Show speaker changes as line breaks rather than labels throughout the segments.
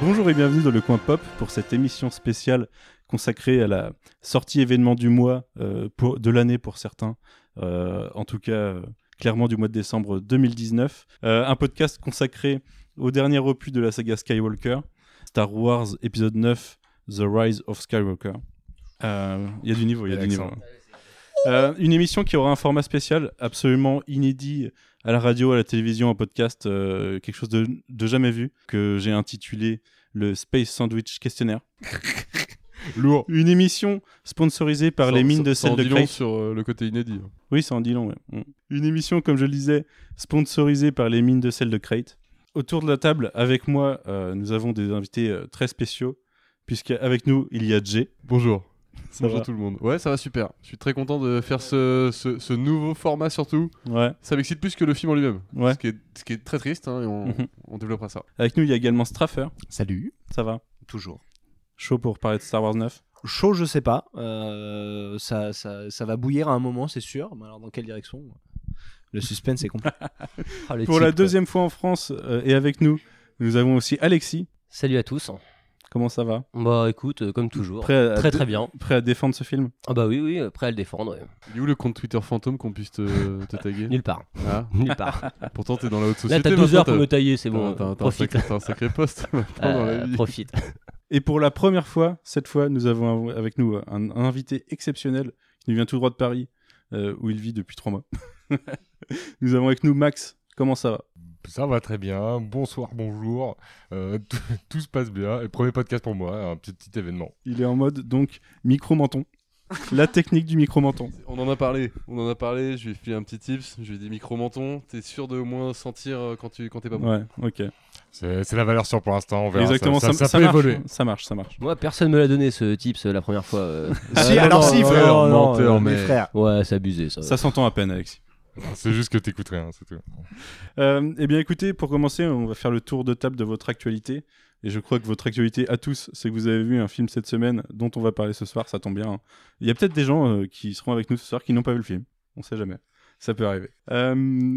Bonjour et bienvenue dans le coin pop pour cette émission spéciale consacrée à la sortie événement du mois, euh, pour, de l'année pour certains, euh, en tout cas euh, clairement du mois de décembre 2019. Euh, un podcast consacré au dernier opus de la saga Skywalker, Star Wars épisode 9, The Rise of Skywalker. Euh, Il y a du niveau, il y a
Et
du
l'accent.
niveau. Euh, une émission qui aura un format spécial absolument inédit à la radio, à la télévision, en podcast, euh, quelque chose de, de jamais vu, que j'ai intitulé le Space Sandwich Questionnaire.
Lourd.
Une émission sponsorisée par
Ça-
les mines
ça-
de
ça en
sel de
dit long
Crayfish.
sur euh, le côté inédit.
Oui, ça en dit long. ouais. Mm. Une émission, comme je le disais, sponsorisée par les mines de sel de Crate. Autour de la table, avec moi, euh, nous avons des invités euh, très spéciaux, puisqu'avec nous, il y a Jay.
Bonjour. Bonjour
va
tout le monde. Ouais, ça va super. Je suis très content de faire ce, ce- ce nouveau format surtout.
Ouais,
Ça m'excite plus que le film en lui-même.
ouais.
Ce, qui est, ce qui est très triste, hein, et on,
Mhm.
on développera ça.
Avec nous, il y a également Straffer.
Salut.
Ça va
Toujours.
Chaud pour parler de Star Wars 9
Chaud, je sais pas. Euh, ça, ça, ça va bouillir à un moment, c'est sûr. Mais alors, dans quelle direction Le suspense est complet. Ah, le
Pour
type,
la
quoi.
deuxième fois en France, euh, et avec nous, nous avons aussi Alexis.
Salut à tous.
Comment ça va
Bah écoute, euh, comme toujours,
Prêt à,
très très bien.
prêt à défendre ce film
Ah bah oui oui, euh, prêt à le défendre. ouais.
Il est où le compte Twitter fantôme qu'on puisse te, te taguer
Nulle part,
Ah,
nulle part.
Pourtant, t'es dans la haute
Là
société.
t'as deux
maintenant,
heures pour me tailler, c'est
t'as-
bon.
t'as- t'as un
profite,
sacré- t'as un sacré poste maintenant dans la
Euh,
vie.
profite.
Et pour la première fois, cette fois, nous avons av- avec nous un, un invité exceptionnel qui nous vient tout droit de Paris, euh, où il vit depuis trois mois. nous avons avec nous Max. Comment ça va
Ça va très bien. Bonsoir, bonjour. Euh, tout, tout se passe bien. Et premier podcast pour moi, un petit, petit événement.
Il est en mode donc micro-menton. la technique du micro-menton.
On en a parlé, on en a parlé, je lui ai filé un petit tips, je lui ai dit micro-menton, t'es sûr de au moins sentir euh, quand, tu, quand t'es pas bon
Ouais, ok.
C'est c'est la valeur sûre pour l'instant. On verra.
Exactement,
Ça, ça- ça
ça
peut
marche,
évoluer.
Ça marche, ça marche.
Moi personne me l'a donné ce tips euh, la première fois. euh.
Si,
non,
alors
non,
si,
non,
frère.
non, menteur,
euh,
mais-
mes frères.
Ouais, c'est abusé ça.
Ça s'entend à peine, Alexis.
C'est juste que t'écoutes rien, c'est tout.
Euh, eh bien, écoutez, pour commencer, on va faire le tour de table de votre actualité. Et je crois que votre actualité à tous, c'est que vous avez vu un film cette semaine dont on va parler ce soir. Ça tombe bien. hein. Il y a peut-être des gens euh, qui seront avec nous ce soir qui n'ont pas vu le film. On sait jamais. Ça peut arriver. Euh,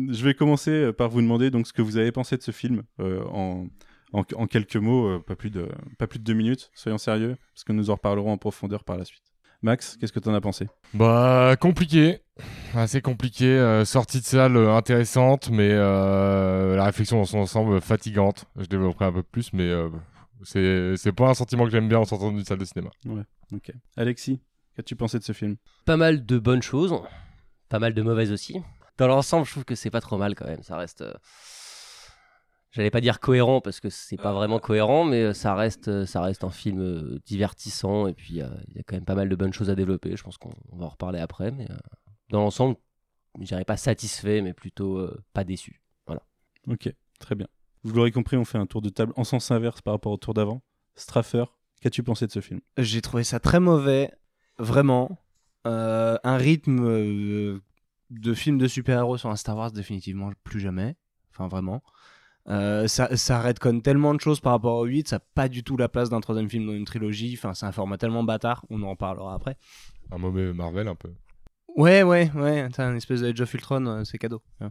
je vais commencer euh, par vous demander donc ce que vous avez pensé de ce film euh, en, en, en quelques mots, euh, pas plus de pas plus de deux minutes. Soyons sérieux, parce que nous en reparlerons en profondeur par la suite. Max, qu'est-ce que t'en as pensé
Bah, compliqué. Assez compliqué. Euh, sortie de salle euh, intéressante, mais euh, la réflexion dans son ensemble euh, fatigante. Je développerai un peu plus, mais euh, c'est c'est pas un sentiment que j'aime bien en sortant d'une salle de cinéma.
Ok. Alexis, qu'as-tu pensé de ce film
Pas mal de bonnes choses, pas mal de mauvaises aussi. Dans l'ensemble, je trouve que c'est pas trop mal quand même. Ça reste, euh, j'allais pas dire cohérent parce que c'est pas vraiment cohérent, mais euh, ça reste, euh, ça reste un film euh, divertissant et puis euh, il y a quand même pas mal de bonnes choses à développer. Je pense qu'on on va en reparler après, mais euh, dans l'ensemble, je dirais pas satisfait, mais plutôt euh, pas déçu.
Ok, très bien. Vous l'aurez compris, on fait un tour de table en sens inverse par rapport au tour d'avant. Straffer, qu'as-tu pensé de ce film
J'ai trouvé ça très mauvais, vraiment. Euh, un rythme euh, de film de super-héros sur un Star Wars, définitivement plus jamais. Enfin, vraiment. Euh, ça, ça redconne tellement de choses par rapport au 8, ça n'a pas du tout la place d'un troisième film dans une trilogie. Enfin, c'est un format tellement bâtard, on en parlera après.
Un mauvais Marvel, un peu.
Ouais, ouais, ouais, t'as un espèce de Age of Ultron, euh, c'est cadeau. hein.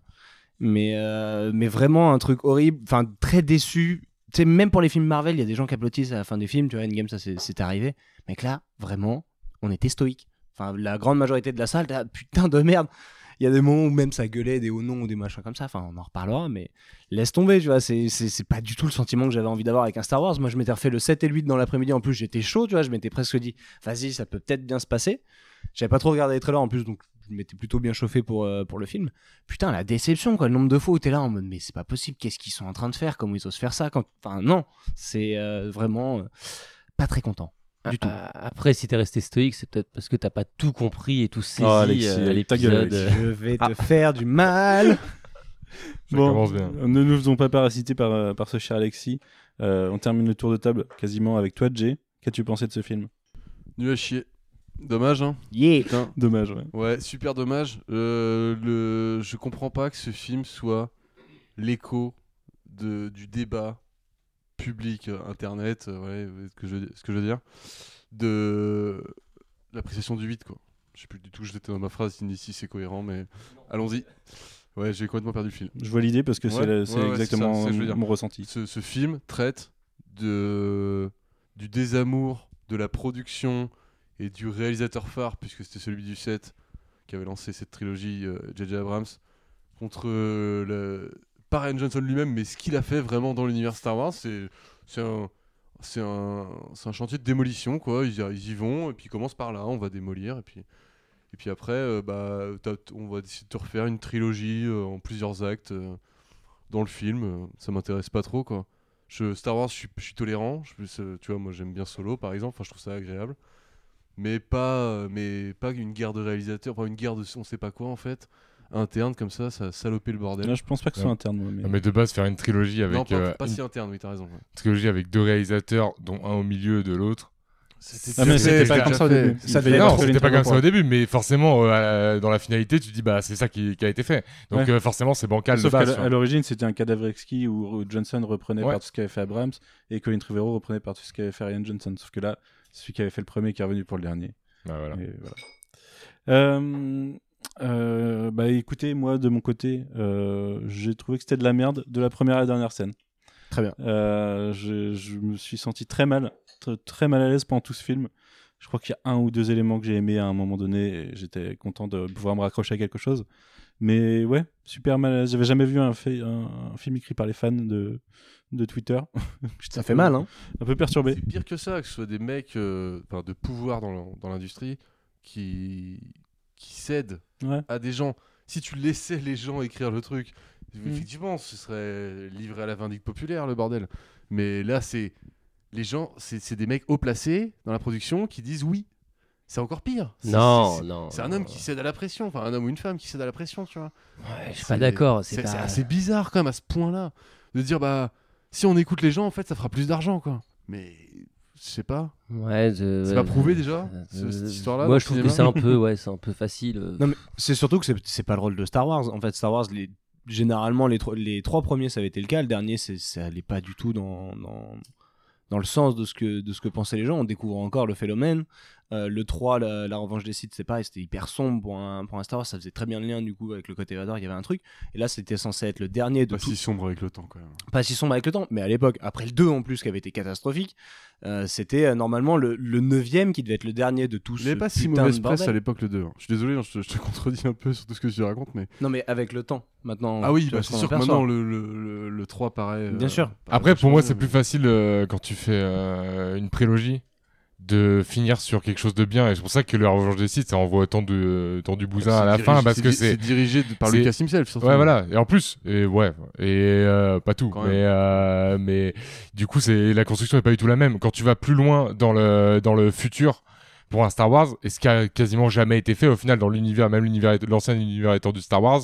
Mais, euh, mais vraiment un truc horrible, enfin très déçu. Tu sais, même pour les films Marvel, il y a des gens qui applaudissent à la fin des films, tu vois, Endgame, ça c'est c'est arrivé. Mais que là, vraiment, on était stoïque. Enfin, la grande majorité de la salle, t'as, putain de merde. Il y a des moments où même ça gueulait, des hauts noms ou des machins comme ça. Enfin, on en reparlera, mais laisse tomber, tu vois. C'est, c'est, c'est pas du tout le sentiment que j'avais envie d'avoir avec un Star Wars. Moi, je m'étais refait le 7 et le 8 dans l'après-midi. En plus, j'étais chaud, tu vois. Je m'étais presque dit, vas-y, ça peut peut-être bien se passer. J'avais pas trop regardé les trailers en plus, donc je m'étais plutôt bien chauffé pour, euh, pour le film. Putain, la déception, quoi. Le nombre de fois où t'es là en mode, mais c'est pas possible, qu'est-ce qu'ils sont en train de faire Comment ils osent faire ça quand... Enfin, non, c'est euh, vraiment euh, pas très content. Du tout.
Ah, Après, si t'es resté stoïque, c'est peut-être parce que t'as pas tout compris et tout saisi
Oh, Alexis,
euh, à
ta gueule,
l'épisode.
Alexis. Ah,
Je vais
Ah.
te faire du mal.
Ça commence bien.
Ne nous faisons pas parasiter par, euh, par ce cher Alexis. Euh, on termine le tour de table quasiment avec toi, Jay. Qu'as-tu pensé de ce film
Nul à chier. Dommage, hein
Yeah.
Putain.
Dommage, ouais.
Ouais, super dommage. Euh, le... Je comprends pas que ce film soit l'écho de... du débat public, euh, internet, euh, ouais, vous voyez ce que je, veux dire- ce que je veux dire, de l'appréciation du 8, quoi. Je sais plus du tout, j'étais dans ma phrase, ici c'est cohérent, mais allons-y. Ouais, j'ai complètement perdu le fil.
Je vois l'idée parce que c'est
Ouais,
la- c'est
ouais, ouais, c'est ça,
exactement
c'est ce que je veux dire.
mon ressenti.
Ce, ce film traite de, du désamour de la production et du réalisateur phare, puisque c'était celui du 7 qui avait lancé cette trilogie, euh, J.J. Abrams, contre euh, le, pas Ryan Johnson lui-même, mais ce qu'il a fait vraiment dans l'univers Star Wars, c'est c'est un, c'est un, c'est un chantier de démolition, quoi. Ils, y- ils y vont, et puis ils commencent par là, on va démolir, et puis, et puis après, euh, bah, t'as- t- on va essayer de te refaire une trilogie euh, en plusieurs actes euh, dans le film. euh, ça m'intéresse pas trop, quoi. Je, Star Wars, je suis, je suis tolérant. Je, suis- euh, tu vois, moi j'aime bien Solo, par exemple, enfin, je trouve ça agréable. Mais pas, euh, mais pas une guerre de réalisateurs, pas une guerre de on sait pas quoi, en fait, interne, comme ça, ça a salopé le bordel.
Là, je pense pas que ce soit interne, moi, mais...
Non, Ah, mais de base, faire une trilogie avec,
non, pas,
euh,
pas
une
si interne, oui, t'as raison. ouais.
trilogie avec deux réalisateurs, dont un au milieu de l'autre.
Ah, mais
C'était
c'était pas
déjà
comme ça au
fait.
début.
Ça
Il
devait
fallait
être
Non,
trouver
c'était
une
pas comme ça au
trame
début, mais forcément, euh, euh, dans la finalité, tu te dis, bah, c'est ça qui, qui a été fait. Donc,
Ouais.
euh, forcément, c'est bancal de
Sauf qu'à
faire.
l- à l'origine, c'était un cadavre exquis où Johnson reprenait
Ouais.
par tout ce qu'avait fait Abrams et Colin Trevorrow reprenait par tout ce qu'avait fait Ryan Johnson. Sauf que là, celui qui avait fait le premier qui est revenu pour le dernier.
Ouais, Bah, voilà.
Et voilà. Euh, euh, bah écoutez, moi de mon côté, euh, j'ai trouvé que c'était de la merde de la première à la dernière scène.
Très bien.
Euh, je, je me suis senti très mal, tr- très mal à l'aise pendant tout ce film. Je crois qu'il y a un ou deux éléments que j'ai aimé à un moment donné et j'étais content de pouvoir me raccrocher à quelque chose. Mais ouais, super mal à l'aise. J'avais jamais vu un, fait- un- un film écrit par les fans de, de Twitter. J'étais
Ça
un
fait
peu-
mal, hein
Un peu perturbé.
C'est pire que ça, que ce soit des mecs euh, enfin, de pouvoir dans l'in- dans l'industrie qui... qui cèdent
Ouais.
à des gens. Si tu laissais les gens écrire le truc, effectivement, ce serait livré à la vindicte populaire, le bordel. Mais là, c'est les gens, c'est c'est des mecs haut placés dans la production qui disent oui. C'est encore pire. C'est-
Non,
c'est-
non.
c'est- C'est un homme qui cède à la pression, enfin un homme ou une femme qui cède à la pression, tu vois.
Ouais, je suis
C'est-
pas d'accord.
C'est
C'est
c'est
pas...
assez bizarre quand même à ce point-là de dire bah si on écoute les gens en fait ça fera plus d'argent quoi. Mais je sais pas.
Ouais, je-
C'est pas
je-
prouvé, déjà,
je-
ce- cette histoire-là, dans
Euh, Moi,
le
je trouve que
cinéma
c'est un peu, ouais, c'est un peu facile. euh.
Non, mais c'est surtout que c'est- c'est pas le rôle de Star Wars. En fait, Star Wars, les- généralement, les, tro- les trois premiers, ça avait été le cas. Le dernier, c'est- ça allait pas du tout dans, dans, dans le sens de ce, que, de ce que pensaient les gens. On découvre encore le phénomène. Euh, le 3, la, la revanche des Sith, c'est pareil, c'était hyper sombre pour un, pour un Star Wars. Ça faisait très bien le lien, du coup, avec le côté Vador. Il y avait un truc. Et là, c'était censé être le dernier de tout-
sombre avec le temps quand même.
pas si sombre avec le temps, mais à l'époque, après le 2 en plus, qui avait été catastrophique, euh, c'était euh, normalement le, le 9 qui devait être le dernier de tous.
Il avait pas si mauvaise presse à l'époque le 2. hein. Je suis désolé, hein, je, te- je te contredis un peu sur tout ce que tu racontes, mais.
Non, mais avec le temps, maintenant.
ah oui,
tu vois
bah,
ce
c'est
qu'on
sûr que
aperçoit.
maintenant le, le, le- le 3 paraît. euh,
Bien sûr.
paraît
Après, pour moi,
vachement
c'est
bien,
plus facile euh, quand tu fais euh, une prélogie de finir sur quelque chose de bien. Et c'est pour ça que le Revanche des Sith, ça envoie autant, de, autant du
mais-
bousin à la
C'est
fin
dirigé-
parce que
di-
c'est.
dirigé de- par
c'est-
Lucas himself. surtout.
Ouais, voilà. Et en plus, et ouais, et euh, pas tout,
Quand même.
mais euh, mais du coup, c'est la construction est pas du tout la même. Quand tu vas plus loin dans le dans le futur pour un Star Wars, et ce qui a quasiment jamais été fait au final dans l'univers, même l'univers éte- l'ancien univers étendu de Star Wars,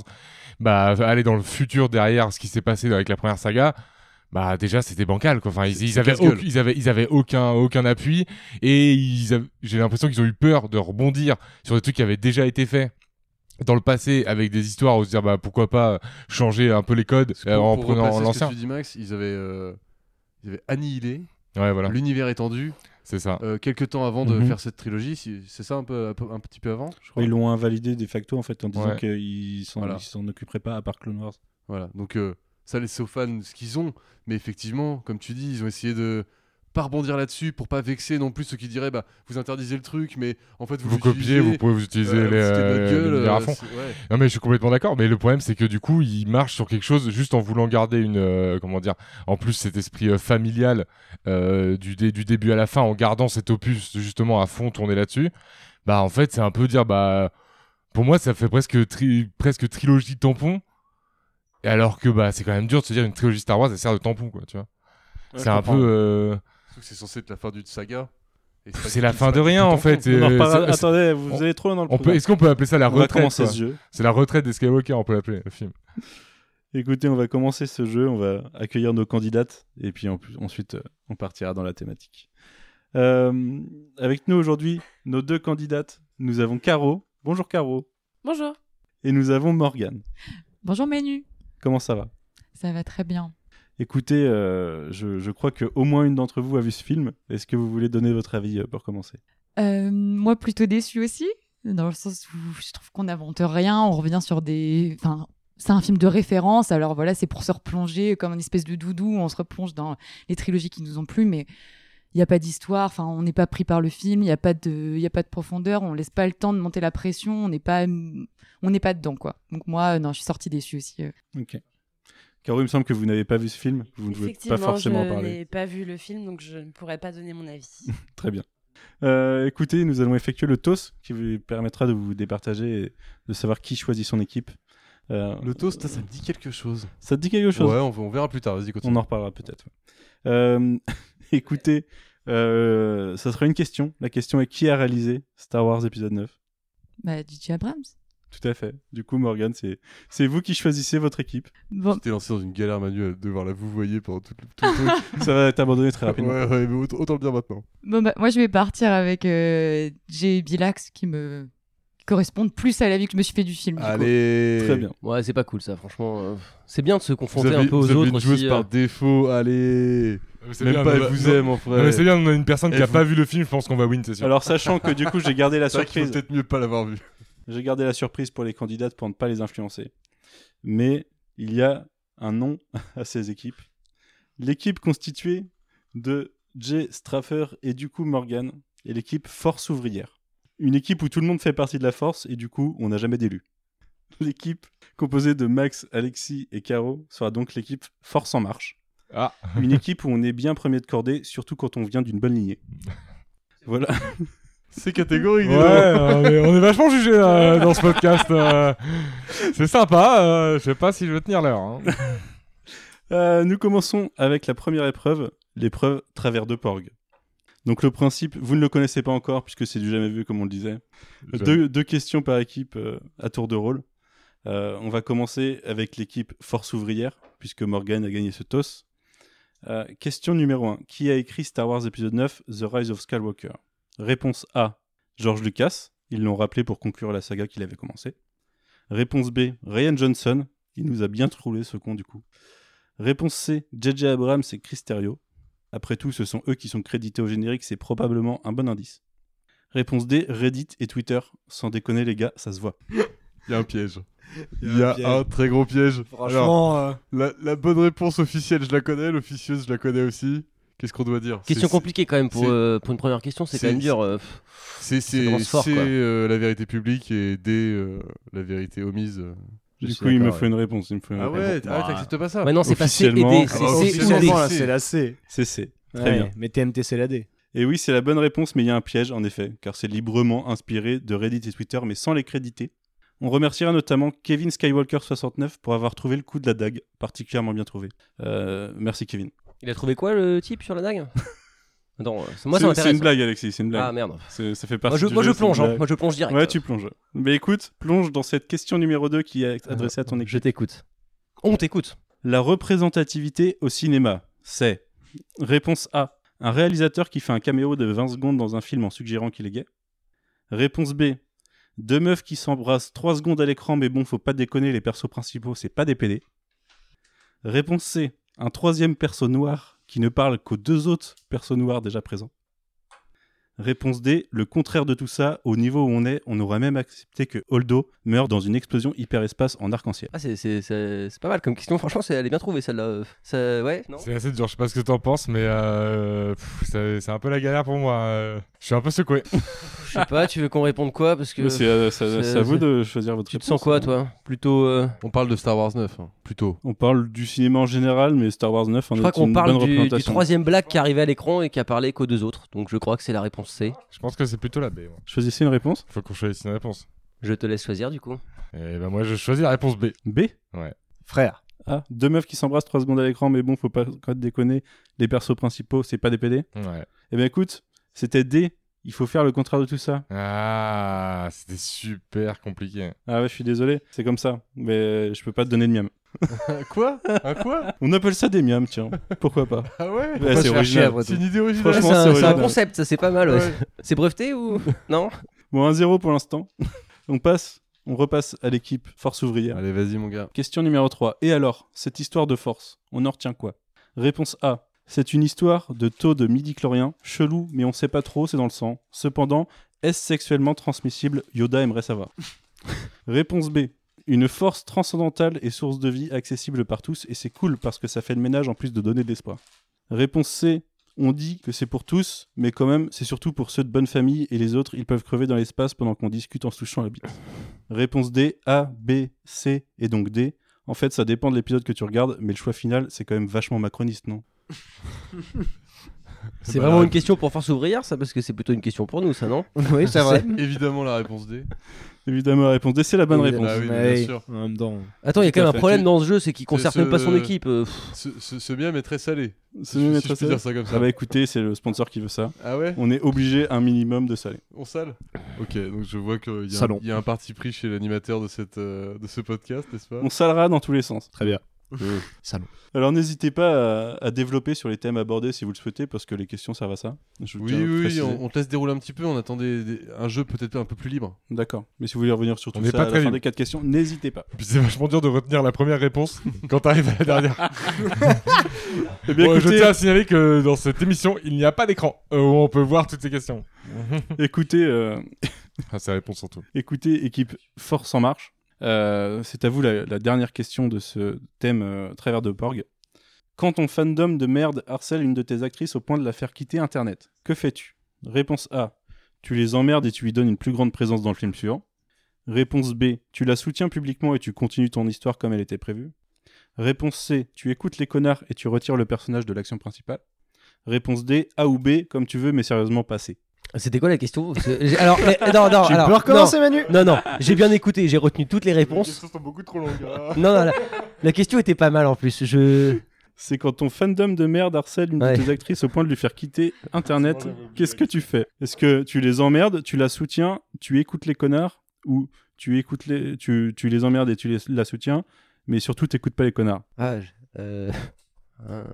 bah aller dans le futur derrière ce qui s'est passé avec la première saga. Bah déjà c'était bancal quoi. Enfin ils,
C'est-
ils
c'est
avaient
casse-gueule.
auc- ils avaient ils avaient aucun aucun appui et ils avaient- j'ai l'impression qu'ils ont eu peur de rebondir sur des trucs qui avaient déjà été faits dans le passé avec des histoires où se dire bah pourquoi pas changer un peu les codes
Parce que
euh,
pour-
en
pour
prenant
replacer ce que
l'ancien.
Tu dis Max, ils avaient, euh, ils avaient annihilé
Ouais voilà,
l'univers étendu
c'est ça.
euh, quelques temps avant de
Mhm.
faire cette trilogie. si- C'est ça un peu un peu- un petit peu avant, je crois.
Ils l'ont invalidé de facto en fait en disant
Ouais.
qu'ils s'en
Voilà.
ils s'en occuperaient pas à part Clone Wars.
Voilà, donc euh, ça laisse aux fans ce qu'ils ont, mais effectivement, comme tu dis, ils ont essayé de pas rebondir là-dessus pour pas vexer non plus ceux qui diraient bah vous interdisez le truc, mais en fait vous,
Vous copiez, vous pouvez vous utiliser les, euh, les lumières à fond. Non mais je suis complètement d'accord, mais le problème c'est que du coup il marche sur quelque chose juste en voulant garder une euh, comment dire, en plus cet esprit euh, familial euh, du, dé- du début à la fin en gardant cet opus justement à fond tourné là-dessus. Bah en fait c'est un peu dire bah pour moi ça fait presque tri- presque trilogie tampon. Et alors que bah c'est quand même dur de se dire une trilogie Star Wars ça sert de tampon quoi tu vois. c'est un peu euh,
C'est censé être la fin d'une saga. et pas
c'est
du
la
tout-
fin
c'est
de
pas du
rien
tout
en
tampon.
fait.
On en
Et
reparlera-
euh, c'est- c'est-
Attendez, vous allez trop loin dans le
on peut-
programme.
Est-ce qu'on peut appeler ça la
On va
retraite
commencer
quoi
ce jeu.
C'est la retraite des Skywalker on peut l'appeler le film.
Écoutez, on va commencer ce jeu, on va accueillir nos candidates et puis en plus- ensuite euh, on partira dans la thématique. Euh, avec nous aujourd'hui, nos deux candidates, nous avons Caro. Bonjour Caro.
Bonjour.
Et nous avons Morgane.
Bonjour Manu.
Comment ça va
Ça va très bien.
Écoutez, euh, je, je crois que au moins une d'entre vous a vu ce film. Est-ce que vous voulez donner votre avis euh, pour commencer
Euh, moi, plutôt déçu aussi, dans le sens où je trouve qu'on n'invente rien, on revient sur des. Enfin, c'est un film de référence, alors voilà, c'est pour se replonger comme une espèce de doudou, on se replonge dans les trilogies qui nous ont plu, mais il n'y a pas d'histoire, enfin, on n'est pas pris par le film, il n'y a, pas de- y a pas de profondeur, on laisse pas le temps de monter la pression, on n'est pas, on n'est pas dedans, quoi. Donc moi, euh, non, je suis sortie déçue aussi. euh.
Ok. Caro, il me semble que vous n'avez pas vu ce film. Vous ne pouvez
Effectivement,
pas forcément en
je
parler.
n'ai pas vu le film, donc je ne pourrais pas donner mon avis.
Très bien. Euh, écoutez, nous allons effectuer le toast qui vous permettra de vous départager et de savoir qui choisit son équipe. Euh,
Le toast, ça, ça me dit quelque chose.
Ça te dit quelque chose
Ouais, on, on verra plus tard, vas-y, continue.
On en reparlera peut-être. Euh, écoutez, euh, ça sera une question. La question est qui a réalisé Star Wars épisode 9
Bah, DJ Abrams.
Tout à fait. Du coup, Morgan, c'est c'est vous qui choisissez votre équipe.
Bon,
Tu t'es lancé dans une galère manuelle, devoir la vouvoyer pendant tout le, tout le truc.
Ça va t'abandonner très rapidement.
Ouais, ouais, mais autant, autant le dire maintenant.
Bon, bah, moi, je vais partir avec euh, Jay Bilax qui me qui correspondent plus à la vie que je me suis fait du film. du
Ah,
coup.
Allez
Très bien.
Ouais, c'est pas cool ça, franchement. euh, C'est bien de se
Vous
confronter
avez,
un peu
vous
aux
avez
autres
une joueuse
aussi. euh.
par défaut, allez Même pas, elle vous aime, en
Non,
frère.
mais c'est bien, on a une personne
Et
qui a
vous-
pas vu le film, je pense qu'on va win, c'est sûr.
Alors, sachant que du coup, j'ai gardé la
C'est vrai qu'il faut
surprise.
peut-être mieux pas l'avoir vu.
J'ai gardé la surprise pour les candidates pour ne pas les influencer. Mais il y a un nom à ces équipes. L'équipe constituée de Jay Straffer et du coup Morgan et l'équipe Force ouvrière. Une équipe où tout le monde fait partie de la force et du coup on n'a jamais d'élus. L'équipe composée de Max, Alexis et Caro sera donc l'équipe Force en marche.
Ah.
Une équipe où on est bien premier de cordée, surtout quand on vient d'une bonne lignée. Voilà.
C'est catégorique,
Ouais,
dis donc.
euh, mais on est vachement jugé là, dans ce podcast. euh. C'est sympa, euh, je sais pas si je vais tenir l'heure. hein.
Euh, nous commençons avec la première épreuve, l'épreuve travers de Porg. Donc le principe, vous ne le connaissez pas encore puisque c'est du jamais vu comme on le disait. Deux, deux questions par équipe euh, à tour de rôle. Euh, on va commencer avec l'équipe Force ouvrière puisque Morgan a gagné ce toss. Euh, question numéro 1. Qui a écrit Star Wars épisode 9 The Rise of Skywalker Réponse A. George Lucas. Ils l'ont rappelé pour conclure la saga qu'il avait commencée. Réponse B. Ryan Johnson. Il nous a bien troulé ce con du coup. Réponse C, JJ Abrams et Chris Terrio. Après tout, ce sont eux qui sont crédités au générique, c'est probablement un bon indice. Réponse D, Reddit et Twitter. Sans déconner les gars, ça se voit.
Il y a un piège.
Il
Il
y
y
a un
a
piège.
un très gros piège. Alors,
Franchement, euh,
la, la bonne réponse officielle, je la connais. L'officieuse, je la connais aussi. Qu'est-ce qu'on doit dire
Question
C'est-
compliquée quand même pour,
c'est-
euh, pour une première question, c'est quand
c'est-
même dur. euh, pff.
C'est c'est-
commence fort,
c'est,
quoi.
euh, la vérité publique et D, euh, la vérité omise. euh.
Je
Du
suis
coup, il me
d'accord,
faut une réponse. il me
Ah
faut une réponse.
Ah t'acceptes pas ça
Ouais, non, c'est pas C et D, c'est
Ah,
C ou
officiellement,
D.
c'est-
là, c'est la C.
C'est C. Très
Ouais,
bien.
Mais TMT, c'est la D.
Et oui, c'est la bonne réponse, mais il y a un piège en effet, car c'est librement inspiré de Reddit et Twitter, mais sans les créditer. On remerciera notamment Kevin Skywalker69 pour avoir trouvé le coup de la dague, particulièrement bien trouvé. Euh, merci Kevin.
Il a trouvé quoi le type sur la dague Attends, euh, moi ça
C'est- c'est
m'intéresse.
une blague, Alexis, c'est une blague.
Ah merde.
C'est- ça fait partie
Moi je,
du
moi,
jeu,
je
c'est
plonge,
une
hein.
blague.
moi je plonge direct.
Ouais, tu plonges. Mais écoute, plonge dans cette question numéro 2 qui est adressée à ton
Ah. Je
équipe.
t'écoute. On t'écoute.
La représentativité au cinéma, c'est Réponse A. Un réalisateur qui fait un caméo de 20 secondes dans un film en suggérant qu'il est gay. Réponse B. Deux meufs qui s'embrassent 3 secondes à l'écran, mais bon, faut pas déconner, les persos principaux, c'est pas des PD. Réponse C. Un troisième perso noir qui ne parle qu'aux deux autres persos noirs déjà présents. Réponse D. Le contraire de tout ça, au niveau où on est, on aurait même accepté que Holdo meure dans une explosion hyperespace en arc-en-ciel.
Ah, c'est- c'est c'est- c'est pas mal comme question, franchement, c'est- elle est bien trouvée celle-là. euh. Ça- Ouais, non
C'est assez dur, je sais pas ce que t'en penses, mais euh, pff, c'est c'est un peu la galère pour moi. euh. Je suis un peu secoué.
Je sais pas, tu veux qu'on réponde quoi Parce que.
C'est à, c'est à-
c'est-
c'est à vous
c'est-
de choisir votre
Tu te
réponse,
sens quoi
hein.
toi Plutôt. euh,
On parle de Star Wars 9, hein, plutôt.
On parle du cinéma en général, mais Star Wars 9 en
Je crois
est une
qu'on
bonne
parle du, du
représentation.
troisième black qui arrivait à l'écran et qui a parlé qu'aux deux autres. Donc je crois que c'est la réponse C.
Je pense que c'est plutôt la B. moi.
Choisissez une réponse.
Faut qu'on choisisse une réponse.
Je te laisse choisir du coup.
Et ben moi, je choisis la réponse B.
B
Frère.
Ah, deux meufs qui s'embrassent 3 secondes à l'écran, mais bon, faut pas quoi, déconner. Les persos principaux, c'est pas des PD.
Ouais.
Eh bien, écoute, c'était D. Il faut faire le contraire de tout ça.
Ah, c'était super compliqué.
Ah ouais, je suis désolé, c'est comme ça. Mais je peux pas te donner de miam.
Ah, quoi Un
Ah.
quoi
On appelle ça des miams, tiens. Pourquoi pas
Ah ouais
Ouais,
se faire
C'est
chier
original.
après tout
C'est une idée originale.
Ouais,
Franchement,
c'est un,
c'est
c'est un
original.
concept, ça c'est pas mal. ouais.
Ouais.
C'est breveté ou non
Bon, 1-0 pour l'instant. on passe, on repasse à l'équipe Force Ouvrière.
Allez, vas-y, mon gars.
Question numéro 3. Et alors, cette histoire de force, on en retient quoi Réponse A. C'est une histoire de taux de midi-chlorien, chelou, mais on sait pas trop, c'est dans le sang. Cependant, est-ce sexuellement transmissible Yoda aimerait savoir. Réponse B. Une force transcendantale et source de vie accessible par tous, et c'est cool parce que ça fait le ménage en plus de donner de l'espoir. Réponse C. On dit que c'est pour tous, mais quand même, c'est surtout pour ceux de bonne famille et les autres, ils peuvent crever dans l'espace pendant qu'on discute en se touchant la bite. Réponse D. A, B, C et donc D. En fait, ça dépend de l'épisode que tu regardes, mais le choix final, c'est quand même vachement macroniste, non
C'est
Bah,
vraiment
la-
une question pour Force Ouvrière, ça Parce que c'est plutôt une question pour nous, ça, non
Oui, c'est vrai.
Évidemment, la réponse D.
Évidemment, la réponse D, c'est la bonne réponse.
Ah oui,
Mais
bien
oui,
sûr.
En même temps.
Attends, il y a
Tout à
quand même un
fait.
problème
Tu-
dans ce jeu, c'est qu'il
c'est
concerne
ce-
même pas son équipe. euh, pff.
Ce, ce, ce miam est très salé.
C'est
Si,
même
si
être
je peux
ça.
dire ça comme ça.
Ah bah écoutez, c'est le sponsor qui veut ça.
Ah ouais
On est obligé un minimum de salé.
On sale Ok, donc je vois qu'il y, a-
Salon.
il y a un parti pris chez l'animateur de, cette, euh, de ce podcast, n'est-ce pas
On salera dans tous les sens.
Très bien.
Alors n'hésitez pas à, à développer sur les thèmes abordés si vous le souhaitez, parce que les questions servent à ça. Je
Oui,
tiens à le
oui, oui,
préciser.
on, on te laisse dérouler un petit peu. On attendait un jeu peut-être un peu plus libre.
D'accord. Mais si vous voulez revenir sur
On
tout
n'est
ça
pas
à
très
la fin
libre.
des quatre questions, n'hésitez pas.
Puis c'est vachement dur de retenir la première réponse quand t'arrives à la dernière.
Eh bien,
Bon,
écoutez,
Je tiens à signaler que dans cette émission, il n'y a pas d'écran euh, où on peut voir toutes ces questions.
écoutez, euh,
Ah, c'est la réponse surtout.
écoutez, équipe Force en Marche. Euh, c'est à vous la, la dernière question de ce thème euh, travers de Porg. Quand ton fandom de merde harcèle une de tes actrices au point de la faire quitter Internet, que fais-tu Réponse A. Tu les emmerdes et tu lui donnes une plus grande présence dans le film suivant. Réponse B. Tu la soutiens publiquement et tu continues ton histoire comme elle était prévue. Réponse C. Tu écoutes les connards et tu retires le personnage de l'action principale. Réponse D. A ou B, comme tu veux, mais sérieusement passé.
C'était quoi la question Parce que j'ai- Alors, eh, non, non, alors, non.
Manu
Non, non, j'ai bien écouté, j'ai retenu toutes les
Les
réponses.
questions sont beaucoup trop longues. hein.
Non, non, la, la question était pas mal en plus. Je.
C'est quand ton fandom de merde harcèle une
Ouais.
de tes actrices au point de lui faire quitter Internet.
C'est vrai, j'avais oublié
Qu'est-ce
la
que tu fais Est-ce que tu les emmerdes, tu la soutiens, tu écoutes les connards ou tu écoutes les, tu, tu les emmerdes et tu les- la soutiens, mais surtout t'écoutes pas les connards
Ah, je- euh, euh,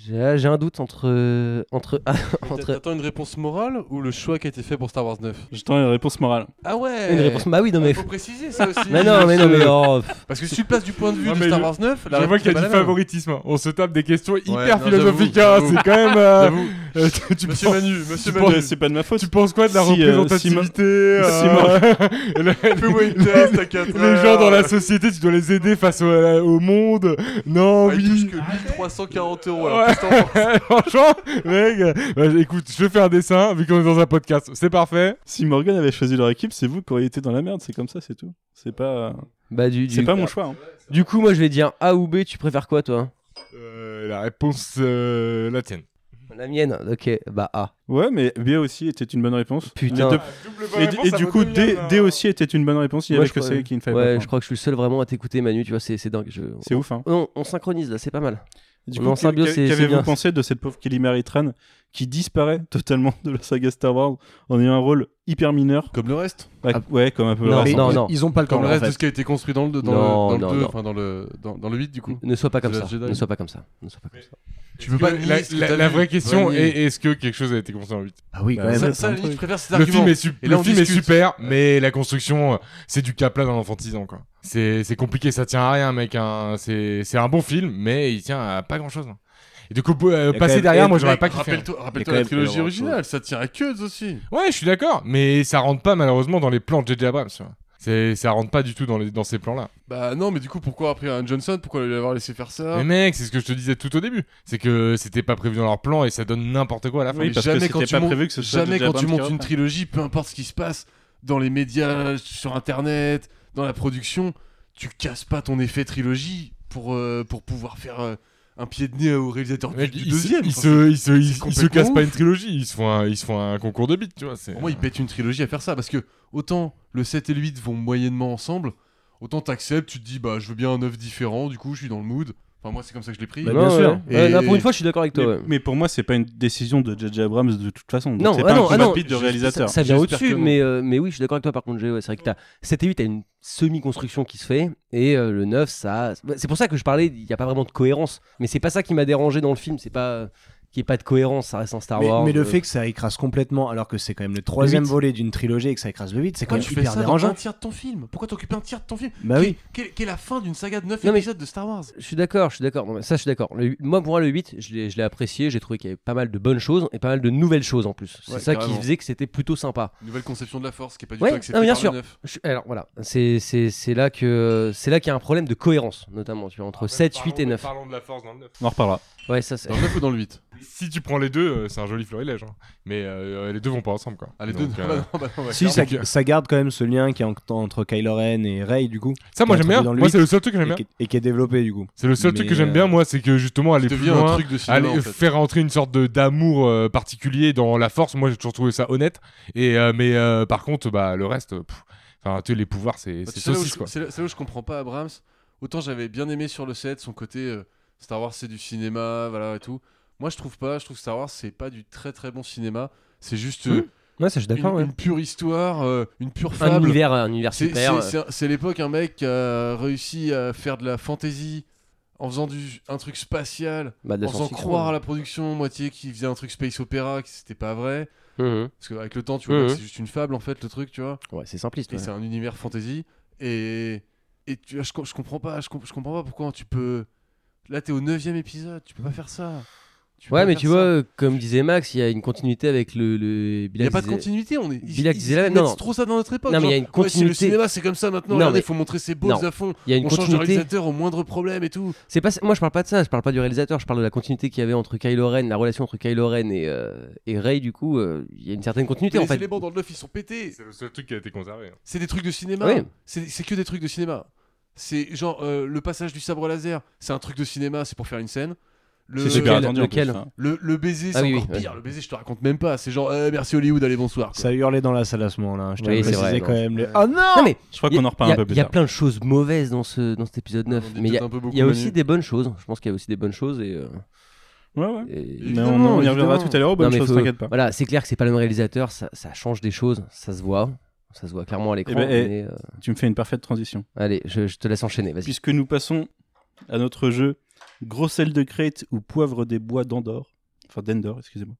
J'ai j'ai un doute entre. Entre. ah, entre
T'attends une réponse morale ou le choix qui a été fait pour Star Wars 9
J'attends une réponse morale.
Ah ouais
une réponse. Bah oui, non, mais.
Faut préciser ça aussi.
Mais non, mais non, mais. oh, pff.
Parce que si tu le places du point de vue
Non,
de
Ah, mais
Star
je-
Wars 9, la
Je vois
réponse
qu'il y
est
a
pas
du
la même.
favoritisme. On se tape des questions hyper
non,
philosophiques. hein.
j'avoue,
C'est quand même. euh,
J'avoue.
euh, tu, tu
Monsieur
penses-
Manu, monsieur
tu
Manu.
penses-
C'est pas de ma faute.
Tu penses quoi de la
Si, euh, si ma-
représentativité euh, et le-
Fais-moi une
les-
thèse, t'as 4
Les gens dans la
Euh.
société, tu dois les aider face au, à- au monde. Non, oui.
Ah, que 1340 euros.
Ouais.
Alors, qu'est-ce que t'en penses
Franchement, mec, euh, bah, écoute, je fais un dessin vu qu'on est dans un podcast. C'est parfait.
Si Morgan avait choisi leur équipe, c'est vous qui auriez été dans la merde. C'est comme ça, c'est tout. C'est pas,
Bah, du,
c'est
du,
pas mon choix. hein.
du coup, moi je vais dire A ou B, tu préfères quoi toi
Euh, la réponse, euh, la tienne.
La mienne Ok, bah A.
Ouais, mais B aussi était une bonne réponse.
Putain.
Les deux- Et, et du coup, D, D aussi était une bonne réponse. Il y
Moi,
avait
je
que
crois-
c'est qui ne fallait pas.
Ouais, je
prendre.
crois que je suis le seul vraiment à t'écouter, Manu, tu vois, c'est c'est dingue. Je...
C'est ouf, hein.
Non, on synchronise là, c'est pas mal.
Du
On
coup,
est en
que-
symbiose,
que-
c'est- c'est
qu'avez-vous
bien.
pensé de cette pauvre Kelly Mary Tran qui disparaît totalement de la saga Star Wars en ayant un rôle hyper mineur
Comme le reste.
Ouais,
Ah.
Ouais, comme un peu.
Non,
le reste.
non,
ils,
non.
ils ont pas le temps
Comme le
là, en
reste de
fait.
ce qui a été construit dans le 2, dans
Non,
le, dans
non,
le 2,
non.
enfin dans le, dans, dans le 8 du coup.
Ne sois pas comme
The
ça.
Last Jedi.
Ne sois pas comme ça. Ne sois pas comme ça.
Tu peux pas nier
La,
ce que
la-
t'as
la
vu.
vraie question
Ouais,
est est-ce que quelque chose a été construit en 8
Ah oui, quand
Bah,
même.
Ça,
ouais,
ça,
plein de
limite, je préfère cet
Le
argument.
film est, sup-
Et là,
le
on
film est
discute.
super, mais la construction, euh, c'est du caplat dans l'enfantisant. quoi. C'est c'est compliqué, ça tient à rien, mec. hein. C'est c'est un bon film, mais il tient à pas grand-chose. hein. Et du coup, euh,
y a quand
passer
même-
derrière,
et
moi,
le
j'aurais
Mec,
pas kiffé. hein.
Rappelle-toi
Il y a
rappelle
quand
la
même
trilogie
énormément de choses.
originale, ça tire à queue aussi.
Ouais, je suis d'accord, mais ça rentre pas malheureusement dans les plans de J.J. Abrams. tu vois. C'est- Ça rentre pas du tout dans, les, dans ces plans-là.
Bah non, mais du coup, pourquoi après un Johnson Pourquoi lui avoir laissé faire ça
Mais mec, c'est ce que je te disais tout au début. C'est que c'était pas prévu dans leur plan et ça donne n'importe quoi à la fin.
Oui,
Mais
parce
jamais
que
quand
c'était
tu
pas
montes-
prévu que ce soit
Jamais
J.J.
quand tu
Abrams qui
montes une
reprend.
trilogie, peu importe ce qui se passe, dans les médias, sur internet, dans la production, tu casses pas ton effet trilogie pour, euh, pour pouvoir faire euh, un pied de nez au réalisateur du,
Mec,
du
ils,
deuxième.
ils
Enfin,
se, ils se, ils- ils se
complètement
cassent pas
ouf.
une trilogie, ils se font un, ils se font un concours de beats, tu vois. c'est-
Pour moi, ils pètent une trilogie à faire ça parce que autant le 7 et le 8 vont moyennement ensemble, autant t'acceptes, tu te dis bah je veux bien un œuf différent, du coup je suis dans le mood. Enfin, moi, c'est comme ça que je l'ai pris.
Bah, bien
Ouais,
sûr.
ouais. Ouais,
Et-
là, pour une fois, je suis d'accord avec toi.
Mais,
ouais.
mais pour moi, c'est pas une décision de J.J. Abrams de toute façon. Donc
Non,
c'est
ah
pas
non,
un
ah
combat
non,
de bite de
je-
réalisateur.
Ça vient
J'espère que
au-dessus,
non.
mais, euh, mais oui, je suis d'accord avec toi par contre, Géo, ouais, c'est vrai que t'as... CT8 t'as une semi-construction qui se fait, et euh, le 9, ça... C'est pour ça que je parlais, il n'y a pas vraiment de cohérence, mais c'est pas ça qui m'a dérangé dans le film, c'est pas... qu'il n'y ait pas de cohérence, ça reste en Star
Mais,
Wars.
mais le
euh,
fait que ça écrase complètement, alors que c'est quand même le troisième
huit.
volet d'une trilogie et que ça écrase le 8, c'est quand
Pourquoi
même
tu fais
hyper
ça dans un
dérangeant.
tiers de ton film Pourquoi t'occupes un tiers de ton film
Bah
Qui-
oui.
Qui est- qui est la fin d'une saga de 9
Non, mais-
épisodes de Star Wars
Je suis d'accord, je suis d'accord. Non, mais Ça, je suis d'accord. Le huit- Moi, pour moi, le 8, je l'ai je l'ai apprécié. J'ai trouvé qu'il y avait pas mal de bonnes choses et pas mal de nouvelles choses en plus. C'est
Ouais,
ça qui
carrément.
faisait que c'était plutôt sympa.
Une Nouvelle conception de la force qui est pas du
Ouais,
tout acceptée
non, mais bien
par
sûr.
le 9.
Je- alors voilà, c'est c'est- c'est là que c'est là qu'il y a un problème de cohérence, notamment tu vois,
Ah,
entre 7, 8 et 9.
Parlons de la force dans le 9.
On en reparlera.
Ouais, ça c'est.
Dans le 9 ou dans le 8
Si tu prends les deux, euh, c'est un joli florilège. hein. Mais euh, les deux vont pas ensemble, quoi.
Ah les
Donc,
deux non, bah
euh,
non, bah non, bah
Si, ça,
clairement.
ça garde quand même ce lien qui est en- entre Kylo Ren et Rey, du coup,
Ça, moi, j'aime bien.
Dans le
Moi,
huit.
c'est le seul truc que j'aime
et
bien.
qui, est- et qui est développé, du coup.
C'est le seul
Mais,
truc que j'aime
euh,
bien, moi, c'est que justement,
Ça
aller plus
devient un
loin.
truc de cinéma
Aller
en fait.
faire entrer une sorte de d'amour euh, particulier dans la force moi j'ai toujours trouvé ça honnête et euh, mais euh, par contre bah le reste euh, pff, enfin tu sais les pouvoirs
Bah,
c'est c'est
tu sais là où
saucisse
je-
quoi
C'est là, c'est là où je comprends pas Abrams. Autant j'avais bien aimé sur le 7 son côté euh, Star Wars c'est du cinéma, voilà et tout. Moi je trouve pas, je trouve que Star Wars c'est pas du très très bon cinéma. C'est juste euh,
Hmm, Ouais, ça je suis
une, une pure histoire, euh, une pure
Un
fable.
univers, un univers
C'est-
super. euh,
c'est- C'est c'est l'époque, un mec qui a réussi à faire de la fantasy en faisant du, un truc spatial,
bah, de la
en faisant
science-fiction.
croire à la production, moitié qui faisait un truc space opéra, que c'était pas vrai.
Mhm.
Parce qu'avec le temps, tu vois,
Ouais,
que
ouais.
c'est juste une fable en fait, le truc, tu vois.
mmh. Ouais, c'est simpliste.
Et
ouais.
c'est un univers fantasy. Et, et tu vois, je, com- je comprends pas, je, com- je comprends pas pourquoi tu peux. Là, t'es au 9 épisode, tu peux pas faire ça. Tu peux
Ouais,
pas
mais
faire
tu
ça.
vois, euh, comme disait Max, il y a une continuité avec le. le...
Il n'y a pas de continuité, on est. ils-
Bilal
ils-
disait la
ils
même- non,
mettent
non.
trop ça dans notre époque.
Non, mais il y a
genre,
une
ouais, c'est le
continuité.
cinéma, c'est comme ça maintenant.
Non,
regardez,
mais-
faut montrer ses beaux
Non.
à fond.
Il y a une
on change de
continuité.
réalisateur au moindre problème et tout.
C'est pas, moi je parle pas de ça, je parle pas du réalisateur, je parle de la continuité qu'il y avait entre Kylo Ren, la relation entre Kylo Ren et, euh, et Rey, du coup, euh, il y a une certaine continuité
les
en fait.
éléments dans le neuf, ils sont pétés.
c'est le seul truc qui a été conservé hein.
C'est des trucs de cinéma.
Oui.
C'est c'est que des trucs de cinéma. C'est genre euh, le passage du sabre laser, c'est un truc de cinéma, c'est pour faire une scène. Le,
C'est
Super
lequel-
attendu en
lequel
plus, hein.
le, le baiser, c'est
Ah oui,
encore
oui,
pire. Le baiser, je te raconte même pas. C'est genre euh, merci Hollywood, allez bonsoir. quoi.
Ça hurlait dans la salle à ce moment-là. hein. Je
Oui,
t'avais
c'est
précisé
vrai,
quand
non.
même. les- Oh non
Non mais
Je crois qu'on en reparle un peu plus
Il y a
tard.
plein de choses mauvaises dans, ce, dans cet épisode 9,
On dit
mais il y a,
peut-être un peu beaucoup,
il y a aussi
Manu.
des bonnes choses. hein. Je pense qu'il y a aussi des bonnes choses et. euh,
Ouais, ouais.
et-
Mais on, on y reviendra tout à l'heure.
Non,
Bonne
mais
chose,
faut-
t'inquiète pas.
Voilà, c'est clair que c'est pas le même réalisateur, ça, ça change des choses, ça se voit, ça se voit clairement à l'écran.
Eh ben, eh.
mais, euh,
Tu me fais une parfaite transition.
Allez, je, je te laisse enchaîner, vas-y.
Puisque nous passons à notre jeu Gros sel de Crète ou Poivre des bois d'Andorre. Enfin, d'Endor, excusez-moi.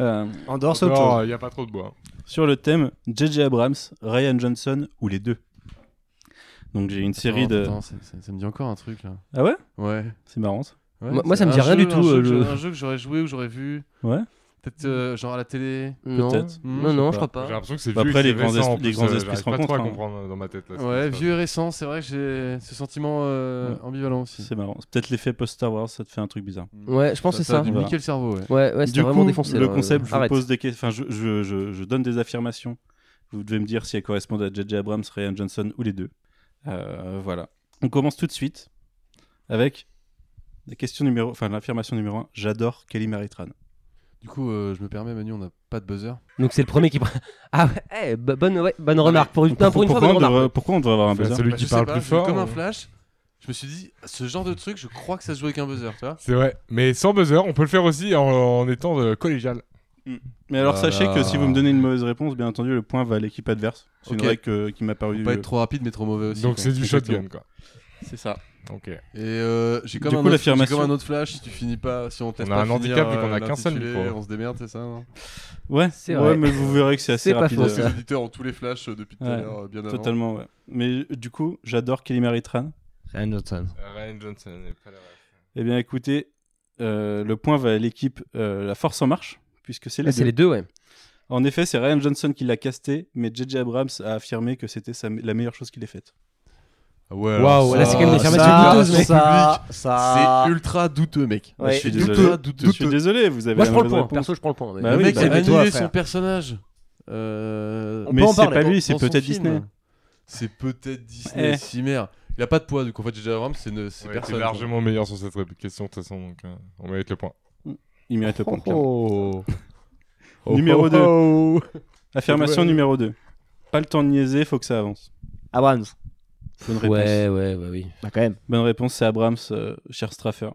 Euh,
Endors autre chose.
non il y a pas trop de bois hein.
sur le thème J.J. Abrams, Ryan Johnson ou les deux. Donc j'ai une
Oh,
série
Attends,
de.
attends, ça, ça- ça me dit encore un truc là.
Ah ouais
Ouais.
C'est marrant. ça.
Ouais,
Moi- moi, ça
c'est
me dit
un
rien
jeu-
du
un
tout,
jeu que
euh, le-
j'aurais- Un jeu que j'aurais joué ou que j'aurais vu.
Ouais.
Peut-être euh, genre à la télé.
Non,
peut-être.
non, non, je crois
j'ai
pas.
l'impression que c'est
Bah,
vieux
après,
et que
les
c'est
grands
récent,
esprits-
en plus,
les grands
euh,
esprits se
j'arrive pas
rencontrent,
trop à
hein.
comprendre euh, dans ma tête là, c'est
Ouais,
pas-
vieux et récent, c'est vrai que j'ai ce sentiment euh,
Ouais.
ambivalent aussi.
C'est marrant. C'est peut-être l'effet post-Star Wars, ça te fait un truc bizarre.
Ouais, je pense que c'est ça.
Du
Voilà.
nickel cerveau, ouais.
Ouais, ouais, c'était
Du
vraiment
coup,
défoncé.
le
là. euh,
concept, je vous
Arrête.
pose des questions. Enfin, je, je- je- je donne des affirmations. Vous devez me dire si elles correspondent à J.J. Abrams, Ryan Johnson ou les deux. Euh, voilà. On commence tout de suite avec la question numéro, enfin l'affirmation numéro 1. J'adore Kelly Maritran.
Du coup, euh, je me permets, Manu, on n'a pas de buzzer.
Donc c'est le premier qui prend. Ah ouais, eh, bo- bonne, ouais, bonne remarque. Pour une, non, pour une fois,
pourquoi,
bonne
on devrait,
remarque.
pourquoi on devrait avoir un
Enfin,
buzzer
celui
Bah,
qui
je sais
parle
pas,
plus
j'ai eu
fort
Comme
euh,
un flash, je me suis dit, ce genre de truc, je crois que ça se joue avec un buzzer, tu vois.
c'est vrai mais sans buzzer on peut le faire aussi en, en étant euh, collégial
Mais alors
Voilà.
sachez que si vous me donnez une mauvaise réponse, bien entendu, le point va à l'équipe adverse. C'est
Ah. Ok.
une règle que- qui m'a paru. euh,
Faut pas être trop rapide, mais trop mauvais aussi.
euh, donc
quoi.
c'est du
Exactement.
shotgun quoi
C'est ça.
ok
Et euh, j'ai comme,
Du
un
coup,
autre- j'ai
l'affirmation-
comme un autre flash, si tu finis pas, si on te laisse
On a
pas
un
finir,
handicap vu
euh,
qu'on a qu'un seul
l'intitulé,
micro.
On se démerde, c'est ça hein
Ouais.
C'est
ouais,
vrai.
mais vous verrez que c'est assez
C'est pas
rapide.
faux,
euh,
Parce que Les auditeurs ont tous les flashs euh, depuis tout à
Ouais,
l'heure, euh, bien avant.
Totalement, ouais. Mais euh, du coup, j'adore Kelly Maritran.
Ryan Johnson.
Ryan Johnson
Eh bien, écoutez, euh, le point va à l'équipe euh, La Force en Marche, puisque c'est les,
Ah, C'est
deux.
les deux, ouais.
En effet, c'est Ryan Johnson qui l'a casté, mais J.J. Abrams a affirmé que c'était sa- la meilleure chose qu'il ait faite.
Ah Ouais,
Waouh,
alors
là,
ça-
c'est quand même des affirmations
ça-
douteuses, mec.
ça,
C'est
ça.
ultra douteux, mec.
Ouais.
je suis
Douteux,
désolé.
douteux.
Je suis désolé, vous avez
Moi je
la
prends le
mauvaise
point.
réponse.
Perso, je prends le point. mais-
Bah
Le
oui,
mec a
mais toi,
annulé
frère.
son personnage. Euh,
On
mais
peut en
c'est
parler
pas
dans-
lui, c'est
dans son
peut-être
film.
Disney.
hein. C'est peut-être Disney,
Eh.
Cimer. Il a pas de poids, donc en fait, J.J. Abrams, c'est ne- c'est
c'est
personne.
largement meilleur sur cette ré- question de toute façon donc euh, on mérite le point
Il mérite le point. clairement.
oh
Numéro deux.
oh.
Affirmation
Ouais.
numéro 2. Pas le temps de niaiser, faut que ça avance.
Abrams.
Bonne réponse.
Ouais, ouais, ouais, oui.
Bah quand même.
Bonne réponse, c'est Abrams, euh, cher Straffer.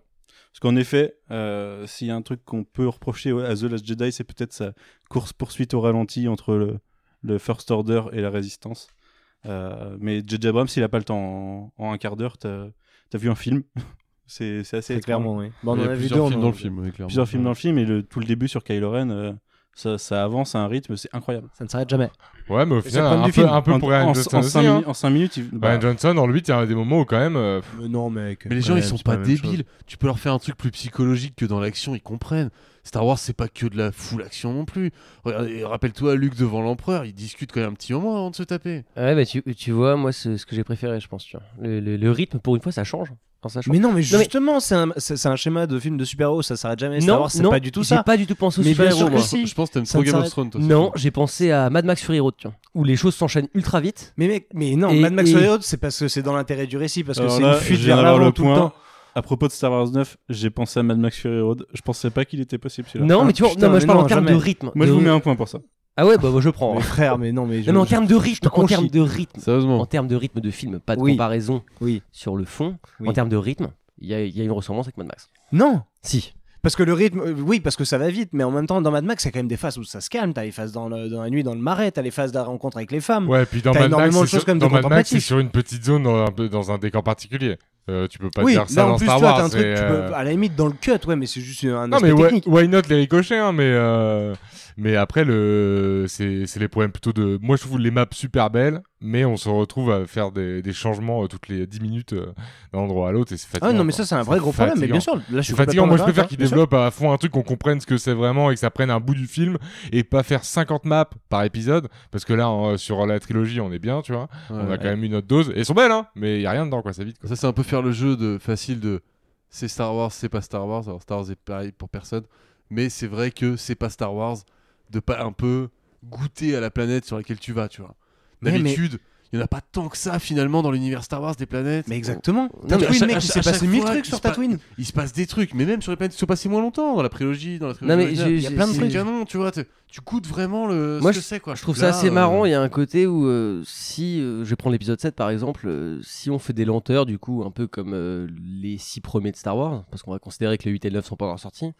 Parce qu'en effet, euh, s'il y a un truc qu'on peut reprocher ouais, à The Last Jedi, c'est peut-être sa course-poursuite au ralenti entre le, le First Order et la Résistance. Euh, mais J.J. Abrams, il a pas le temps. En, en un quart d'heure, t'as as vu un film C'est c'est assez
Très
étrange.
clairement, oui. Bon,
Il
on
y
en
a
a vu deux.
plusieurs
on
films
en-
dans le film, oui, clairement.
Plusieurs films dans le film et le, tout le début sur Kylo Ren, euh, ça, ça avance à un rythme, c'est incroyable.
Ça ne s'arrête jamais.
Ouais, mais au
C'est le
final,
problème
un
du
peu,
film.
un peu
En-
pour Ryan
en,
Johnson.
en
aussi,
cinq
hein.
minu- en cinq minutes, il- bah,
Ryan Johnson, en 8, il y a des moments où quand même. euh, pff,
non, mec.
Mais les gens, ils sont pas débiles. Tu peux leur faire un truc plus psychologique que dans l'action, ils comprennent. Star Wars, c'est pas que de la full action non plus. Regarde, et Rappelle-toi, Luke devant l'empereur, ils discutent quand même un petit moment avant de se taper.
Ouais, bah tu, tu vois, moi, c'est ce que j'ai préféré, je pense. Tu vois. Le, le- le rythme, pour une fois, ça change. Enfin, ça change.
Mais non, mais
mais-
justement, c'est un, c'est- c'est un schéma de film de super-héros, ça s'arrête jamais. Star Wars, c'est pas du tout
j'ai
ça.
pas du tout pensé au
Mais bien
super-héros,
sûr que
moi.
si.
Je pense que t'aimes
Ça
trop
ne
Game of
s'arrête-
Thrones, toi. c'est
Non,
sûr.
j'ai pensé à Mad Max Fury Road, tu vois, où les choses s'enchaînent ultra vite.
Mais mec, mais non,
Et-
Mad Max
et-
Fury Road, c'est parce que c'est dans l'intérêt du récit, parce que
Alors
c'est
là,
une fuite
je viens
vers
d'avoir
l'avant
le
tout le
point.
temps.
à propos de Star Wars 9, j'ai pensé à Mad Max Fury Road. Je pensais pas qu'il était possible celui-là.
Non,
Ah,
mais tu vois,
putain,
non, moi, je
mais
parle en
non,
termes de
jamais.
rythme.
Moi, je
de-
vous mets un point pour ça.
Ah ouais, bah, bah, je prends.
Mais frère, mais non, mais je.
non, mais en
je-
termes de rythme, en
conchis.
termes de rythme, en
Sérieusement.
termes de rythme de film, pas de
Mm. Oui.
comparaison
Oui.
sur le fond.
Oui.
En termes de rythme, il y, a- il y a une ressemblance avec Mad Max.
Non!
Si.
Parce que le rythme, euh, oui, parce que ça va vite, mais en même temps, dans Mad Max, il y a quand même des phases où ça se calme. T'as les phases dans, le- dans la nuit, dans le marais, t'as les phases de la rencontre avec les femmes.
Ouais, puis dans
Hmm. T'as
Mad Max,
énormément de
c'est
choses
sur-
quand même de
dans Mad Max, c'est
contemplatif.
sur une petite zone dans un, peu- dans un décor particulier. Euh, tu peux pas
oui,
dire ça
là en
dans
plus,
Star
toi,
Wars.
t'as un truc,
et,
tu
euh,
peux, à la limite, dans le cut, ouais, mais c'est juste un
Non
aspect
mais why,
technique.
why not les ricochets hein, mais euh, mais après le c'est c'est les problèmes plutôt de moi je trouve les maps super belles mais on se retrouve à faire des, des changements euh, toutes les 10 minutes euh, d'un endroit à l'autre et c'est fatigant.
Ah non, mais
quoi.
ça, c'est un vrai gros problème, mais
fatigant.
bien sûr. Là, je suis
C'est fatigant, moi je
complètement
préfère
d'accord,
qu'ils
bien sûr.
développent à fond un truc, qu'on comprenne ce que c'est vraiment et que ça prenne un bout du film et pas faire 50 maps par épisode parce que là en- euh, sur la trilogie on est bien, tu vois. on a
Ouais.
quand même une autre dose et elles sont belles hein, mais y a rien dedans quoi, c'est vite quoi.
Ça, c'est un peu faire le jeu de facile de c'est Star Wars, c'est pas Star Wars. Alors, Star Wars est pareil pour personne. Mais c'est vrai que c'est pas Star Wars de pas un peu goûter à la planète sur laquelle tu vas, tu vois.
Ouais, mais-
D'habitude, il y en a pas tant que ça finalement dans l'univers Star Wars des planètes.
Mais exactement.
mais à
Tatooine,
chaque-
mec,
à
il s'est
chaque
passé mille
fois,
trucs
il
sur
se passe-
Tatooine.
Il se passe des trucs, mais même sur les planètes qui sont passées moins longtemps dans la prélogie, dans la
Non,
trilogie.
mais
originale.
j'ai-
Il y a plein de
j'ai-
c'est
trucs.
canon, tu vois. tu- Tu goûtes vraiment le.
Moi,
ce que c'est, quoi.
Ah, Je trouve
Là,
ça assez
euh,
marrant. Il y a un côté où, euh, si euh, je vais prendre l'épisode 7 par exemple, euh, si on fait des lenteurs, du coup, un peu comme euh, les 6 premiers de Star Wars, parce qu'on va considérer que les 8 et le 9 sont pas encore sortis,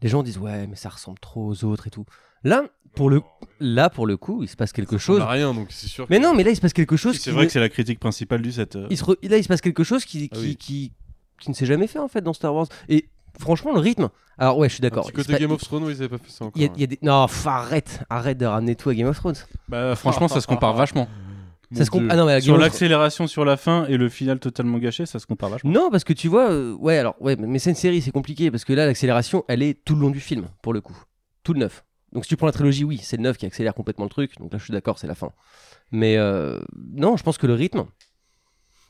les gens disent ouais, mais ça ressemble trop aux autres et tout. Là, pour le, là, pour le coup, il se passe quelque
on
chose.
a rien, donc c'est sûr.
Mais
que-
non, mais là, il se passe quelque chose.
C'est
qui
vrai
ne-
que c'est la critique principale du set. euh.
il se re- là il se passe quelque chose qui qui,
Ah oui.
qui, qui ne s'est jamais fait en fait dans Star Wars et franchement le rythme alors ouais je suis
Un
d'accord
petit
Il se
côté
pa-
Game of Thrones, ils avaient pas fait ça encore.
il y a,
ouais.
il y a des... non pff, arrête arrête de ramener tout à Game of Thrones
Bah, franchement, ça se
Ah,
compare vachement.
ça se comp- ah non mais à
Sur
Game of
l'accélération sur la fin et le final totalement gâché, ça se compare vachement.
Non, parce que tu vois, euh, ouais, alors, ouais, mais mais c'est une série, c'est compliqué, parce que là, l'accélération, elle est tout le long du film, pour le coup. Tout le neuf. Donc, si tu prends la trilogie, oui, c'est le neuf qui accélère complètement le truc, donc là, je suis d'accord, c'est la fin. Mais euh, non, je pense que le rythme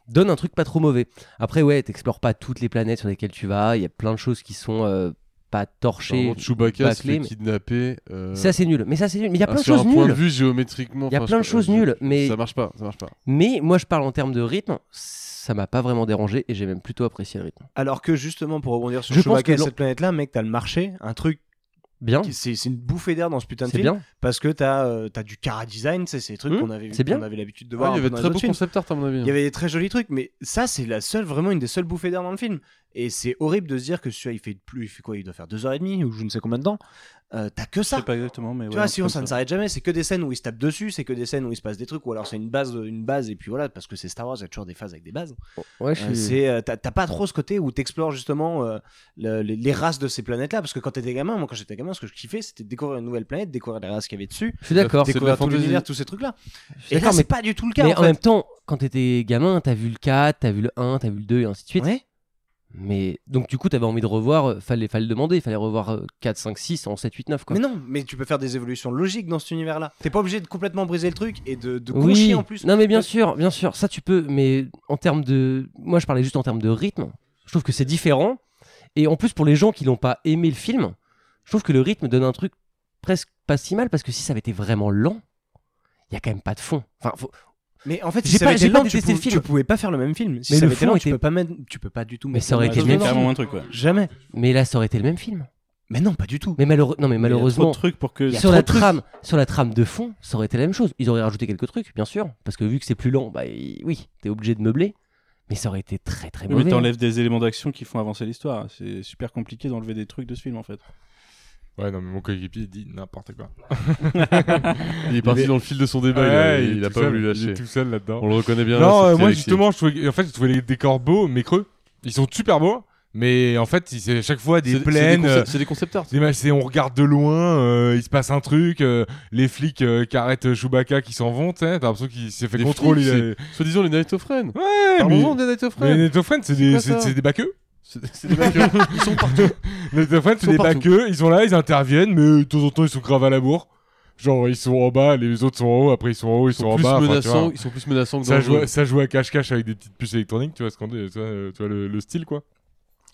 donne un truc pas trop mauvais. Après, ouais, t'explores pas toutes les planètes sur lesquelles tu vas, il y a plein de choses qui sont euh, pas torchées.
Normalement, hein. Chewbacca se
bâclé,
fait
mais-
kidnapper. euh,
Ça, c'est nul, mais ça, c'est nul. Mais il y a
ah,
plein de
sur
choses
un point de
nulles.
vue géométriquement.
Il y a
enfin, je
plein de
sais pas,
choses
je-
nulles, mais-
Ça marche pas, ça marche pas.
Mais moi, je parle en termes de rythme, ça m'a pas vraiment dérangé, et j'ai même plutôt apprécié le rythme.
Alors que justement, pour rebondir sur
Je pense
Chewbacca
que
et
l'on-
cette planète-là, mec, t'as le marché, un truc,
Bien,
qui- c'est c'est une bouffée d'air dans ce putain de
c'est
film.
bien.
Parce que t'as euh, t'as du cara design, c'est c'est des trucs
Mmh,
qu'on avait,
c'est bien.
qu'on avait l'habitude de
Ouais, il
voir.
y
un peu
avait de
dans les
très
autres
beau
films.
concept art, à mon avis.
Il y avait des très jolis trucs, mais ça, c'est la seule, vraiment une des seules bouffées d'air dans le film. Et c'est horrible de se dire que celui-là, il fait plus, il fait quoi Il doit faire deux heures et demie ou je ne sais combien de temps. Euh, T'as que
Je
ça.
sais pas exactement, mais
Tu
ouais, un
vois,
truc
sinon
comme
ça ne s'arrête jamais. C'est que des scènes où il se tape dessus, c'est que des scènes où il se passe des trucs, ou alors c'est une base, une base, et puis voilà, parce que c'est Star Wars, il y a toujours des phases avec des bases.
Ouais, je
Euh,
suis-
c'est, euh, t'as t'as pas trop ce côté où t'explores justement euh, le- les, les races de ces planètes-là, parce que quand t'étais gamin, moi quand j'étais gamin, ce que je kiffais, c'était de découvrir une nouvelle planète, découvrir les races qu'il y avait dessus,
je suis d'accord.
C'est de la
découvrir tout
fantasy.
l'univers, tous ces trucs-là.
Je suis
Et là,
d'accord, mais
c'est pas du tout le cas.
Mais
en
en
fait.
même temps, quand t'étais gamin, t'as vu le 4, t'as vu le 1, t'as vu le 2 et ainsi de suite.
Ouais.
Mais donc du coup, t'avais envie de revoir, euh, fallait, fallait le demander, fallait revoir euh, 4, 5, 6 en 7, 8, 9 quoi.
Mais non, mais tu peux faire des évolutions logiques dans cet univers-là. T'es pas obligé de complètement briser le truc et de, de conchier en plus.
non mais bien sûr, bien sûr, ça tu peux, mais en termes de... Moi je parlais juste en termes de rythme, je trouve que c'est différent, et en plus pour les gens qui n'ont pas aimé le film, je trouve que le rythme donne un truc presque pas si mal, parce que si ça avait été vraiment lent, il y a quand même pas de fond. Enfin, faut-
Mais en fait, si
J'ai
ça
pas-
avait
j'ai
été
pas
lent, tu,
détesté le
pou-
film.
tu pouvais pas faire le même film. Si
Mais le
ça avait été
fond
lent, tu
était-
peux pas mettre, tu peux pas du tout.
Mais
mettre
ça aurait
la
été le
chose
C'est
même
dedans.
clairement un truc, ouais.
Jamais.
mais là ça aurait été le même film.
Mais non, pas du tout.
Mais, malheureux... non, mais
Il y a trop
malheureusement,
de trucs pour que.
sur la trame sur la trame de fond ça aurait été la même chose ils auraient rajouté quelques trucs bien sûr parce que vu que c'est plus lent bah il- oui t'es obligé de meubler mais ça aurait été très très
Oui, mais
mauvais hein.
t'enlèves des éléments d'action qui font avancer l'histoire. C'est super compliqué d'enlever des trucs de ce film en fait.
Ouais, non mais mon coéquipier il dit n'importe quoi.
Il est parti
avait-
dans le fil de son
Eh
débat, il a-
Ouais,
il,
est
a
tout
pas
seul,
voulu
ben, Il
lâcher.
est tout seul là-dedans.
On le reconnaît bien. là,
Non,
ce
euh,
petit
moi
Alexis.
justement, je trouvais, en fait, je trouvais les décors beaux mais creux. Ils sont super beaux, Mais en fait, il- c'est à chaque fois
C'est-
des
c'est
plaines.
concept-
euh,
C'est des concept art.
des matchs, c'est on regarde de loin, euh, il se passe un truc, euh, les flics euh, qui arrêtent Chewbacca qui s'en vont, tu sais, t'as l'impression qu'il s'est fait
Les
contrôler.
flics,
euh,
Soit disant les Night of Ren.
Ouais, mais,
Parlons-en des Night of
mais
Ren.
Net of Friends, c'est des,
quoi,
c'est-
ça
c'est des baqueux.
C'est c'est des mecs, euh, Ils sont partout.
Net of Friends,
Ils
c'est
sont
des
partout.
baqueux, ils sont là, ils interviennent, mais euh, de temps en temps, ils sont grave à la bourre. Genre, ils sont en bas, les autres sont en haut, après ils sont en haut, ils
Ils
sont,
sont
en
plus
bas. enfin, tu vois.
menaçants. Ils sont plus menaçants que dans
ça,
le
joue,
jeu.
ça joue à cache-cache avec des petites puces électroniques, tu vois, ce qu'on dit, tu vois, euh, tu vois, le- le style, quoi.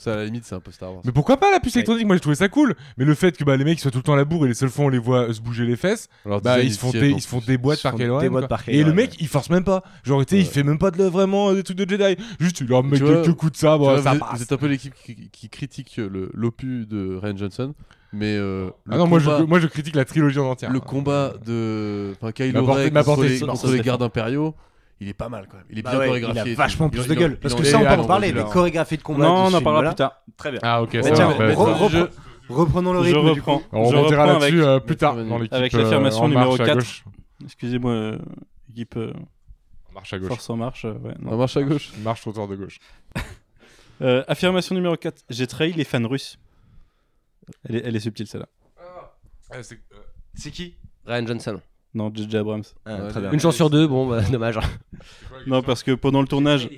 Ça, à la limite, c'est un peu Star Wars.
Mais pourquoi pas la puce électronique Moi, je trouvais ça cool. Mais le fait que bah, les mecs ils soient tout le temps à la bourre et les seuls fois on les voit euh, se bouger les fesses,
Alors,
bah
design
ils se font
tiède,
des,
en
ils se font
plus.
des boîtes
se
par
font
Kylo Ren,
des boîtes
quoi.
par Kylo
Et le
Ren,
mec,
ouais.
il force même pas. Genre, tu sais, il
Ouais.
fait même pas de le- vraiment euh, des trucs de Jedi. Juste, il leur met
Tu vois,
quelques coups de sabre,
Tu vois,
ça
vous, êtes-
passe.
vous êtes un peu l'équipe qui, qui critique euh, le- l'opus de Ryan Johnson, mais euh, le
Ah non, moi je,
combat-
moi je critique la trilogie en entière.
le combat de enfin, Kylo
Ma portée-
Ren
ma
contre,
portée-
les,
ma
contre
portée-
les gardes impériaux, il est pas mal quand même. Il est
Bah
bien
ouais,
chorégraphié.
il
et
a
tout.
vachement plus
Il-
de
il-
gueule.
il
Parce
en-
que
il
ça, on
en-
peut
il
en
en-
parler.
il en-
Les chorégraphies de combat.
Non,
de
on
ce
en parlera
film-là.
plus tard.
Très bien.
Ah, ok,
Mais
ça
tiens,
va,
re-
mais-
re-
ça va.
re-
Je-
Reprenons le
Je
rythme. du coup.
reprends.
On
Je
rebondira
reprends avec-
là-dessus euh, plus tard
avec
dans l'équipe.
avec
euh,
l'affirmation
En
numéro
Marche à
4.
gauche.
Excusez-moi, euh, équipe euh,
En Marche à gauche.
Force en Marche. euh, ouais, non.
On marche à gauche.
Marche trottoir de gauche.
Euh, affirmation numéro 4. J'ai trahi les fans russes. Elle est, elle est subtile celle-là.
C'est qui
Ryan Johnson.
Non, JJ Abrams.
Ah, Très
Ouais,
bien.
Une chance sur deux, bon, bah, dommage.
Non, parce que pendant le tournage,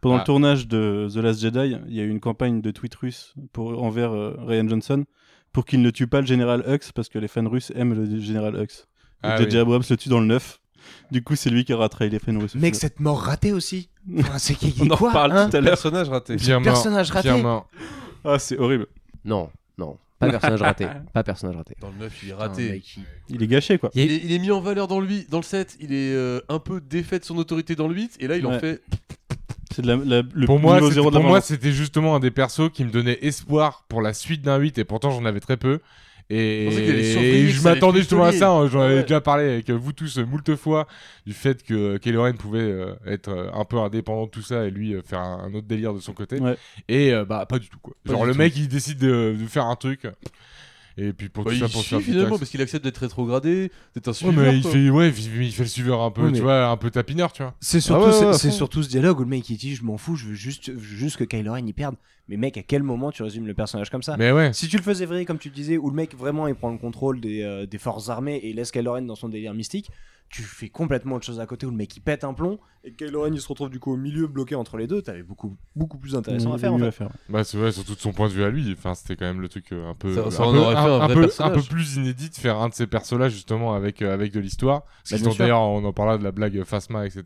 pendant
Ah.
le tournage de The Last Jedi, il y a eu une campagne de tweets russes pour, envers euh, Ryan Johnson pour qu'il ne tue pas le général Hux parce que les fans russes aiment le général Hux. Et
Ah
JJ
oui.
Abrams le tue dans le 9. Du coup, c'est lui qui aura trahi les fans russes. au
Mec,
final.
cette mort ratée aussi. Enfin, c'est qui
On en
quoi
reparle
hein
tout à l'heure.
Personnage raté.
Bien mort.
Personnage raté.
Bien mort.
Ah, c'est horrible.
Non, non. Pas personnage raté. Pas personnage raté.
Dans le 9, il est
Putain,
raté.
mec,
Il est gâché, quoi.
il-
Il est, il est mis en valeur dans le 8, dans le 7, il est euh, un peu défait de son autorité dans le 8, et là il en
Ouais.
fait.
C'est de la, la- le
pour moi,
niveau
c'était-
zéro de la
pour moi,
violence.
c'était justement un des persos qui me donnait espoir pour la suite d'un 8 et pourtant j'en avais très peu. Et,
Je pensais qu'il allait surveiller,
et
que
je
ça allait
m'attendais
plus
justement à
solide.
ça. hein. J'en avais
Ouais.
déjà parlé avec vous tous euh, moult fois du fait que Kylo Ren pouvait euh, être euh, un peu indépendant de tout ça et lui euh, faire un, un autre délire de son côté.
Ouais.
Et euh, bah pas du tout quoi.
Pas
Genre
du
le
tout.
mec il décide de, de faire un truc et puis pour
Bah,
tout
il
ça pour se
suit
faire du
finalement
taxe.
parce qu'il accepte d'être rétrogradé, d'être un
Ouais,
suiveur.
mais il
quoi.
fait ouais il, il fait le suiveur un peu
Oui,
tu
mais-
vois un peu tapineur tu vois.
C'est
Ah
surtout,
ouais, ouais,
c'est-
ouais,
c'est
fond.
surtout ce dialogue où le mec il dit je m'en fous, je veux juste, je veux juste que Kylo Ren y perde. Mais mec, à quel moment tu résumes le personnage
Ah.
comme ça
Mais ouais.
Si tu le faisais vrai, comme tu disais, où le mec vraiment il prend le contrôle des, euh, des forces armées et laisse Kylo Ren dans son délire mystique, tu fais complètement autre chose à côté où le mec il pète un plomb et Kylo Ren il se retrouve du coup au milieu bloqué entre les deux. T'avais beaucoup beaucoup plus intéressant à faire. En
Mieux
fait.
à faire.
Bah c'est vrai, surtout de son point de vue à lui. Enfin, c'était quand même le truc euh, un peu,
Ça- ça
un,
en
peu
aurait fait un
un,
vrai
peu,
personnage.
un peu plus inédit de faire un de ces personnages justement avec euh, avec de l'histoire. Parce
Bah,
qu'ils
bien
ont
sûr.
d'ailleurs, on en parlait de la blague Fasma, etc.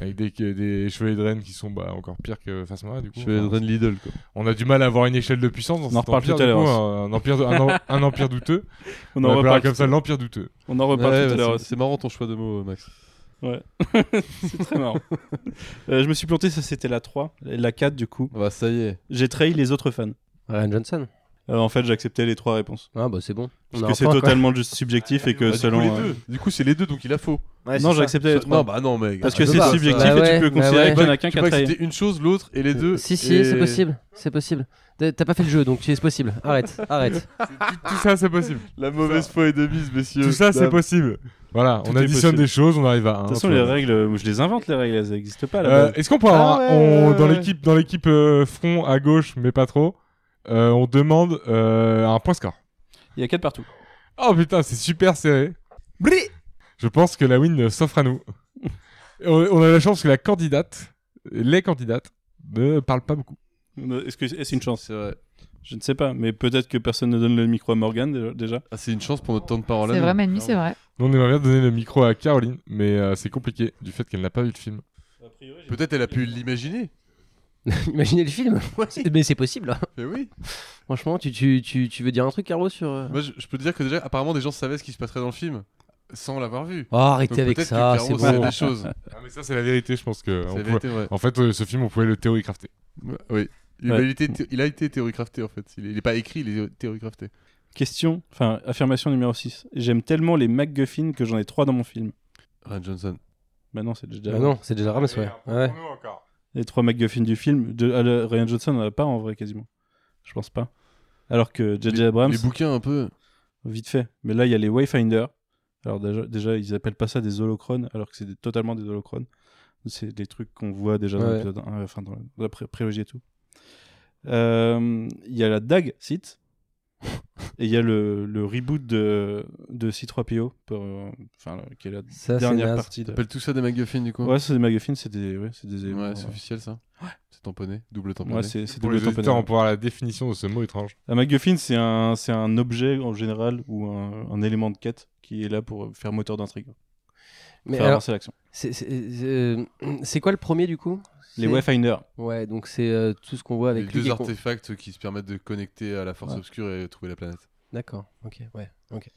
Avec des des chevaliers de Rennes qui sont bah, encore pires que Fasma du coup.
Je fais
Enfin,
Adrien Lidl quoi.
on a du mal à avoir une échelle de puissance dans
On en
cet
reparle
empire,
tout à
du coup,
l'heure. hein.
un, un empire de- un, en- un empire douteux.
On
On,
en
appellera
reparle
comme
tout à
ça
l'heure.
l'empire douteux.
On en reparle
Ouais,
tout à
bah,
l'heure.
c'est- c'est marrant ton choix de mots, Max.
C'est très marrant. Euh, je me suis planté, ça c'était la 3. Et La 4, du coup.
Bah ça y est.
J'ai trahi les autres fans.
Ryan Johnson.
Euh, en fait, j'acceptais les trois réponses.
Ah bah c'est bon. On
Parce
a
que
un
c'est
point, quoi.
totalement juste subjectif et que
Bah, du coup,
selon.
les
euh,
deux. Du coup c'est les deux donc il a faux.
Ouais,
Non,
c'est ça.
j'acceptais les
Ça-
trois.
Non bah non mec.
Parce que
de
c'est
base,
subjectif
ça.
et
Bah
tu peux
ouais,
considérer
bah
qu'il n'y en
ouais.
a qu'un
Tu
qui a
crois que
trahi.
c'était une chose, l'autre et les deux.
Si, si,
et-
c'est possible. C'est possible. T'as t'as pas fait le jeu, donc tu- c'est possible. Arrête, arrête.
Tout ça c'est possible.
La mauvaise foi est de mise, messieurs.
Tout ça c'est
dames.
possible. Voilà,
Tout
on
est
additionne
possible.
des choses, on arrive à. un,
Ah,
De toute façon,
tu
les
vois.
règles, euh, je les invente, les règles, elles n'existent pas là.
Euh, Est-ce qu'on peut avoir
Ah
un-
ouais,
on-
ouais,
dans
ouais.
l'équipe dans l'équipe euh, front à gauche mais pas trop euh, on demande euh, un point score.
Il y a 4 partout.
Oh putain c'est super serré.
Bli
Je pense que la win euh, s'offre à nous. on, on a la chance que la candidate les candidates ne parlent pas beaucoup.
Euh, Est-ce que est une chance
C'est vrai.
Je ne sais pas, mais peut-être que personne ne donne le micro à Morgan déjà- déjà.
Ah, c'est une chance pour notre temps de parole. à
C'est
nous.
vrai, Manu, c'est vrai.
Nous, On aimerait bien donner le micro à Caroline mais euh, c'est compliqué du fait qu'elle n'a pas vu le film.
Peut-être elle a pu l'imaginer.
Imaginez le film. C'est- Mais c'est possible. hein.
Mais oui.
Franchement, tu, tu, tu, tu veux dire un truc, Carlo, sur. euh,
Moi, je, je peux te dire que déjà, apparemment, des gens savaient ce qui se passerait dans le film sans l'avoir vu.
Oh, arrêtez
Euh,
Donc,
avec
peut-être
ça,
que
c'est
Caro
bon.
sait des choses.
Ah mais ça c'est la vérité je pense que. Bah, on
C'est la
pouvait-
vérité, ouais.
En fait euh, ce film on pouvait le théorie crafter.
Oui. Il,
Ouais.
il était thé- il a été théoricrafté en fait. Il n'est pas écrit, il est théoricrafté.
Question, enfin, affirmation numéro 6. J'aime tellement les MacGuffin que j'en ai 3 dans mon film.
Ryan Johnson.
Bah non, c'est déjà.
Ah non, c'est déjà Rams, ouais.
euh,
ouais.
Les trois MacGuffin du film, de, ah, le- Ryan Johnson n'en a pas en vrai quasiment. Je pense pas. Alors que JJ Abrams,
Les bouquins un peu.
vite fait. Mais là, il y a les Wayfinder. Alors déjà, déjà, ils appellent pas ça des holocrones, alors que c'est des- totalement des holocrones. C'est des trucs qu'on voit déjà dans
Ouais.
l'épisode un, euh, enfin dans la, dans la pré- prélogie et tout. Euh, Il y a la DAG site. Et il y a le, le reboot de, de C3PO, pour, euh, enfin, euh, qui est la
Ça, c'est
dernière
naze.
partie. De...
T'appelles tout ça des McGuffins du coup
Ouais, c'est des magazines, c'est des, ouais, c'est des éléments,
Ouais, c'est officiel ça. Ouais. C'est tamponné, double tamponné.
Ouais, c'est c'est
Pour
double
les auditeurs,
tamponné.
on pourra la définition de ce mot étrange.
Un MacGuffin, c'est un, c'est un objet en général ou un, un élément de quête qui est là pour euh, faire moteur d'intrigue,
Mais
faire
alors,
avancer l'action.
c'est- c'est euh, c'est quoi le premier du coup
Les
C'est-
Wayfinder.
Ouais, donc c'est euh, tout ce qu'on voit
Les
avec lui.
deux artefacts qui se permettent de connecter à la force
Ouais.
obscure et trouver la planète.
D'accord, ok, ouais. ok.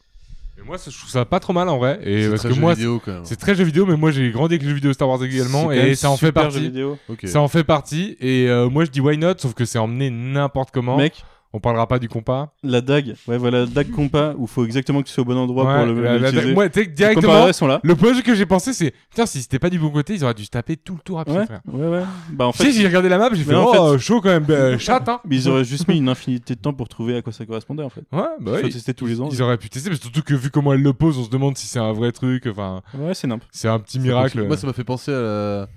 Et moi, ça- je trouve ça pas trop mal en vrai. Et
c'est
parce
très
que
jeu
moi,
vidéo quand même.
c'est très jeu vidéo, mais moi j'ai grandi avec les jeux vidéo Star Wars également, et ça en fait partie.
Ok.
Ça en fait partie. Et euh, moi, je dis why not, sauf que c'est emmené n'importe comment.
Mec,
On parlera pas du compas.
la dague, ouais, voilà, la dague compas où faut exactement que tu sois au bon endroit
Ouais,
pour le
la- la-
l'utiliser.
moi, tu sais,
Les
directement.
comparateurs, ils sont là.
Le premier jeu que j'ai pensé, c'est putain, si c'était pas du bon côté, ils auraient dû se taper tout le tour à pied,
Ouais,
frère.
ouais, ouais. Bah, en
Tu sais,
fait,
j'ai regardé la map, j'ai
Mais
fait,
en
oh,
fait-
euh, chaud quand même, bah, chatte, hein.
mais ils auraient juste mis une infinité de temps pour trouver à quoi ça correspondait, en fait.
Ouais, bah
Faut
ouais.
tester tous les ans.
Ils auraient pu tester, mais surtout que vu comment elle le pose, on se demande si c'est un vrai truc. Enfin,
Ouais, c'est nimp.
c'est un petit miracle. euh.
Moi, ça m'a fait penser à la,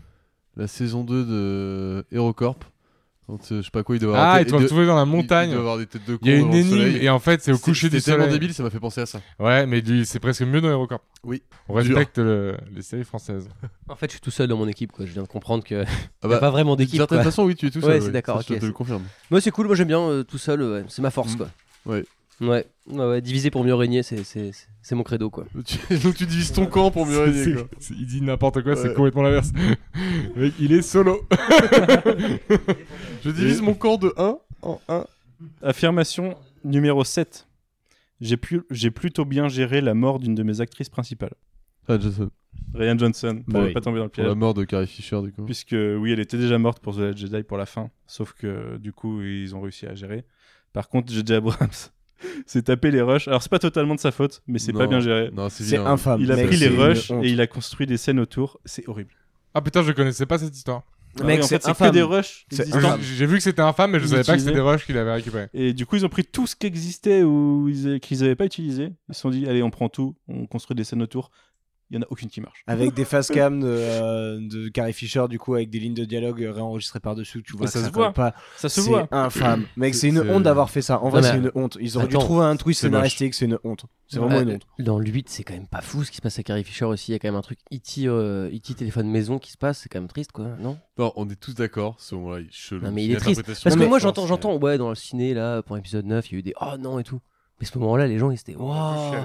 la saison 2 de HeroCorp. Quand euh, je sais pas quoi, il doit avoir
Ah,
des-
ils t'ont
de-
retrouvé dans la
il-
montagne.
Il doit avoir des têtes de con.
Il y a une
devant le
énigme
soleil.
et en fait c'est au
C'était-
coucher du
C'était tellement
soleil.
débile, ça m'a fait penser à ça.
Ouais, mais du- c'est presque mieux dans HeroCorp.
Oui.
On
Dur.
respecte le- les séries françaises.
En fait, je suis tout seul dans mon équipe, quoi. Je viens de comprendre
Ah
que y a
bah,
pas vraiment
D'une
d'équipe.
certaine
quoi.
façon, oui, tu es tout
Ouais,
seul.
c'est d'accord,
ça,
ok,
Je te le
c'est-
confirme.
Moi, c'est cool. Moi, j'aime bien euh, tout seul. ouais. C'est ma force,
Mm.
quoi.
Ouais.
Ouais. Ouais, ouais, Diviser pour mieux régner, c'est- c'est c'est- c'est mon credo, quoi.
Tu- Donc tu divises ton camp pour mieux régner.
C'est- c'est-
quoi.
c'est- Il dit n'importe quoi, c'est
Ouais.
complètement l'inverse. Mec, il est solo.
Je divise mon camp de 1 en 1.
Affirmation numéro 7. J'ai plus, j'ai plutôt bien géré la mort d'une de mes actrices principales.
Ah, Jason.
Ryan Johnson, pour
Bah
ne
oui.
pas tomber dans le
Pour
piège.
la mort de Carrie Fisher, du coup.
Puisque oui, elle était déjà morte pour The Last Jedi pour la fin, sauf que du coup, ils ont réussi à gérer. Par contre, JJ Abrams s'est tapé les rushs. Alors, c'est pas totalement de sa faute, mais c'est pas
Non.
bien géré.
Non, c'est
C'est
vilain.
infâme.
Il a
mec,
pris les
Ah, c'est une
rushs
honte.
et il a construit des scènes autour. C'est horrible.
Ah putain, je connaissais pas cette histoire.
Ah
Mec,
oui, en
c'est
fait, c'est que
infâme.
des rushs
C'est
existants.
Infâme.
J'ai j'ai vu que c'était infâme, mais je
Il
savais pas que c'était
utilisait-
des rushs qu'il avait récupérés.
Et du coup, ils ont pris tout ce qui existait ou ils- qu'ils n'avaient pas utilisé. Ils se sont dit, allez, on prend tout, on construit des scènes autour. Il y en a aucune qui marche.
Avec des face cam de, euh, de Carrie Fisher, du coup, avec des lignes de dialogue euh, réenregistrées par-dessus, tu vois.
Mais ça
que
se
colle
voit.
Pas.
Ça se
C'est
voit.
infâme. Mec, c'est une
C'est-
honte d'avoir fait ça. En vrai,
Non, mais-
c'est une honte. Ils auraient
Attends,
dû trouver un twist
c'est moche.
scénaristique, c'est une honte. C'est vraiment
Euh,
une honte.
Dans le 8, c'est quand même pas fou ce qui se passe à Carrie Fisher aussi. Il y a quand même un truc E.T. euh, E.T. téléphone maison qui se passe. C'est quand même triste, quoi. Non
Non, on est tous d'accord, ce moment-là, il est chelou.
Non, mais il
Une
est triste.
interprétation
Parce
de
que
la
moi,
force,
j'entends,
mais-
j'entends, ouais, dans le ciné, là, pour l'épisode 9, il y a eu des oh non et tout. Mais ce moment-là, les gens, ils étaient, waouh,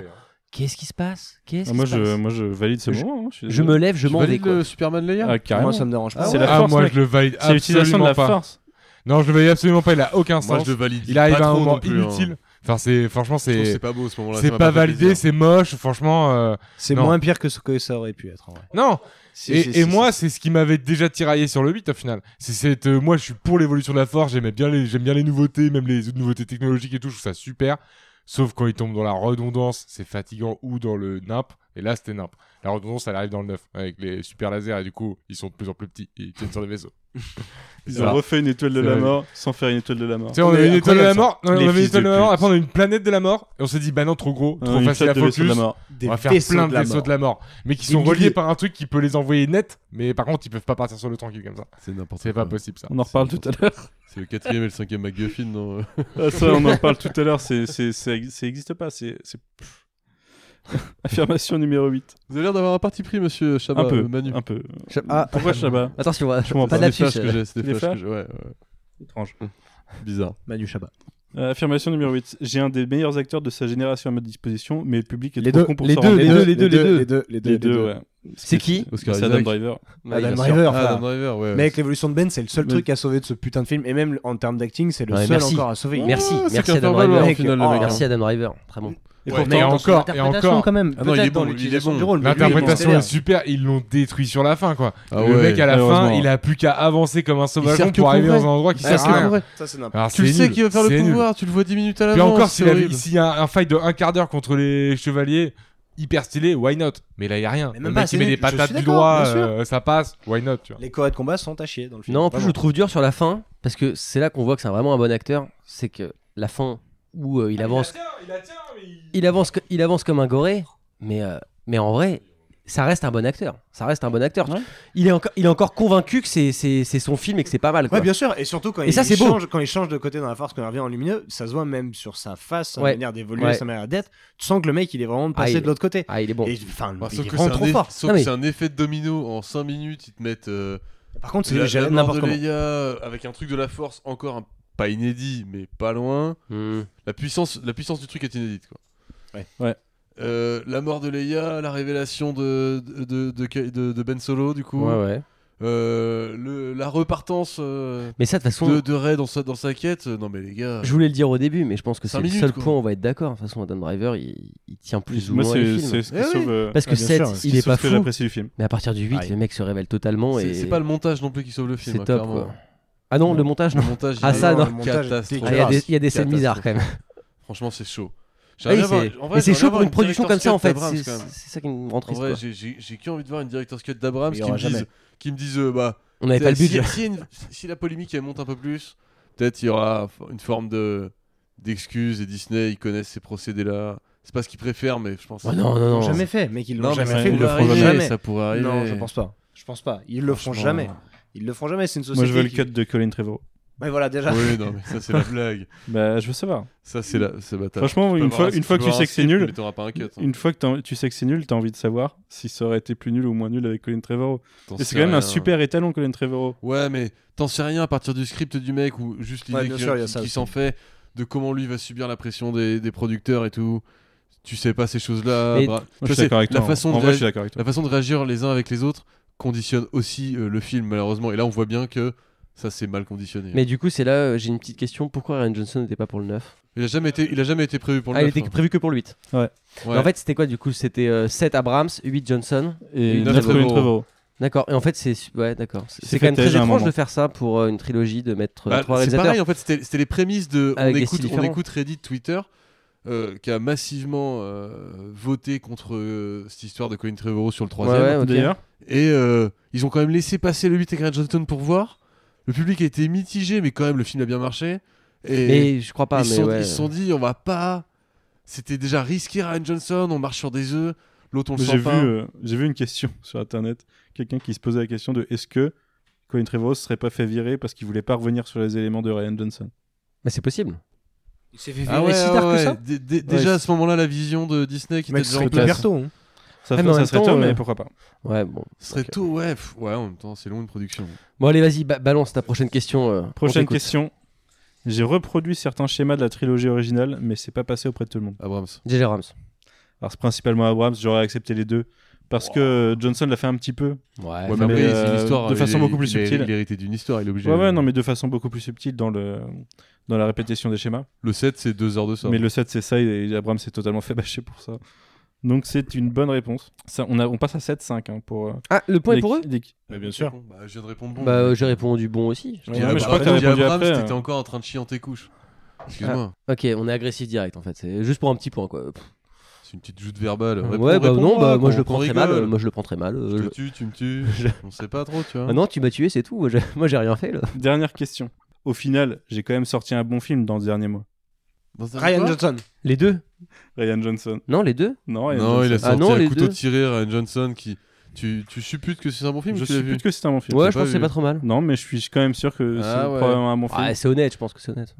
qu'est-ce qui se passe Qu'est-ce
Ah,
qui
moi,
se passe
je, moi, je valide ce
Je-
moment. hein, je suis
Je
désolé.
me lève, je
Tu
m'en vais,
valides
quoi.
le Superman Leia
Ah, carrément.
hein. Moi, ça me dérange pas.
C'est la
Ah,
force.
moi
mec.
je le valide
C'est l'utilisation de
absolument
la
pas.
force.
Non, je le valide absolument pas, il a aucun
Moi,
sens.
je le valide.
Il arrive
pas
à un
trop
moment
non plus, hein.
inutile. Enfin, c'est franchement,
Je trouve que C'est
c'est
pas beau ce moment-là.
c'est
ça m'a
pas
fait
validé,
plaisir.
c'est moche. Franchement, euh,
C'est
Non.
moins pire que ce que ça aurait pu être. En vrai.
non.
Si, si,
Et, et
si,
moi,
si.
c'est ce qui m'avait déjà tiraillé sur le 8 au final. C'est cette, euh, moi, je suis pour l'évolution de la force. J'aimais bien les, j'aime bien les nouveautés, même les autres nouveautés technologiques et tout. Je trouve ça super. Sauf quand ils tombent dans la redondance, c'est fatigant ou dans le nimp. Et là, c'était nimp. La redondance, elle arrive dans le 9 avec les super lasers et du coup, ils sont de plus en plus petits et ils tiennent sur les vaisseaux.
Ils
Ça
ont
va.
refait une étoile de
C'est
la
vrai.
mort sans faire une étoile de la mort.
Tu sais, on avait une étoile de la mort, on
Les
avait une
fils
étoile
de
de la mort,
pute.
après on a une planète de la mort et on s'est dit bah non, trop gros, trop
Hein, une
facile
flotte
à
de vaisseaux de la
focus.
mort.
Bah,
Des
on va faire
vaisseaux
plein de
la
vaisseaux
mort.
de la mort, mais qui
Des
sont reliés
milliers.
par un truc qui peut les envoyer net, mais par contre ils peuvent pas partir sur le tranquille comme ça.
C'est n'importe
C'est
quoi.
pas possible ça.
On en reparle tout à l'heure.
C'est le quatrième et le cinquième McGuffin, non
Ah, ça, on en reparle tout à l'heure. C'est, c'est, c'est, ça existe pas. C'est, c'est... Affirmation numéro 8.
Vous avez l'air d'avoir un parti pris, monsieur Chabat.
Un peu.
euh, Manu.
Un peu.
Ah.
Pourquoi Shabba
Attention,
Je comprends
pas
pas.
de
C'est des
lapsus.
flashs que
euh.
j'ai, c'est des
Des
flashs que j'ai. Ouais, ouais.
Étrange.
Bizarre.
Manu Chabat.
Euh, affirmation numéro 8. J'ai un des meilleurs acteurs de sa génération à ma disposition, mais le public est
Les
trop
deux,
con pour
les
s'en
deux,
rendre
les
compte.
deux, les deux, les deux, les deux,
Les deux, ouais.
C'est qui
Oscar
C'est Adam
Isaac.
Driver.
Bah, il
Adam
va
Driver.
Ah,
frère.
Adam Driver, ouais.
Mec, l'évolution de Ben, c'est le seul
Mais-
truc à sauver de ce putain de film. Et même en termes d'acting, c'est le
Ouais,
seul
merci.
encore à sauver.
sur- Merci,
Ah, c'est
merci
qu'un
Adam
Farmer,
Driver.
au
Mec,
final, le
oh,
mec.
Merci Adam Driver, très bon.
Et
Ouais,
pourtant,
mais
dans son
encore, et
interprétation,
encore.
quand même.
Ah non, il est
peut-être
bon,
dans
il est
l'utilisation
bon.
du rôle. mais lui, il est
L'interprétation
bon.
est super, ils l'ont détruit sur la fin quoi.
Ah
le
ouais,
mec à la fin,
malheureusement.
il a plus qu'à avancer comme un sauvage
sert que
pour
pour
arriver
vrai.
dans un endroit qui
Ah,
sert
c'est
à rien.
vrai.
Ça, c'est n'importe
Alors,
Tu
Ah, c'est
le sais
nul,
qu'il va faire le
c'est nul.
pouvoir, tu le vois 10 minutes à
Puis
l'avance.
encore,
c'est
s'il avait-
horrible.
s'il y a un fight de un quart d'heure contre les chevaliers, hyper stylé, why not Mais là, il y a rien.
Mais même
Le
pas,
mec, il
c'est
met des
nul, je
patates
suis
du
d'accord,
doigt,
bien sûr.
euh, ça passe, why not tu vois.
Les codes de combat sont à chier dans le film.
Non, en plus, je
Vraiment.
le trouve dur sur la fin, parce que c'est là qu'on voit que c'est vraiment un bon acteur. C'est que la fin où euh, il avance,
Il
il avance, co- il avance comme un goré, mais, euh, mais en vrai, ça reste un bon acteur. Ça reste un bon acteur.
Ouais.
Il, est encore, il est encore convaincu que c'est- c'est c'est son film et que c'est pas mal. Quoi.
Ouais, bien sûr. Et surtout quand
Et
il,
ça, c'est beau.
change, quand il change de côté dans la force, quand il revient en lumineux, ça se voit même sur sa face, sa
Ouais.
manière d'évoluer,
Ouais.
sa manière d'être. Tu sens que le mec, il est vraiment passé
Ah, il-
de l'autre côté.
Ah, il est bon.
Et enfin,
Bah,
il
sauf
est
que c'est
vraiment
un,
trop
eff-
fort.
sauf
Non,
que
mais-
c'est un effet de domino. En 5 minutes, ils te mettent euh,
Par contre,
la,
c'est
la
géré
mort
n'importe
de
comment.
Leia euh, avec un truc de la force encore un- pas inédit, mais pas loin.
Hmm.
La puissance, la puissance du truc est inédite. Quoi.
Ouais.
Ouais.
Euh, la mort de Leia, la révélation de, de, de, de- de- de Ben Solo, du coup.
Ouais, ouais.
Euh, le- la repartance euh,
Mais ça, de toute façon,
de, de Rey dans sa, dans sa quête. euh, Non, mais les gars.
je voulais le dire au début, mais je pense que c'est
Cinq
le
minutes,
seul
quoi.
point où on va être d'accord. De toute façon, Adam Driver, il, il tient plus ou
Moi,
moins le
c'est
film.
c'est ce qui
Eh oui.
sauve. euh,
Parce que
Ah, bien
7,
sûr,
ce
il
qui
est
sauve
pas
ce que
fou.
j'apprécie du film.
Mais à partir du 8,
Ah, il-
le mec se révèle totalement.
C'est
et
c'est pas le montage non plus qui sauve le film.
C'est
hein,
top.
clairement.
quoi. Ah non,
Non.
le montage, non.
Le montage, il
Ah,
est
ça, non. Ah,
catastrophique.
Il y a des- il y a des scènes
Catastrophe.
bizarres quand même.
Franchement, c'est chaud.
Ah oui,
J'aimerais
c'est-
avoir- en vrai,
mais c'est
j'aimerais
chaud pour
avoir
une production comme ça en fait.
director's cut
C'est
d'Abrams, quand même.
c'est ça qui me rend
En
triste.
vrai,
quoi.
j'ai- j'ai j'ai que envie de voir une director's cut d'Abrams
Mais il y
qui, me
aura
dise-
jamais.
qui me dise euh, bah,
On n'avait pas le
si-
budget.
Si, une- si la polémique elle monte un peu plus, peut-être il y aura f- une forme de d'excuse et Disney ils connaissent ces procédés là. C'est pas ce qu'ils préfèrent, mais je pense.
Ouais, Oh non, non,
Ils l'ont
non.
jamais fait, mais qu'ils l'ont
Non, mais
jamais
ça
fait. Ils
pourrait
le feront
arriver,
jamais.
Ça pourrait arriver.
Non, je pense pas. Je pense pas. Ils le feront
Franchement.
jamais. Ils le feront jamais. C'est une société.
Moi, je veux le
qui-
cut de Colin Trevorrow.
Mais voilà, déjà.
Oui, non, mais ça c'est la blague.
Bah, je veux savoir.
Ça c'est la, c'est bâtard.
Franchement, une fois, une fois que tu sais que c'est nul,
mais t'auras pas un cut. hein.
une fois que t'en- tu sais que c'est nul, t'as envie de savoir si ça aurait été plus nul ou moins nul avec Colin Trevorrow.
T'en
Et c'est
sais
quand même un
rien.
super étalon, Colin Trevorrow.
Ouais, mais t'en sais rien à partir du script du mec ou juste
Ouais,
l'idée
bien
qu'il-
sûr, il y a
qu'il
ça
qu'il s'en fait, de comment lui va subir la pression des, des producteurs et tout. Tu sais pas ces choses-là.
Mais-
bra-
Moi, je
Tu sais,
suis d'accord avec
la
toi. hein.
façon
en
de
vrai, je
réagir-
suis d'accord avec toi.
La façon de réagir les uns avec les autres conditionne aussi euh, le film, malheureusement. Et là, on voit bien que ça, c'est mal conditionné.
Mais du coup, c'est là, euh, j'ai une petite question. Pourquoi Ryan Johnson n'était pas pour le 9
Il, a jamais été, il a jamais été prévu pour le
Ah, il
neuf,
était
hein.
prévu que pour le 8.
Ouais.
En fait, c'était quoi du coup C'était euh, 7 Abrams, 8 Johnson.
Et
Une
neuf
note
Colin
Trevorrow.
Trevorrow.
D'accord. Et en fait, c'est ouais, d'accord. C'est-
Il
C'est
s'est
quand même
fait
très
taire à un
étrange
moment.
de faire ça pour euh, une trilogie de mettre
Bah,
3
c'est
réalisateurs.
pareil, en fait, c'était c'était les prémices de. On
Avec des
écoute,
styles
on
différents.
écoute Reddit, Twitter, euh, qui a massivement euh, voté contre euh, cette histoire de Colin Trevorrow sur le
Ouais,
troisième.
ouais, ok.
D'ailleurs,
Et euh, ils ont quand même laissé passer le 8 avec Ryan Johnson pour voir. Le public a été mitigé, mais quand même, le film a bien marché. Et
Mais je crois pas.
euh, ils se
mais
sont,
ouais.
ils se sont dit, on va pas. C'était déjà risqué, Ryan Johnson, on marche sur des œufs. L'autre, on le
j'ai
sent
vu,
pas.
euh, j'ai vu une question sur internet. Quelqu'un qui se posait la question de est-ce que Colin Trevorrow se serait pas fait virer parce qu'il voulait pas revenir sur les éléments de Ryan Johnson.
Mais c'est possible.
Il s'est fait virer
Ah ouais,
si
ouais,
tard que
ouais.
ça.
Dé- dé- Déjà
Ouais.
à ce moment-là, la vision de Disney qui
Mec,
était
ce
déjà en
serait
place.
hyper tôt. hein.
Ça,
Ouais, mais en
ça
même
serait
temps,
tôt,
euh,
mais pourquoi pas
Ouais, bon.
Ce serait tôt, ouais. pff, ouais, en même temps, c'est long une production.
Bon, allez, vas-y, ba- balance ta prochaine question. euh, on
Prochaine
t'écoute.
question. J'ai reproduit certains schémas de la trilogie originale, mais c'est pas passé auprès de tout le monde.
Abrams.
J.J. Abrams.
Alors, c'est principalement Abrams, j'aurais accepté les deux. Parce que euh, Johnson l'a fait un petit peu.
Ouais.
Ouais, mais
mais,
après,
euh,
c'est une histoire.
de façon
il est-
beaucoup plus
il est-
subtile.
Il héritait d'une histoire, il est obligé.
Ouais, ouais, non, mais de façon beaucoup plus subtile dans, le, dans la répétition des schémas.
Le 7, c'est deux heures de ça.
Mais le 7, c'est ça, et et Abrams s'est totalement fait bâcher pour ça. Donc, c'est une bonne réponse. Ça, on, a, on passe à 7-5 hein, pour. euh,
Ah, le point est
les-
pour eux
les-
Bah,
bien sûr.
Bah, je viens de répondre bon.
Bah, euh, j'ai répondu bon aussi.
Ouais,
Dis,
mais
Abrams,
je crois que t'as
dis,
répondu
Abrams,
après,
t'étais
hein.
encore en train de chier en tes couches. Excuse-moi,
Ok, on est agressif direct en fait. C'est juste pour un petit point quoi. Pff.
c'est une petite joute verbale. Réponds,
ouais, bah
réponds,
non, bah
hein,
moi je
qu'on-
le
qu'on
prends très mal.
rigole.
euh, Moi je le prends très mal. euh,
Je
je-
te tue, tu me tues. On sait pas trop, tu vois.
Ah non, tu m'as tué, c'est tout. Moi, j'ai- Moi j'ai rien fait là.
Dernière question. Au final, j'ai quand même sorti un bon film dans le dernier mois.
Dans un
Ryan
quoi
Johnson.
Les deux
Ryan Johnson.
Non, les deux
Non, Ryan
Non, il a
Johnson.
Ah
sorti
non,
un
les
couteau
deux.
tiré Ryan Johnson qui. Tu, tu supputes que c'est un bon film
Je
ou tu l'as vu
suppose que c'est un bon film.
Ouais,
l'ai
je
pas
pense que c'est
vu.
pas trop mal.
Non, mais je suis quand même sûr que c'est
Ah ouais.
probablement un bon film.
Ouais, c'est honnête, je pense que c'est honnête.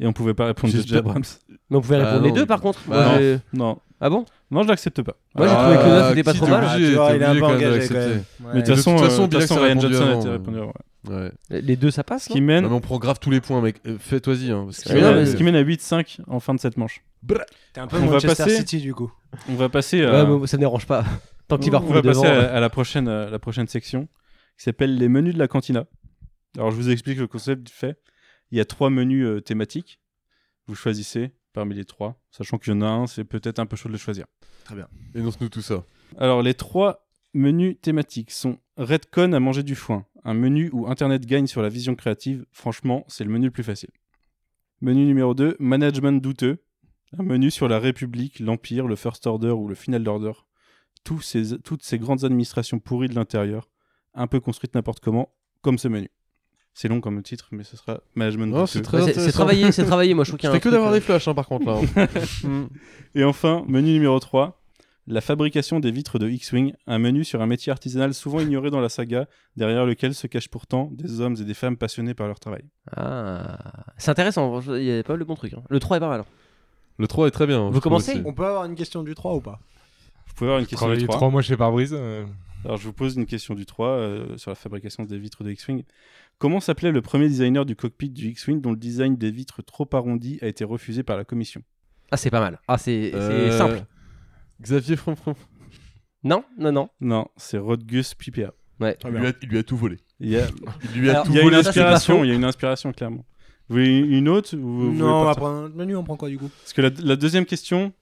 Et on pouvait pas répondre
J'espère-
à Abrams.
Mais on pouvait
Ah
répondre les
non,
deux
mais-
par contre.
Bah
Moi,
non.
j'ai-
Non,
Ah bon
non, je l'accepte pas.
Moi, j'ai
Alors,
trouvé que le
euh,
neuf était pas
si,
trop
t'es
mal.
obligé,
Ah, tu vois,
t'es
il est un
obligé
peu
quand même de
engagé, quand
l'accepter.
même.
Mais de toute
De
façon,
toute
euh,
façon,
de toute
Bilac,
façon,
ça
Ryan
répond
Johnson a
bien,
été
hein.
euh.
répondu avant.
Ouais.
Les deux, ça passe
Ce
non
qui
Non,
mène,
mais on prend grave tous les points, mec. Euh, Fais-toi-y. hein, parce que-
ce qui mène-
non, mais-
ce qui mène à 8-5 en fin de cette manche.
T'es un peu
On va
Manchester
passer-
City du coup.
On va passer,
Ouais,
à,
mais Ça ne dérange pas. Tant qu'il va
euh, on va
reprendre
passer
devant.
à, à la prochaine, euh, la prochaine section qui s'appelle les menus de la cantina. Alors, je vous explique le concept du fait. Il y a trois menus euh, thématiques. Vous choisissez parmi les trois, sachant qu'il y en a un, c'est peut-être un peu chaud de le choisir.
Énonce-nous tout ça.
Alors, les trois menus thématiques sont Redcon à manger du foin, un menu où Internet gagne sur la vision créative. Franchement, c'est le menu le plus facile. Menu numéro 2, Management douteux, un menu sur la République, l'Empire, le First Order ou le Final Order. Tous ces- toutes ces grandes administrations pourries de l'intérieur, un peu construites n'importe comment, comme ce menu. C'est long comme titre, mais ce sera Management
Non,
douteux.
c'est très
Ouais, c'est-
intéressant.
C'est travaillé, c'est travaillé. Moi, je trouve qu'il y a euh,
C'était
un
que
truc,
d'avoir
euh,
des flashs, hein, par contre, là. hein.
Et enfin, menu numéro 3, La fabrication des vitres de X-Wing, un menu sur un métier artisanal souvent ignoré dans la saga, derrière lequel se cachent pourtant des hommes et des femmes passionnés par leur travail.
Ah. C'est intéressant, il y a pas mal de bons trucs. hein. Le 3 est pas mal. hein.
Le 3 est très bien.
Vous
je trouve
commencez
aussi.
On
On peut avoir une question du 3 ou pas
Vous pouvez avoir une question
Travailler
du 3.
trois mois chez Parbrise.
Alors je vous pose une question du 3 euh, sur la fabrication des vitres de X-Wing. Comment s'appelait le premier designer du cockpit du X-Wing dont le design des vitres trop arrondies a été refusé par la commission
Ah, c'est pas mal. Ah, c'est c'est
Euh,
simple.
Xavier Franfran.
Non, non, non.
Non, c'est Rodgus Pipea.
Ouais.
Il, lui a- il lui a tout volé.
Il y a,
Il lui a
Alors,
tout
il y a une
Ah, Vous voulez- ça, c'est pas
inspiration,
faux.
il y a une inspiration clairement. Vous voulez une autre ou vous voulez
Non, on va
partir
prendre un autre menu, on prend quoi du coup
Parce que la, la deuxième question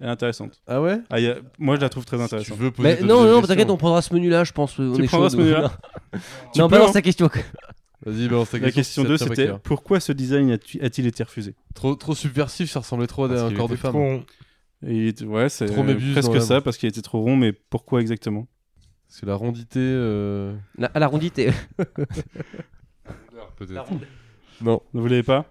est intéressante.
Ah ouais
Ah, il y a- moi je la trouve très
Si tu
intéressante.
veux poser
Mais
ta
non,
deuxième
non, t'inquiète,
question.
on prendra ce menu-là, je pense. euh, On
Tu
est
prendras
chaud,
ce
nous.
menu-là Tu
Non,
peux,
balance
hein.
ta question.
Vas-y, balance ta
La question
si ça
2
te
c'était
éclaire.
pourquoi ce design a-tu- a-t-il été refusé
Trop, trop subversif, ça ressemblait trop à un corps de femme.
Et il était- Ouais, c'est
Trop Möbius dans
presque
l'âme.
ça parce qu'il était trop rond, mais pourquoi exactement
C'est la rondité. euh,
La- À la rondité.
Peut-être.
Non.
Vous l'avez pas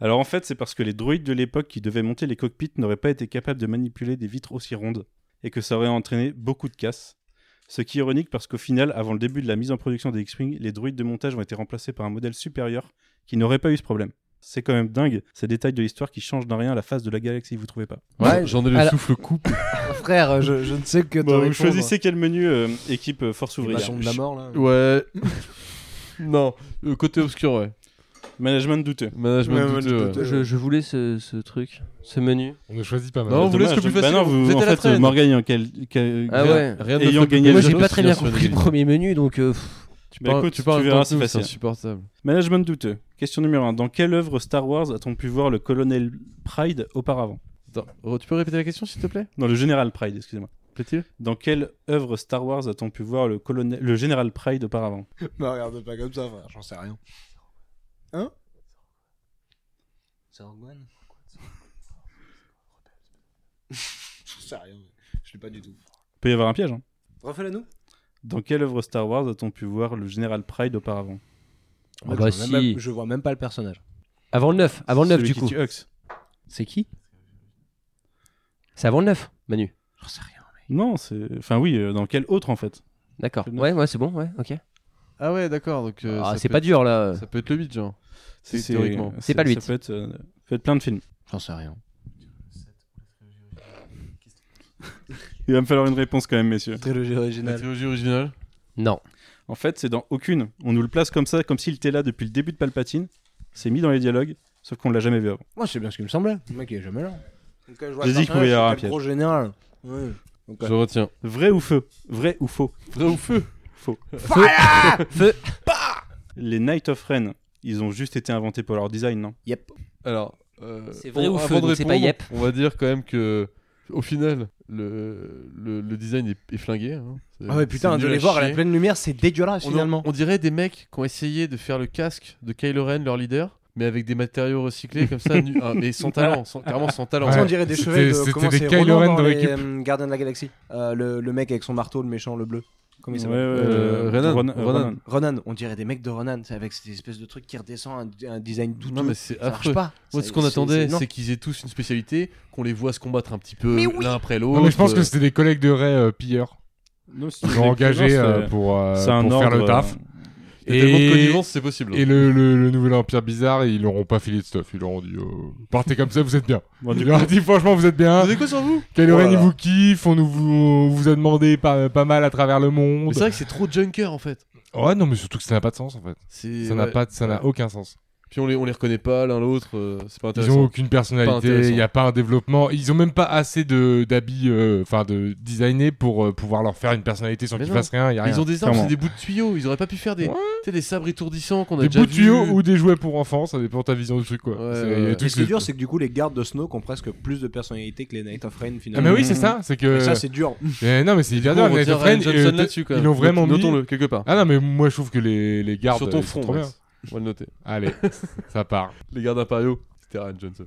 Alors en fait, c'est parce que les droïdes de l'époque qui devaient monter les cockpits n'auraient pas été capables de manipuler des vitres aussi rondes et que ça aurait entraîné beaucoup de casses. Ce qui est ironique parce qu'au final, avant le début de la mise en production des X-Wing, les droïdes de montage ont été remplacés par un modèle supérieur qui n'aurait pas eu ce problème. C'est quand même dingue, ces détails de l'histoire qui changent dans rien à la face de la galaxie, vous trouvez pas
Ouais, J'en ai le
alors-
souffle coupé.
Frère, je, je ne sais que
Bah,
te
Bon, Bah, vous
répondre.
choisissez quel menu, euh, équipe euh, Force
Les
Ouvrière
machins de la mort là.
Ouais. non. Le côté obscur, ouais.
Management douteux.
Management
Ouais,
douteux, ouais.
Bah
douteux.
Je, je voulais ce, ce truc, ce menu.
On ne choisit pas mal.
Non, On Ah, vous laisse
Dommage,
le plus
bah
facile,
non,
vous
vous-
êtes
en
à la
fait, euh,
traîne.
Morgane, en quel- quel-
Ah ouais.
Rien
Ayant
ne te
gagné
fait
le
Moi,
jeu,
j'ai
je
pas très bien
finir sur une
compris le
grille.
premier menu, donc euh, pff,
Tu
Bah
parles-
écoute,
tu
tu
parles
verras,
partout,
c'est facile.
insupportable.
Management douteux. Question numéro 1. Dans quelle œuvre Star Wars a-t-on pu voir le colonel Pride auparavant
Attends, oh, tu peux répéter la question, s'il te plaît
Non, le général Pride, excusez-moi.
Plaît-il
Dans quelle œuvre Star Wars a-t-on pu voir le, colonel... le général Pride auparavant
Me regarde pas comme ça, frère, j'en sais rien. Hein C'est Orgone J'en sais rien, je l'ai pas du tout.
Il peut y avoir un piège. hein.
Refais-la nous
Dans quelle œuvre Star Wars a-t-on pu voir le général Pride auparavant
Ah bah
je, vois
si.
même, je vois même pas le personnage.
avant le 9, avant le 9
Celui
du
qui
coup.
tue Hux.
C'est qui C'est avant le 9, Manu.
J'en sais rien.
Non, c'est. Enfin, oui, euh, dans quel autre en fait
D'accord.
Le neuf.
Ouais, ouais, c'est bon, ouais, ok.
Ah ouais, d'accord. Donc euh,
Ah,
ça
c'est
peut
pas
être-
dur là.
Ça peut être le 8, genre.
C'est
Théoriquement.
c'est-
C'est pas le
ça
huit.
peut être, euh, ça peut être plein de films.
J'en sais rien.
Il va me falloir une réponse quand même, messieurs.
Trilogie
La
originale.
trilogie originale.
Non.
En fait, c'est dans aucune. On nous le place comme ça, comme s'il était là depuis le début de Palpatine. C'est mis dans les dialogues, sauf qu'on ne l'a jamais vu avant.
Moi, je sais bien ce qui me semblait. Le mec, il est jamais là. Donc, quand je vois
J'ai
le
dit qu'il pouvait y avoir un
personnage, c'est le gros général. Ouais. Donc,
Je retiens.
Vrai ou feu Vrai ou faux
Vrai ou feu
Faux.
Feu.
Les Knight of Ren, ils ont juste été inventés pour leur design, non
Yep.
Alors. euh,
C'est vrai
on-
ou
avant
feu,
de
donc c'est pas
répondre,
yep.
On va dire quand même que. Au final, le, le, le design est, est flingué. hein. C'est-
Ah ouais,
c'est
putain, de
nul
les voir à la
chier.
pleine lumière, c'est dégueulasse
On-
finalement.
On, dirait des mecs qui ont essayé de faire le casque de Kylo Ren, leur leader, mais avec des matériaux recyclés comme ça, nu- ah, mais sans talent, sans- carrément sans talent.
Ouais.
Bah, On dirait des
C'était-
cheveux de
c'était
comment
des
c'est
Kylo
Ronan
Ren
dans
dans
les
l'équipe.
euh, Gardiens de la Galaxie. Euh, le, le mec avec son marteau, le méchant, le bleu. Comment il
Ouais,
s'appelle
ouais,
Euh,
euh,
Renan,
Ronan-
Ronan.
Ronan.
Ronan, on dirait des mecs de Ronan, c'est avec cette espèce de truc qui redescend un, un design douteux.
Non, mais c'est
ça marche
affreux.
pas.
Moi,
Ça-
ce qu'on
c'est-
attendait,
non.
c'est qu'ils aient tous une spécialité, qu'on les voit se combattre un petit peu l'un après l'autre. euh,
Non, mais je pense que c'était des collègues de Ray euh, pilleurs. Ils ont engagé
hein,
euh, pour, euh,
c'est un
pour faire
ordre,
le taf.
euh,
Il y a tellement de
Et-
connivence, c'est possible.
Et le, le, le nouvel empire bizarre, ils l'auront pas filé de stuff. Ils l'auront dit, euh, partez comme ça, vous êtes bien.
bon,
Ils
du
leur ont
coup,
dit, franchement, vous êtes bien.
Vous avez quoi sur vous
Kylo Ren,
Voilà.
il vous kiffe. On nous vous, on vous a demandé pas, pas mal à travers le
Mais
monde.
C'est vrai que c'est trop junker en fait.
Ouais, non, mais surtout que ça n'a pas de sens en fait.
C'est-
ça n'a
ouais.
pas, de- ça n'a aucun sens.
Puis on les, on les reconnaît pas l'un l'autre, euh, c'est pas
Ils ont
intéressant.
aucune
Pas
personnalité.
intéressant.
Il n'y a pas un développement. Ils ont même pas assez de d'habits, euh, enfin de designés pour euh, pouvoir leur faire une personnalité sans
Mais
qu'ils
non.
fassent rien. Il y a
Ils
rien.
ont des armes,
Clairement.
c'est des bouts de tuyaux. Ils auraient pas pu faire des,
Ouais.
tu sais, des sabres étourdissants qu'on a
des
déjà
bouts de tuyaux
vus.
ou des jouets pour enfants, ça dépend de ta vision du truc quoi.
Ouais,
C'est-
ouais,
il y a
ouais.
tout
Mais ce qui
ce-
est dur, c'est que du coup, les gardes de Snow ont presque plus de personnalité que les Knight of Rain
Ah
finalement.
mais oui,
Mmh.
c'est ça, c'est que
Et ça, c'est dur.
Eh, non mais c'est hyper
Nous,
dur.
on
les
retient
Friends,
Ryan Johnson
euh,
là-dessus quand
ils
même.
l'ont vraiment mis.
Notons-le quelque part.
Ah non mais moi je trouve que les les gardes
Sur ton
ils sont
front,
trop bien.
Max. On va le noter.
Allez, ça part.
Les gardes impériaux, c'était Ryan Johnson.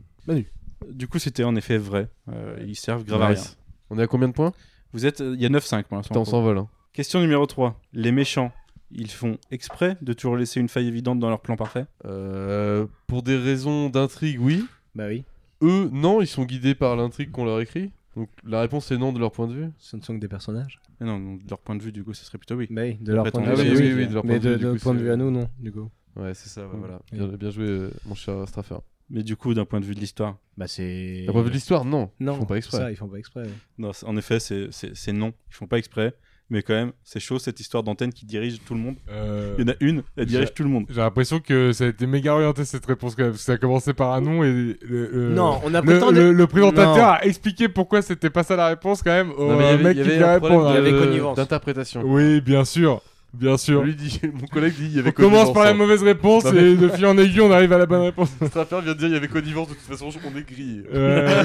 du coup, c'était en effet vrai. Euh, ils servent grave à rien.
Nice. On est à combien de points
Vous êtes, euh, il y a 9-5 pour l'instant.
Putain, on s'envole. hein.
Question numéro 3. Les méchants, ils font exprès de toujours laisser une faille évidente dans leur plan parfait
Euh, pour des raisons d'intrigue, oui.
Bah oui.
Eux, non, ils sont guidés par l'intrigue qu'on leur écrit. Donc la réponse est non de leur point de vue.
Ce ne sont que des personnages.
Mais non, donc, de leur point de vue, du coup, ce serait plutôt oui.
Bah oui, de leur
Après,
point de
ton-
vue.
Ah oui,
c'est
oui,
sûr.
oui,
de leur point
Mais
de vue,
de
du
notre
coup,
point de
c'est-
vue à nous, non, du coup.
Ouais, c'est ça. ouais,
Mm.
voilà. Bien, bien joué, euh, mon cher Straffer.
Mais du coup, d'un point de vue de l'histoire,
Bah c'est.
D'un point de vue de l'histoire, non.
Non,
Ils font pas
c'est
exprès.
Ça, ils font pas exprès. ouais.
non, c'est- en effet, c'est- c'est c'est non. Ils font pas exprès. Mais quand même, c'est chaud cette histoire d'antenne qui dirige tout le monde.
Euh,
Il y en a une, elle dirige
j'ai-
tout le monde.
J'ai l'impression que ça a été méga orienté cette réponse quand même. parce que Ça a commencé par un non et. le- le-
Non, on a
Le,
prétendu.
le- le présentateur
Non.
a expliqué pourquoi c'était pas ça la réponse quand même au
Non, mais il
euh,
y avait-
mec
il y
qui
avait
devait
un problème
répondre.
Il y avait
de-
connivence.
D'interprétation.
Oui, bien sûr, bien sûr.
Lui dit, mon collègue dit, il y avait
On commence
connivence.
par la mauvaise réponse
Non, mais-
et de fil en aiguille on arrive à la bonne réponse.
Straffer vient de dire, il y avait connivence. De toute façon, on est grillé.
Euh,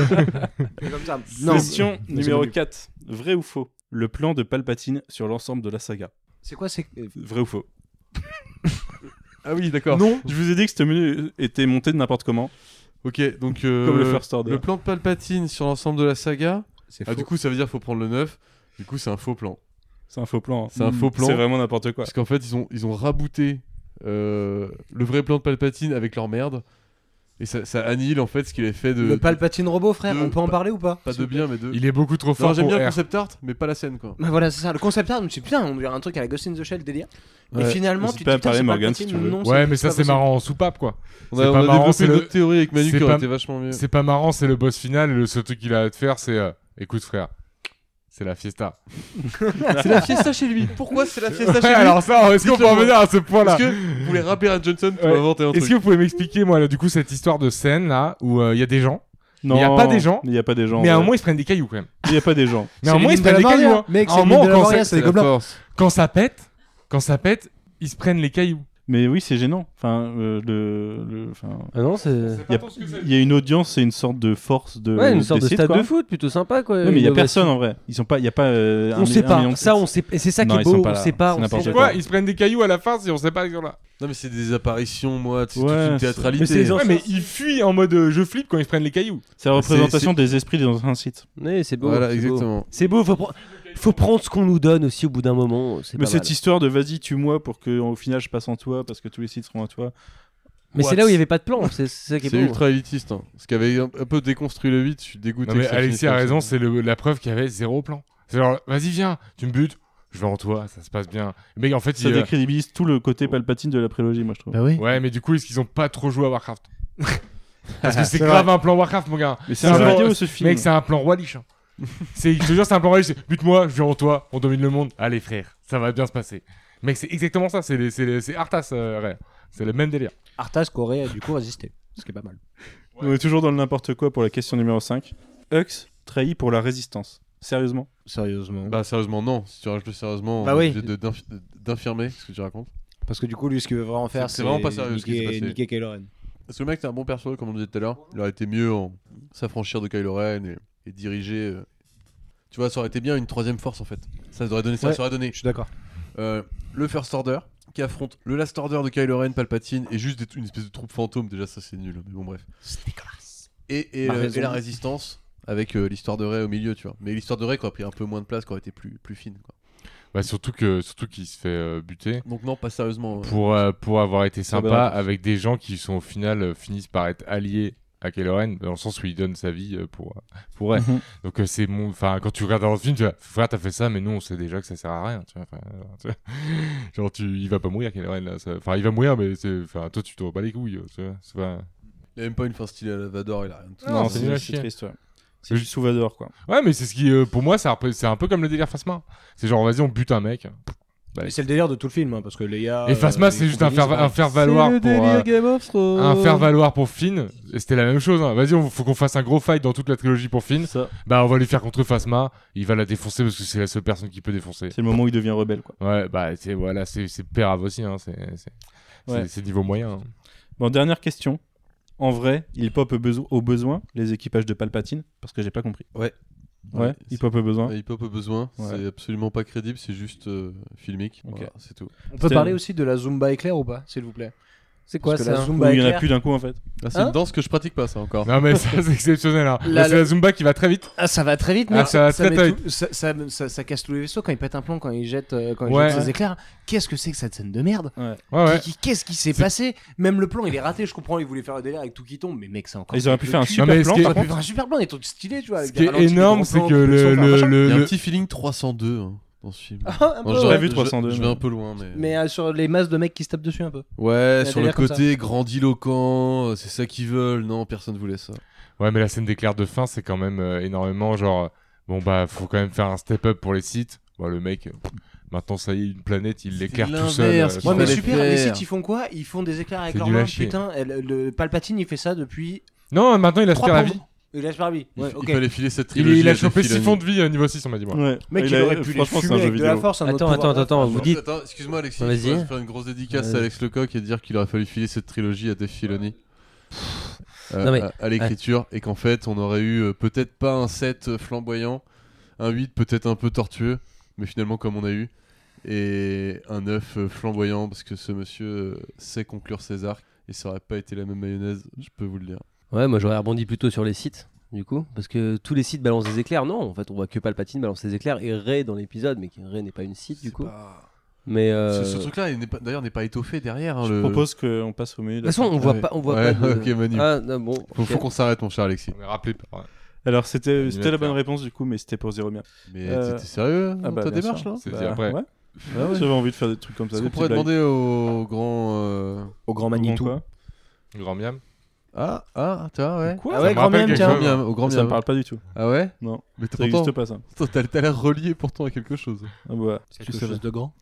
Comme ça. Non.
Question numéro 4. Vrai ou faux Le plan de Palpatine sur l'ensemble de la saga.
C'est quoi c'est
Vrai ou faux
Ah oui, d'accord.
Non Je vous ai dit que ce menu était monté de n'importe comment,
Ok, donc euh,
comme le First Order.
le plan de Palpatine sur l'ensemble de la saga.
C'est
Ah, du coup, ça veut dire faut prendre le 9. Du coup, c'est un faux plan.
C'est un faux plan. hein.
C'est un faux plan.
C'est vraiment n'importe quoi.
Parce qu'en fait, ils ont, ils ont rabouté euh, le vrai plan de Palpatine avec leur merde. Et ça, ça annihile en fait ce qu'il avait fait de.
le Palpatine robot, frère,
de-
on peut en parler ou pas
Pas de bien, mais de.
il est beaucoup trop
Enfin,
fort
j'aime
pour
bien le
R.
concept art, mais pas la scène quoi.
Bah voilà, c'est ça. Le concept art, je me suis dit, putain, on dirait un truc à la Ghost in the Shell délire.
Ouais.
Et finalement,
N'hésite
tu te
pas à
dis, putain,
parler,
c'est
Morgane,
Palpatine,
si tu veux.
non,
Ouais, mais ça
pas
c'est
possible.
marrant en soupape quoi.
On
C'est
a, on
pas
a
marrant,
développé
c'est
une
le-
autre théorie avec Manu
c'est
qui aurait
pas-
été vachement mieux.
C'est pas marrant, c'est le boss final et le seul truc qu'il a à te faire c'est euh, écoute frère, c'est la fiesta.
C'est la fiesta chez lui. Pourquoi c'est la fiesta
Ouais,
chez lui
alors ça, est-ce qu'on peut en
Dites-le-moi.
venir à ce point là
Est-ce que vous voulez rapper à Johnson pour
Ouais.
inventer un
Est-ce
truc
que vous pouvez m'expliquer, moi, là, du coup, cette histoire de scène, là, où euh, il y a des gens, Mais y a pas des gens.
Il n'y a pas des gens.
mais à un
ouais.
moment, ils se prennent des cailloux, quand même.
Il n'y a pas des gens.
Mais à
C'est
un moment, ils
les
se
mines
prennent des
de la
cailloux,
Moria,
hein.
mec,
À
c'est
un
les mines
moment,
de la
quand,
Moria,
ça-
c'est les gobelins.
quand ça pète, quand ça pète, ils se prennent les cailloux.
Mais oui, c'est gênant. Enfin, euh, le, le- enfin,
Ah non, c'est.
il y a- il y, a une audience, c'est une sorte de force de.
Ouais, une sorte de
des sites,
stade
quoi.
de foot plutôt sympa quoi.
Oui, mais il y a
Une
personne en vrai. Ils sont pas. Il y a pas. euh, un
On
mi-
sait
un million
pas.
de
Ça,
têtes.
on sait. Et c'est ça qui
Non,
est
ils sont
beau.
pas
On
là.
sait pas.
C'est
on sait
n'importe
pas.
Pourquoi ils se prennent des cailloux à la fin si on sait pas qu'ils sont là
Non, mais c'est des apparitions, moi, c'est
Ouais,
toute une
c'est-
théâtralité.
mais c'est les
Ouais, mais ils fuient en mode euh, je flippe quand ils se prennent les cailloux.
C'est la
C'est- c'est-
représentation des esprits dans un site.
Mais c'est beau.
Voilà,
c'est beau.
exactement.
C'est beau. Faut, pre- faut prendre ce qu'on nous donne aussi au bout d'un moment. C'est
Mais
pas
cette
mal.
histoire de vas-y, tue-moi pour que au final je passe en toi parce que tous les sites seront à toi.
Mais c'est là où il y avait pas de plan. C'est c'est ça qui est,
C'est
beau.
ultra élitiste. Hein. Ce qui avait un, un peu déconstruit le 8, je suis dégoûté.
Non, mais
que ça finisse
Alexis a
comme ça.
raison, c'est le- la preuve qu'il y avait zéro plan. C'est genre, vas-y, viens, tu me butes, je vais en toi, ça se passe bien. Mais en fait,
Ça
il, euh,
décrédibilise tout le côté palpatine de la prélogie, moi je trouve.
Bah oui.
Ouais, mais du coup, est-ce qu'ils ont pas trop joué à Warcraft Parce que c'est
C'est
grave un plan Warcraft, mon gars.
Mais c'est un
un
jeu
plan-
vidéo ce film.
Mec, c'est un plan roi liche. hein. c'est, je te jure, c'est un plan roi liche. Bute-moi, je viens en toi, on domine le monde. Allez, frère, ça va bien se passer. Mec, c'est exactement ça. C'est, les- c'est, les- c'est Arthas, euh, Ray. C'est le même délire.
Arthas Corée a du coup résisté. Ce qui est pas mal.
On est toujours dans le n'importe quoi pour la question numéro 5. Hux trahi pour la résistance. Sérieusement
Sérieusement.
Bah, sérieusement, non. Si tu rajoutes le sérieusement,
Bah
on est
oui.
obligé de- d'inf- d'infirmer ce que tu racontes.
Parce que du coup, lui, ce qu'il veut vraiment faire,
C'est-
c'est.
c'est vraiment pas sérieux, ce qui s'est
Niquer,
passé.
niquer Kylo Ren.
Parce que le mec, c'est un bon perso, comme on disait tout à l'heure. Il aurait été mieux en s'affranchir de Kylo Ren et, et diriger. euh. Tu vois, ça aurait été bien une troisième force en fait. Ça aurait donné ça,
Ouais.
ça aurait donné
Je suis d'accord.
euh, le First Order qui affronte le Last Order de Kylo Ren, Palpatine et juste des- une espèce de troupe fantôme. Déjà, ça c'est nul, hein, mais bon, bref. Et, et,
Ma
euh,
raison.
et la résistance avec euh, l'histoire de Ray au milieu, tu vois. Mais l'histoire de Ray qui aurait pris un peu moins de place, qui aurait été plus, plus fine. Quoi.
Bah, surtout, que, surtout qu'il se fait euh, buter.
Donc, non, pas sérieusement. euh.
Pour, euh, pour avoir été
Très bonne
sympa
réponse.
avec des gens qui sont au final euh, finissent par être alliés à Kylo Ren dans le sens où il donne sa vie euh, pour euh, pour elle.
Mhm.
donc euh, c'est mon enfin quand tu regardes dans le film tu vois frère t'as fait ça mais nous on sait déjà que ça sert à rien tu vois, Enfin, euh, tu vois. genre tu il va pas mourir Kylo Ren là ça- enfin il va mourir mais c'est enfin toi tu t'en pas les couilles euh, tu vois c'est pas
Il a même pas une fin stylée à la Vador, il a rien. de tout.
Non, c'est
c'est
nul à
c'est
chier.
triste. ouais. C'est du Souvador quoi.
Ouais, mais c'est ce qui, euh, pour moi, ça repré- c'est un peu comme le délire Fasma. C'est genre, vas-y, on bute un mec.
Mais c'est le délire de tout le film, hein, parce que
Ah,
Leia.
Et Fasma,
euh,
c'est
et
juste un
compagnie,
faire,
c'est
un faire valoir pour. euh,
Game of Thrones.
un faire valoir pour Finn, Et c'était la même chose. hein. Vas-y, on faut qu'on fasse un gros fight dans toute la trilogie pour Finn.
Ça,
Bah, on va lui faire contre Fasma. Il va la défoncer parce que c'est la seule personne qui peut défoncer.
c'est le moment où il devient rebelle quoi.
Ouais, bah, c'est voilà, c'est c'est pérave aussi. Hein. C'est c'est- c'est-
Ouais.
c'est niveau moyen. hein.
Bon, dernière question. En vrai, il pop au, beso- au besoin les équipages de Palpatine parce que j'ai pas compris.
Ouais.
Ouais,
Ouais, Euh,
il pop au besoin.
Hip Hop a besoin,
Ouais.
c'est absolument pas crédible, c'est juste euh, filmique.
Ok.
Voilà, c'est tout.
On peut
C'est-
parler aussi de la Zumba éclair ou pas, s'il vous plaît
C'est quoi
Parce que la
ça
Zumba
Ou il y en a
éclair-
plus d'un coup en fait.
Ah, c'est
Hein
une danse que je pratique pas, ça encore.
Non, mais ça, c'est exceptionnel. Hein.
La-
Là, c'est
la-
la Zumba qui va très vite.
Ah, ça va très vite,
Ah,
mais
ça va très,
met
très
tout- ça- ça- ça- ça casse tous les vaisseaux quand il pète un plomb, quand il jette, euh, quand il
Ouais.
jette ses éclairs. Qu'est-ce que c'est que cette scène de merde
Ah Ouais, ouais.
Qui- qui- Qu'est-ce qui s'est passé Même le plan, il est raté. Je comprends, il voulait faire le délire avec tout qui tombe, mais mec, c'est encore.
Ils auraient pu faire un
Non,
super
mais ce
plan.
qui est-
par
Ils auraient pu
contre.
faire un super plan, des trucs stylés, tu vois.
Ce
avec
qui
des
est
ralentis, des
énorme,
gros
c'est
plans,
que
des
le,
plans,
le,
machin.
Il y a
le,
un
le-
petit feeling 302 hein, dans ce film.
Ah, un peu,
Non, je-
J'aurais
ouais.
vu
je-
302,
Je vais
mais-
un peu loin, mais.
Mais euh, sur les masses de mecs qui se tapent dessus un peu.
Ouais,
Il y a
sur
un
le
délire comme
côté grandiloquent, euh, c'est ça qu'ils veulent. Non, personne voulait ça.
Ouais, mais la scène d'éclair de fin, c'est quand même euh, énormément genre. euh, Bon, bah, faut quand même faire un step up pour les sites. Bon, le mec, euh, maintenant, ça y est, une planète, il
C'est
l'éclaire tout seul. euh,
l'inverse qu'il
sans-
Ouais, mais
fallait
super,
faire.
les sites ils font quoi Ils font des éclairs avec
C'est
leurs
nul à
mains.
chier.
Putain, et le, le Palpatine il fait ça depuis.
Non, maintenant, il
trois
aspire la
plombes.
vie.
Il lâche par lui.
Il,
Ouais,
il
ok.
fallait filer cette
Il,
trilogie.
il a
à Dave
chopé 6
Filoni.
fonds de vie à niveau 6, on m'a dit. Moi.
Ouais.
Mec, il,
a-
aurait pu les
Franchement, c'est
fumer
un jeu
avec de la
vidéo.
force. un autre
Attends, attends,
pouvoir
attends,
d'attention.
attends, vous dites.
Attends, excuse-moi Alexis,
Vas-y.
je voudrais faire une grosse dédicace
Vas-y.
à Alex Lecoq et dire qu'il aurait fallu filer cette trilogie à Dave Filoni. Euh,
Non, mais-
à, à l'écriture et qu'en fait on aurait eu euh, peut-être pas un 7 flamboyant, un 8 peut-être un peu tortueux, mais finalement comme on a eu, et un 9 euh, flamboyant parce que ce monsieur euh, sait conclure ses arcs et ça aurait pas été la même mayonnaise, je peux vous le dire.
Ouais, moi j'aurais rebondi plutôt sur les sites, du coup, parce que tous les sites balancent des éclairs. Non, en fait, on voit que Palpatine balance des éclairs et Rey dans l'épisode, mais qui- Rey n'est pas une site, du
C'est
coup.
pas-
Mais
Ce,
euh,
ce truc-là il n'est pas- d'ailleurs n'est pas étoffé derrière. hein,
Je
le-
propose qu'on passe au milieu.
de
de
toute
la
façon, on voit
ouais.
pas, on voit
Ouais,
pas. de-
ok, Manu.
Ah, non, bon.
Faut,
ok.
faut qu'on s'arrête mon cher Alexis.
On est rappelé par. euh,
Alors c'était c'était la
Animateur.
bonne réponse du coup, mais c'était pour zéro bien.
Mais
Euh,
t'étais sérieux hein, dans ta
bien
démarche
sûr.
là
C'est
Bah,
dit après.
ouais. J'avais envie de faire des trucs comme ça.
Est-ce
des
qu'on pourrait
petites blagues.
demander au grand. euh,
Au grand
Grand
Manitou.
quoi
Grand Miam.
Ah, ah, tu vois, ouais.
Ah ouais,
me
grand
rappelle
même,
quelque
Au grand
tiens.
chose.
miam, au grand
Ça me
miam.
parle pas du tout.
Ah ouais
Non,
Mais
ça
pourtant,
n'existe pas ça.
t'as- t'as t'as l'air relié pourtant à quelque chose.
Ah bah,
Quelque
tout ça
chose de grand.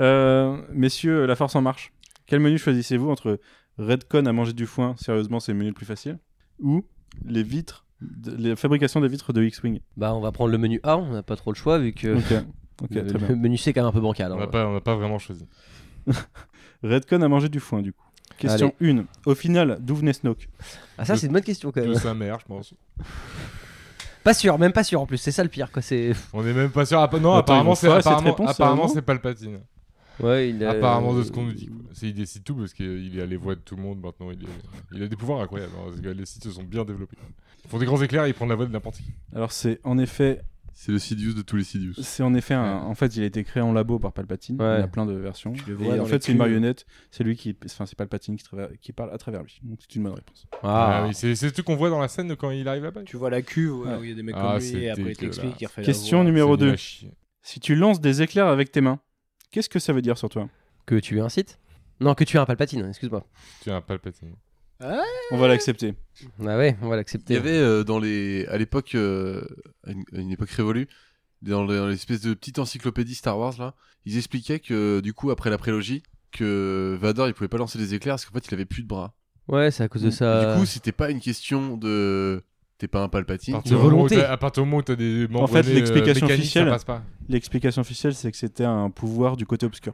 Euh, messieurs, la force en marche. Quel menu choisissez-vous entre Redcon à manger du foin, sérieusement c'est le menu le plus facile, ou les vitres, de- la fabrication des vitres de X-Wing
Bah, on va prendre le menu A. On n'a pas trop le choix vu que
Ok, ok,
le,
très
le
bien.
menu C est quand même un peu bancal. hein.
On n'a pas, on a pas vraiment choisi.
Redcon à manger du foin, du coup. Question 1. Au final, d'où venait Snoke
Ah, ça c'est une bonne question quand
De
même.
sa mère, je pense.
Pas sûr, même pas sûr en plus. C'est ça le pire, quoi. C'est
On est même pas sûr. appa- Non,
Attends, ils vont
apparemment, c'est
faire cette
apparemment,
réponse,
apparemment,
euh,
c'est Palpatine.
ouais, il, euh,
Apparemment, de ce qu'on nous dit. quoi. C'est- Il décide tout parce qu'il est à les voix de tout le monde maintenant. Il, est- il a des pouvoirs incroyables. hein, parce que les sites se sont bien développés. Ils font des grands éclairs et ils prennent la voix de n'importe qui.
Alors c'est en effet,
C'est le Sidious de tous les Sidious.
c'est en effet, un- en fait, il a été créé en labo par Palpatine.
Ouais.
Il y a plein de versions.
vois
Et en
dans
fait,
les
c'est une
culs.
marionnette. C'est lui qui, enfin, c'est Palpatine qui, trava- qui parle à travers lui. Donc c'est une bonne réponse.
Ah,
Ah oui, c'est c'est tout qu'on voit dans la scène quand il arrive là-bas.
Tu vois la cuve ouais,
Ouais.
où il y a des mecs
Ah,
comme lui
c'est
et après il
dégueulasse.
t'explique. il refait la
Question
voix.
numéro
C'est nul
2
à chier.
Si tu lances des éclairs avec tes mains, qu'est-ce que ça veut dire sur toi
que tu es un site Non, que tu es un Palpatine. Excuse-moi.
Tu as un Palpatine.
On va l'accepter.
Ah ouais, on
Il y
va l'accepter.
avait euh, dans les. à l'époque. euh, à une, à une époque révolue. Dans le- dans l'espèce de petite encyclopédie Star Wars là, ils expliquaient que du coup après la prélogie que Vador il pouvait pas lancer des éclairs parce qu'en fait il avait plus de bras.
Ouais, c'est à cause de ça.
Du coup c'était pas une question de t'es pas un
À
Palpatine.
partir du
De
moment où
volonté.
t'as- À partir du moment où t'as des membres
fait,
nés, euh,
l'explication
mécaniques,
officielle-
ça passe pas.
L'explication officielle, c'est que c'était un pouvoir du côté obscur.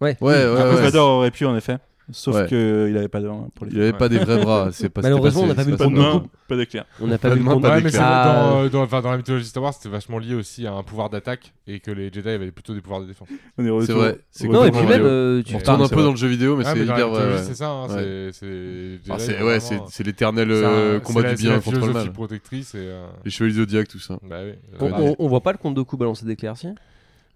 Ouais ouais
Un
Ah ouais.
Vador aurait pu, en effet. Sauf
Ouais.
qu'il n'avait pas de main pour
Il
les
avait pas des vrais bras. c'est pas- c'était
Malheureusement, on n'a
c'est-
pas vu
c'est
le
Pas de
Pas de
main,
main.
pas d'éclair.
on n'a pas,
pas de
vu le
main,
compte.
pas
Ouais,
d'éclair.
mais c'est
Ah.
dans, euh, dans- enfin, dans la mythologie Star Wars, c'était vachement lié aussi à un pouvoir d'attaque et que les Jedi avaient plutôt des pouvoirs de défense.
On est
C'est
retour-
vrai. C'est
retour
Non, et
dans
puis
le
même,
jeu.
euh, tu
On retourne un
c'est
peu
vrai.
dans le jeu vidéo, mais
Ah,
c'est
mais dans la
hyper. ouais,
mythologie,
ouais.
c'est ça. hein, c'est- c'est-
Enfin,
Jedi,
c'est
vraiment, hein.
ouais, c'est c'est l'éternel
c'est un-
euh,
c'est
combat
la-
du
c'est
bien
la
contre le
philosophie
mal. Oh,
protectrice et. euh,
Les chevaliers zodiac, tout ça.
Bah oui.
On,
Bah,
on- on voit pas le compte Doku balancer des clairs, si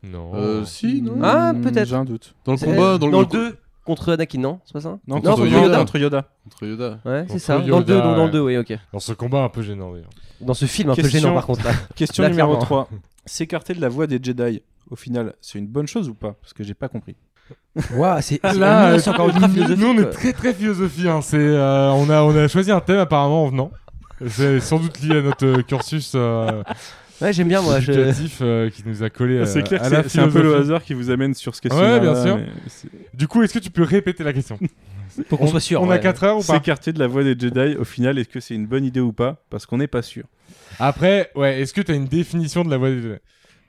Non.
Euh, si, non.
Ah,
Hmm,
peut-être.
J'ai un doute.
Dans le
C'est-
combat, dans le,
dans le
co-
2 contre Anakin, non C'est pas ça
Non,
Contre
contre
Yoda.
Yoda. Contre Yoda.
contre Yoda.
Ouais,
Contre
c'est ça. Dans le 2,
Yoda,
dans le
ouais.
2, oui, ok.
Dans ce combat un peu gênant d'ailleurs.
Dans ce film un
Question-
peu gênant par contre. là.
Question
Là,
numéro
clairement.
3. S'écarter de la voie des Jedi, au final, c'est une bonne chose ou pas Parce que j'ai pas compris.
Waouh, c'est c'est-
Là,
Ah, là, euh, c'est encore ultra philosophique.
Nous on est
quoi.
très très philosophie. hein, C'est euh, on a on a choisi un thème apparemment en venant. C'est sans doute lié à notre euh, cursus euh,
Ouais, j'aime bien moi. je-
éducatif euh, qui nous a collé. euh,
Ah, c'est clair
à
que
la
c'est- c'est un peu le
philosophie.
hasard qui vous amène sur ce questionnaire.
bien sûr. Du coup, est-ce que tu peux répéter la question
Faut qu'on soit sûr.
On a
ouais.
4 heures ou pas
S'écarter de la voie des Jedi, au final, est-ce que c'est une bonne idée ou pas Parce qu'on n'est pas sûr.
Après, ouais, est-ce que t'as une définition de la voix des Jedi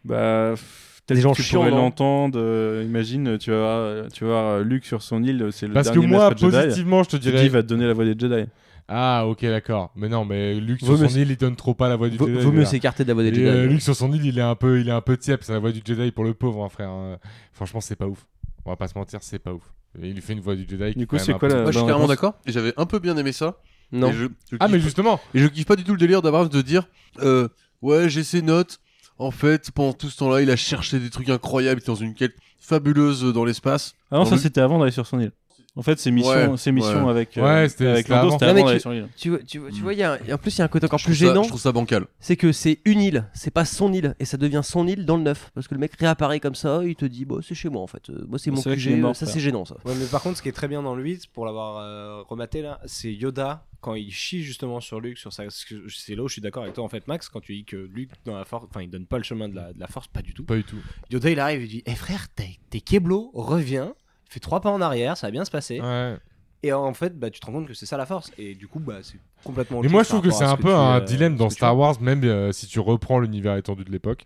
Bah, pff, peut-être
Des gens
que tu
chiants,
pourrais
non
l'entendre. euh, imagine, tu vas, euh, tu vas voir Luke sur son île, c'est le
Parce que
dernier
moi,
maître Jedi.
positivement, je te
Tu dis, il
dirais.
va te donner la voix des Jedi.
Ah, ok, d'accord. Mais non, mais Luke
Vaut
sur son
mieux-
île, il donne trop pas la voix du
Vaut
Jedi.
vaut mieux
voilà.
s'écarter de la voie
Et,
des Jedi.
euh, Luke sur son île, il est un peu, il est un peu tiep. C'est la voix du Jedi pour le pauvre, hein, frère. hein. Franchement, c'est pas ouf. On va pas se mentir, c'est pas ouf. Et il lui fait une voix du Jedi. qui
Du
est
coup,
quand
c'est
même
quoi
un peu-
la-
Moi, je suis
bonne
carrément
réponse.
d'accord. Et j'avais un peu bien aimé ça.
Non.
Et je, je
Ah, mais
kiffe
justement,
Et je kiffe pas du tout le délire d'Abrams de dire euh, Ouais, j'ai ses notes. En fait, pendant tout ce temps-là, il a cherché des trucs incroyables. Il était dans une quête fabuleuse dans l'espace.
Ah non, ça
Dans le-
c'était avant d'aller sur son île. En fait, c'est mission,
Ouais,
c'est mission
ouais.
avec, euh,
Ouais, c'était-
avec
c'était
Lando,
avant.
c'était
Non, mais
avant
tu-
d'aller sur l'île.
Tu, vois- tu, vois- tu vois, il y a un- et en plus, il y a un côté encore
Je
plus
trouve ça-
gênant.
je trouve ça bancal.
c'est que c'est une île, c'est pas son île, et ça devient son île dans le neuf. Parce que le mec réapparaît comme ça, il te dit, bah, c'est chez moi en fait, Euh, moi c'est
Bah,
mon
c'est vrai qu'il est
QG,
mort,
ça
frère.
c'est gênant ça.
Ouais, mais par contre, ce qui est très bien dans le 8, pour l'avoir euh, rematé là, c'est Yoda quand il chie justement sur Luke, sur sa... c'est là où je suis d'accord avec toi en fait, Max, quand tu dis que Luke dans la force, enfin, il donne pas le chemin de la, de la force, pas du tout.
pas du tout.
Yoda il arrive, il dit, eh frère, t'es t'es Keblo, reviens, fais trois pas en arrière, ça va bien se passer.
Ouais.
Et en fait, bah, tu te rends compte que c'est ça la force, et du coup, bah, c'est complètement.
Mais
autre
moi, je
chose
trouve que
par
c'est un peu
rapport à
un
ce que tu, euh,
dilemme dans
ce que tu
Star Wars, même euh, si tu reprends l'univers étendu de l'époque.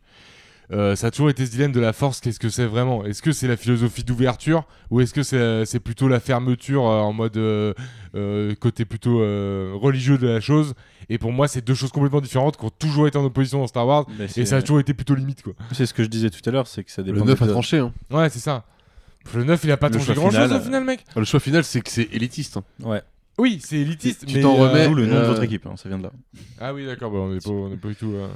Euh, ça a toujours été ce dilemme de la force, qu'est-ce que c'est vraiment Est-ce que c'est la philosophie d'ouverture ou est-ce que c'est c'est plutôt la fermeture euh, en mode euh, euh, côté plutôt euh, religieux de la chose Et pour moi, c'est deux choses complètement différentes qui ont toujours été en opposition dans Star Wars
Bah, c'est-
et ça a toujours été plutôt limite quoi.
C'est ce que je disais tout à l'heure, c'est que ça dépend.
Le 9 a
des-
tranché. hein.
Ouais, c'est ça. Le 9, il a pas
Le
tranché
choix
grand-chose
final,
au final, mec.
Le choix final, c'est que c'est élitiste. hein.
Ouais.
Oui, c'est élitiste.
Tu
mais,
t'en
euh,
remets.
D'où le nom de
euh,
votre équipe, hein, ça vient de là.
Ah oui, d'accord, bah, on n'est pas, on est pas du tout. euh,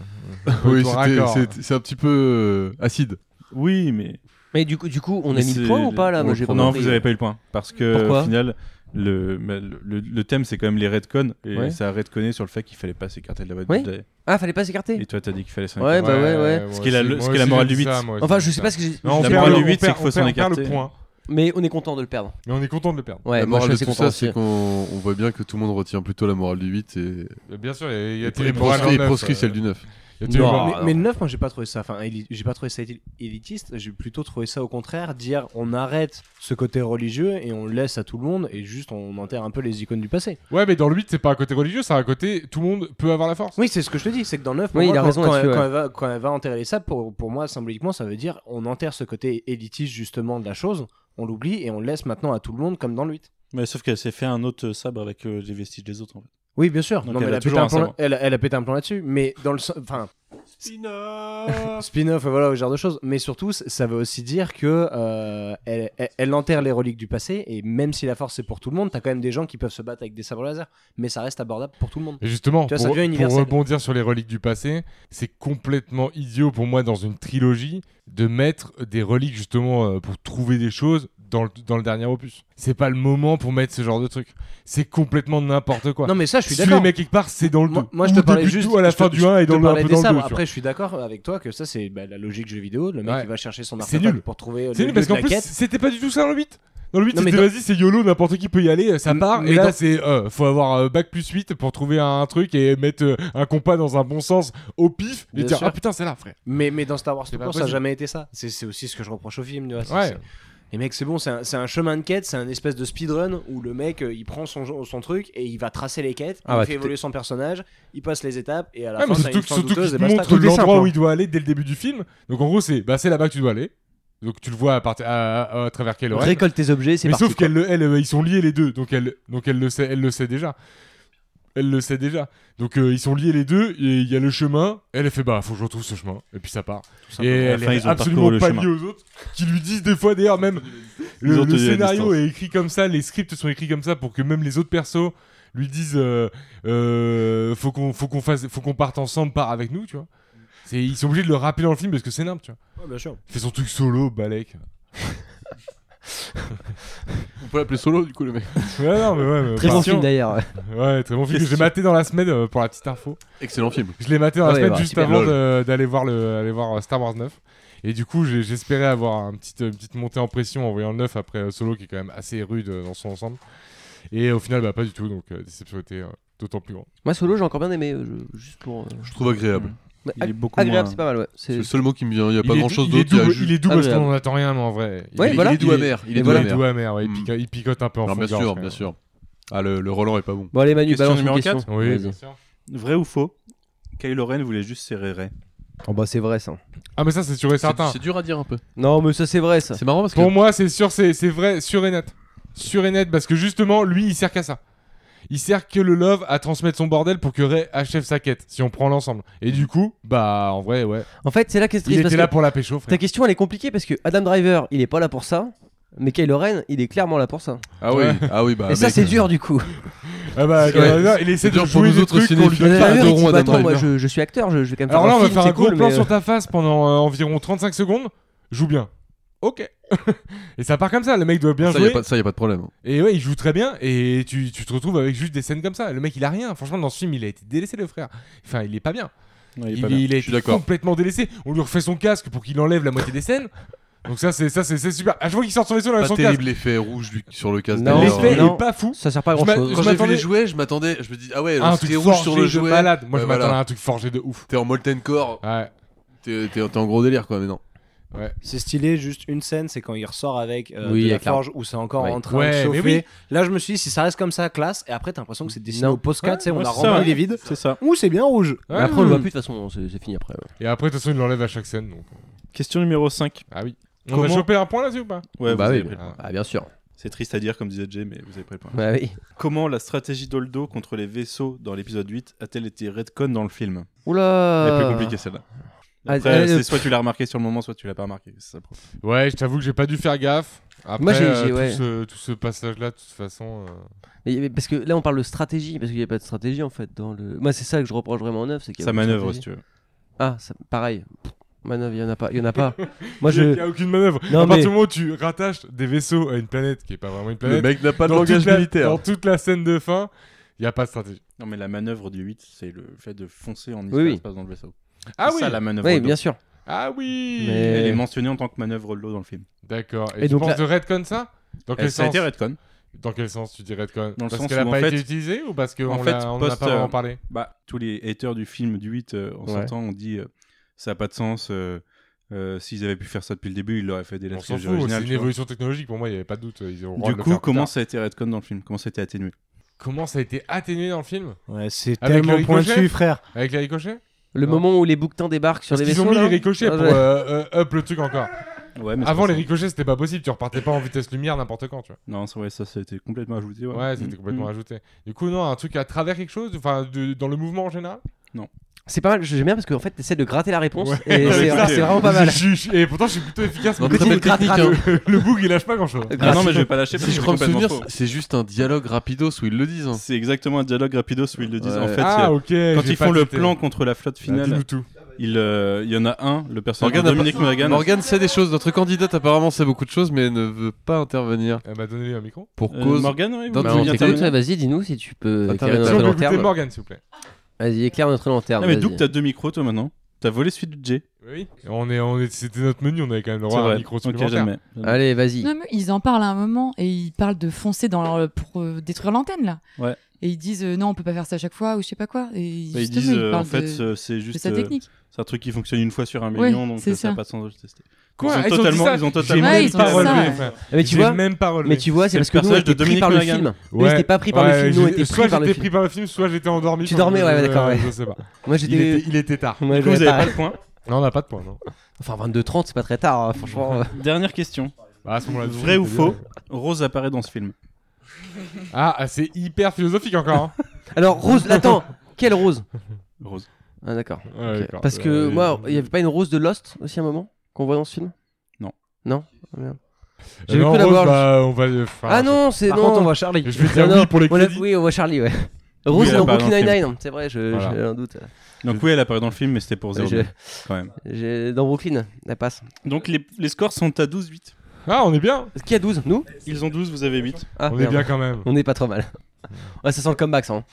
Oui,
Retour
c'était-
raccord.
c'est c'est un petit peu euh, acide.
Oui, mais.
Mais du coup, du coup on
mais
a mis
c'est-
le point ou pas là
on
Moi,
le
j'ai
prend-
pas
Non,
compris.
vous avez pas eu le point. Parce que
Pourquoi
au final, le, mais le, le- le thème c'est quand même les redcons. Et
Ouais.
ça a redconné sur le fait qu'il fallait pas s'écarter de la voie
Oui.
de Jedi.
Ah, fallait pas s'écarter
Et toi, t'as dit qu'il fallait s'en
Ouais,
écarter.
bah ouais, ouais.
moi
Ce qui est la-
aussi,
le-
moi
ce qui est la
aussi,
morale
j'ai
du
dit ça,
huit.
moi aussi,
Enfin, je
j'ai dit
sais
ça.
pas ce que j'ai.
Non, on
La
j'ai-
perd,
morale
le-
du
on
huit, c'est
perd-
qu'il faut
on
s'en
perd- on perd
écarter.
le point.
Mais on est content de le perdre.
Mais on est content de le perdre.
Ouais,
la
moi, je
morale de
suis assez
tout
content
ça,
aussi.
c'est qu'on on voit bien que tout le monde retient plutôt la morale du 8 et,
Euh, Bien sûr, il y a- il y a
et
Thierry Morel
proscrit, et
en neuf,
proscrit
euh,
celle du 9.
il y a Thierry
Non.
Morel.
Mais, mais le 9, moi j'ai pas trouvé ça. Enfin, éli- j'ai pas trouvé ça éli- élitiste. J'ai plutôt trouvé ça au contraire, dire on arrête ce côté religieux et on le laisse à tout le monde et juste on enterre un peu les icônes du passé.
Ouais, mais dans le 8, c'est pas un côté religieux, c'est un côté tout le monde peut avoir la force.
Oui, c'est ce que je te dis. C'est que dans le 9, pour
Oui,
moi,
il a
quand,
raison
quand elle,
là-dessus,
quand
ouais.
elle va, quand elle va enterrer les sables, pour, pour moi symboliquement, ça veut dire on enterre ce côté élitiste justement de la chose, on l'oublie et on le laisse maintenant à tout le monde comme dans le 8.
Mais sauf qu'elle s'est fait un autre sabre avec euh, les vestiges des autres. En fait.
Oui, bien sûr.
Donc
Non, mais
elle
elle,
a
a pété
toujours
un
un
plan,
sabre.
elle, a- elle a pété un plan là-dessus, mais dans le sen- enfin spin-off, spin-off, voilà, ce genre de choses. Mais surtout, c- ça veut aussi dire que euh, elle, elle- elle enterre les reliques du passé et même si la force c'est pour tout le monde, t'as quand même des gens qui peuvent se battre avec des sabres laser, mais ça reste abordable pour tout le monde.
Et justement,
Tu vois, ça
pour,
devient
pour
universel.
rebondir sur les reliques du passé, c'est complètement idiot pour moi dans une trilogie de mettre des reliques justement euh, pour trouver des choses dans le, dans le dernier opus. C'est pas le moment pour mettre ce genre de truc. C'est complètement n'importe quoi.
Non, mais ça, je suis
si les
d'accord.
mecs quelque part, c'est dans le 2.
Moi, moi, je te
Ou
parlais
début de
juste
tout à la
je te-
fin
je
du 1 et
te
dans le,
parlais
dans
des
le 2.
sabres.
tu vois.
Après, je suis d'accord avec toi que ça, c'est bah, la logique jeu vidéo. Le mec,
Ouais.
il va chercher son
C'est
artefact
nul.
pour trouver
C'est
le
nul
lieu
parce
de
qu'en
la
plus,
quête.
c'était pas du tout ça le 8. Dans le 8,
Non, mais
c'était
dans-
vas-y, c'est YOLO, n'importe qui peut y aller, ça
Mais-
part.
mais
et là,
dans-
c'est euh, faut avoir euh, bac plus 8 pour trouver un, truc et mettre euh, un compas dans un bon sens au pif et
Bien
dire
sûr.
Ah putain, c'est là, frère.
Mais, mais dans Star Wars, tout
pas
court, ça n'a
possible.
jamais été ça. C'est c'est aussi ce que je reproche au film. tu vois, c'est-
Ouais.
c'est- Les mecs, c'est bon, c'est un, c'est un chemin de quête, c'est un espèce de speedrun où le mec, euh, il prend son, son truc et il va tracer les quêtes,
Ah
il
ouais,
fait
tout est-
évoluer son personnage, il passe les étapes et à la
Ouais,
fin,
mais
c'est
surtout,
une fin
surtout qu'il
douteuse et
te
basta.
montre
quoi.
l'endroit où il doit aller dès le début du film. Donc en gros, c'est bah, c'est là-bas que tu dois aller. Donc tu le vois à, partir- à, à- à travers quelle oreille.
Récolte tes objets, c'est
Mais
parti.
sauf qu'elle, le- elle, euh, ils sont liés les deux, donc elle, donc elle le sait, elle le sait déjà. Elle le sait déjà. Donc euh, ils sont liés les deux et il y a le chemin. Elle, elle fait bah faut que je retrouve ce chemin et puis ça part. Et
À la
elle
fin,
est
ils ont
absolument
parcouru le
pas
chemin.
liée aux autres qui lui disent des fois d'ailleurs même le,
ont
le
tenu la
scénario
distance.
est écrit comme ça, les scripts sont écrits comme ça pour que même les autres persos lui disent euh, euh, faut qu'on faut qu'on fasse faut qu'on parte ensemble, part avec nous, tu vois. C'est ils sont obligés de le rappeler dans le film parce que c'est nimp, tu vois.
Ouais, bien sûr.
Fais son truc solo, Balek.
On peut l'appeler solo du coup le mec.
Ouais non mais ouais. mais
Très bon
enfin,
film d'ailleurs.
Ouais, très bon film. que J'ai
Question.
maté dans la semaine euh, pour la petite info.
Excellent film.
Je l'ai maté dans la
Ah ouais,
semaine
bah,
juste
super.
avant
Lol.
de- d'aller voir le aller voir euh, Star Wars 9. Et du coup, j'ai- j'espérais avoir un petit, euh, une petite montée en pression en voyant le 9 après euh, Solo qui est quand même assez rude euh, dans son ensemble. Et au final, bah, pas du tout. Donc, euh, déception était euh, d'autant plus grande.
Moi, solo, j'ai encore bien aimé. euh, je- Juste pour. euh,
Je trouve agréable.
bah,
Il est beaucoup
Agréable,
moins-
c'est pas mal, ouais. C'est-
C'est le seul mot qui me vient. Il n'y a pas
est-
grand chose
il est
d'autre. Il y a
doux,
juste-
il est doux parce
Agréable.
qu'on n'attend rien, mais en vrai.
ah Ouais,
il, est-
voilà.
Il est doux
il est-
amer. Il
Il
est
est
doux
doux
amer.
amer, ouais, il,
Mm.
pique- il picote un peu en
Alors
fond
bien
de gorge,
sûr,
quand
bien
même.
sûr. Ah le, le Roland est pas bon.
Bon, allez, Manu,
Question
balance une
numéro
question.
Oui,
Vas-y.
bien sûr.
Vrai ou faux Kylo Ren voulait juste serrer Ray.
Oh, bah, c'est vrai ça.
Ah, mais ça, c'est sûr et certain.
C'est c'est dur à dire un peu.
Non, mais ça, c'est vrai ça.
C'est marrant parce que
Pour moi, c'est sûr, c'est c'est vrai, sûr et net. Sûr et net, parce que justement, lui, il sert qu'à ça. Il sert que le love à transmettre son bordel pour que Ray achève sa quête, si on prend l'ensemble. Et du coup, bah, en vrai, ouais.
En fait, c'est là qu'est
Il
triste.
était
parce
là
que
pour la pécho, frère.
Ta question, elle est compliquée parce que Adam Driver, il est pas là pour ça. Mais Kylo Ren, il est clairement là pour ça.
Ah oui, ah oui, bah.
Et ça,
mec,
c'est dur du coup.
Ah bah,
Ouais.
euh, là, il
C'est
essaie de
dur pour
jouer
nous
des
autres
trucs qu'on lui
cinéphiles.
donne
Bah,
pas.
D'ailleurs, il
Adoron
dit,
à
bah,
Adam
attends, moi
Driver.
je, je suis acteur, je, je vais quand même
Alors
faire
là, on
un
va
film,
faire
c'est
un gros
cool,
plan
mais, euh,
sur ta face pendant euh, environ 35 secondes. Joue bien. Ok. et ça part comme ça. Le mec doit bien
ça, y
jouer.
a pas, ça, y a pas de problème. hein.
Et ouais, il joue très bien. Et tu, tu te retrouves avec juste des scènes comme ça. Le mec, il a rien. Franchement, dans ce film, il a été délaissé, le frère. Enfin, il est pas bien.
Ouais, il est
Il,
pas bien.
il a
suis
été
d'accord.
complètement délaissé. On lui refait son casque pour qu'il enlève la moitié des scènes. Donc ça, c'est ça, c'est c'est super. À chaque fois qu'il sort son vaisseau, il enlève
Pas
son casque.
terrible l'effet rouge du- sur le casque.
Non,
d'ailleurs.
L'effet
non.
est pas fou.
Ça sert pas à
Je
grand chose.
m'a-
Quand
je
j'ai vu
m'attendais-
les jouets, je m'attendais, je me dis ah ouais,
Ah, un
le
truc
c'était rouge sur
forgé
le
de
jouet.
malade. Moi,
Ouais,
je m'attendais
voilà.
à un truc forgé de ouf.
T'es en molten core,
Ouais.
t'es t'es- t'es en gros délire quoi, mais non.
C'est stylé, juste une scène, c'est quand il ressort avec euh,
Oui,
de la
avec la-
forge où c'est encore
Ouais.
en train
Ouais,
de
mais
chauffer.
oui.
Là, je me suis dit, si ça reste comme ça, classe, et après, t'as l'impression que c'est dessiné
Non.
au post-cut, tu sais, on
Ouais,
a
c'est ça,
rempli
ouais.
les vides.
C'est ça.
Ouh, c'est bien rouge.
Mais après, on le voit
Ouais.
plus de toute façon, c'est c'est fini après. ouais.
Et après, de toute façon, il l'enlève à chaque scène. Donc.
Question numéro 5.
Ah oui. On
Comment-
va choper un point là-dessus ou pas
Ouais,
Bah
vous
oui.
avez pris le point.
Ah, bien sûr.
C'est triste à dire, comme disait Jay, mais vous avez pris le point.
Bah oui.
Comment la stratégie d'Oldo contre les vaisseaux dans l'épisode 8 a-t-elle été redcon dans le film
Oula.
Elle est plus compliquée celle-là.
Ah,
Après,
elle-
c'est soit tu l'as remarqué sur le moment, soit tu l'as pas remarqué. C'est ça le problème.
Ouais, je t'avoue que j'ai pas dû faire gaffe. Après,
Moi, j'ai-
euh,
j'ai-
tout,
ouais.
ce, tout ce passage-là, de toute façon. euh,
Mais- mais parce que là, on parle de stratégie, parce qu'il n'y a pas de stratégie en fait dans le. Moi, c'est ça que je reproche vraiment au neuf, c'est qu'il y a
Ça
pas de
manœuvre si
stratégie.
tu veux.
Ah, ça- pareil. Pff, Manœuvre, il y en a pas. Il y en a pas. Moi,
Il n'y
je.
a aucune manœuvre.
Non,
à partir
mais-
du moment où tu rattaches des vaisseaux à une planète qui est pas vraiment une
Ah, Le
planète,
mec n'a pas de
dans, toute
langage
la,
militaire.
dans toute la scène de fin, il n'y a pas de stratégie.
Non, mais la manœuvre du 8, c'est le fait de foncer en
Oui, oui.
espace dans le vaisseau.
Ah
C'est
oui
ça la manœuvre.
Oui,
Oldo.
bien sûr.
Ah oui
Mais-
Elle est mentionnée en tant que manœuvre Oldo dans le film.
D'accord. Et,
Et
tu
donc
penses
là-
de Redcon ça dans quel,
Elle, ça a
sens...
été redcon.
dans quel sens tu dis Redcon
Dans le
Parce
sens
qu'elle n'a
où, en
pas
fait-
été utilisée ou parce qu'on
en
n'en
fait,
a, on en a
post,
pas vraiment
euh,
parlé
bah, tous les haters du film du 8 euh, en
Ouais.
sortant ont dit euh, ça n'a pas de sens. euh, euh, S'ils avaient pu faire ça depuis le début, ils l'auraient fait dès la
On s'en
trilogie
fout, c'est
originale.
une
tu vois.
évolution technologique pour moi, il n'y avait pas de doute. euh, Ils auront le droit
Du
de le
coup,
faire plus
comment
tard.
ça a été redcon dans le film Comment ça a été atténué
comment ça a été atténué dans le film
Ouais, c'est
Avec
tellement
le ricochet
pointu, frère.
Avec les ricochets
Le
Non.
moment où les bouquetins débarquent sur
Parce
les
qu'ils
vaisseaux.
ont mis
là.
les ricochets
Ah,
pour
ouais.
euh, euh, up le truc encore.
Ouais, mais c'est
Avant
pas
les
ça.
ricochets, c'était pas possible, tu repartais pas en vitesse lumière n'importe quand, tu vois.
Non, ça, ouais, ça, ça a été complètement ajouté. Ouais,
Ouais, c'était
Mm,
complètement
mm.
ajouté. Du coup, non, un truc à travers quelque chose, enfin de- dans le mouvement en général.
C'est pas mal, j'aime bien parce qu'en fait, t'essaies de gratter la réponse
Ouais.
et
Ouais,
c'est
c'est-
c'est vraiment Oh, pas mal.
Je- je- Et pourtant, je suis plutôt efficace.
Non,
mais
très
le
belle
bug,
technique,
hein.
Le bug, il lâche pas grand chose.
Ah non, mais je vais pas lâcher parce que
Si je
c'est
crois me
complètement
souvenir,
faux.
c'est juste un dialogue rapidos où ils le disent. hein.
C'est exactement un dialogue rapidos où ils le disent. En
Ouais.
fait, il y a-
Ah, ok.
quand
j'ai
ils
pas
font le
tilté.
plan contre la flotte
Ah,
finale,
dis-nous tout.
il euh, il y en a un, le personnage de
Morgane a pas-
Dominic Morgan.
Morgane sait des choses, notre candidate apparemment sait beaucoup de choses mais elle ne veut pas intervenir
Elle m'a donné un micro.
pour
Euh,
cause.
Morgane, oui, vous
Dans-
Bah,
voulez
on t'écoute,
intervenir
ouais, vas-y, dis-nous si tu peux
Attends,
éclairer
attends,
Si
notre
on peut écouter
lanterne.
Morgan, s'il vous plaît.
Vas-y, éclaire notre lanterne.
Ah, mais
vas-y.
Doug, t'as deux micros toi maintenant. T'as volé celui de Jay.
Oui. On est, on est, c'était notre menu, on avait quand même
C'est
le droit à un
vrai.
micro
ok,
supplémentaire.
jamais. Bah,
Allez, vas-y.
Non, mais ils en parlent à un moment et ils parlent de foncer dans leur- pour euh, détruire l'antenne là.
Ouais.
Et ils disent euh, non, on peut pas faire ça à chaque fois ou je sais pas quoi. Et
Bah, Ils
justement,
disent, euh, en
parlent
fait,
de,
euh, c'est
de
juste.
sa
euh,
technique.
C'est un truc qui fonctionne une fois sur un
Ouais,
million, donc
c'est
euh, ça
ça.
n'a pas de sens de le tester. Ils
Quoi
ont
Ah, ils ont dit
totalement-
ça
ils ont
J'ai
totalement
Ouais,
même
ils ont
pas
dit ça,
relevé.
ouais.
frère.
Mais tu
J'ai
vois,
même pas relevé.
mais tu vois, c'est
C'est le
parce que nous, on
personnage de
était pris
Dominic
par le
Monaghan.
film. Nous, on était pas pris par
Ouais,
le film, nous, on
j'ai-
était
soit
pris par le
j'étais
film.
pris par le film, soit j'étais endormi.
Tu
enfin,
dormais,
je-
ouais, ouais,
je-
d'accord, ouais.
Je sais pas.
Moi,
Il était,
j'étais.
il était tard.
Moi,
Du coup, vous
j'avais
avez
pas-
pas le point.
Non, on n'a pas de point, non.
Enfin, 22h30, c'est pas très tard, hein, franchement.
Dernière question.
Bah, à ce moment-là,
Vrai
tu-
ou faux Rose apparaît dans ce film.
Ah, ah, c'est hyper philosophique encore. hein.
Alors, Rose, attends, quelle Rose
Rose.
Ah, d'accord.
Ouais,
ok.
d'accord.
Parce que,
Euh,
moi, il y avait pas une Rose de Lost aussi à un moment qu'on voit dans ce film
Non.
Non Ah, merde.
euh,
J'avais
non,
cru la
Rose,
voir, je-
bah, on va. euh, enfin,
Ah non, c'est.
Par
non.
contre, on voit Charlie.
Je vais
Non,
dire
non,
oui pour les
on l'a-
crédits.
Oui, on voit Charlie, ouais. Rose
elle apparaît
est dans
dans
Brooklyn
le film.
Nine-Nine, c'est vrai, je-
Voilà.
j'ai un doute.
Donc, oui, elle apparaît dans le film, mais c'était pour 0
Je-
quand même.
J'ai- Dans Brooklyn, elle passe.
Donc, les, les scores sont à 12-8.
Ah, on est bien.
Qui a 12 Nous
Ils ont 12, vous avez 8.
Ah,
On est
merde.
bien quand même.
On est pas trop mal. Ouais, ça sent le comeback, ça. hein.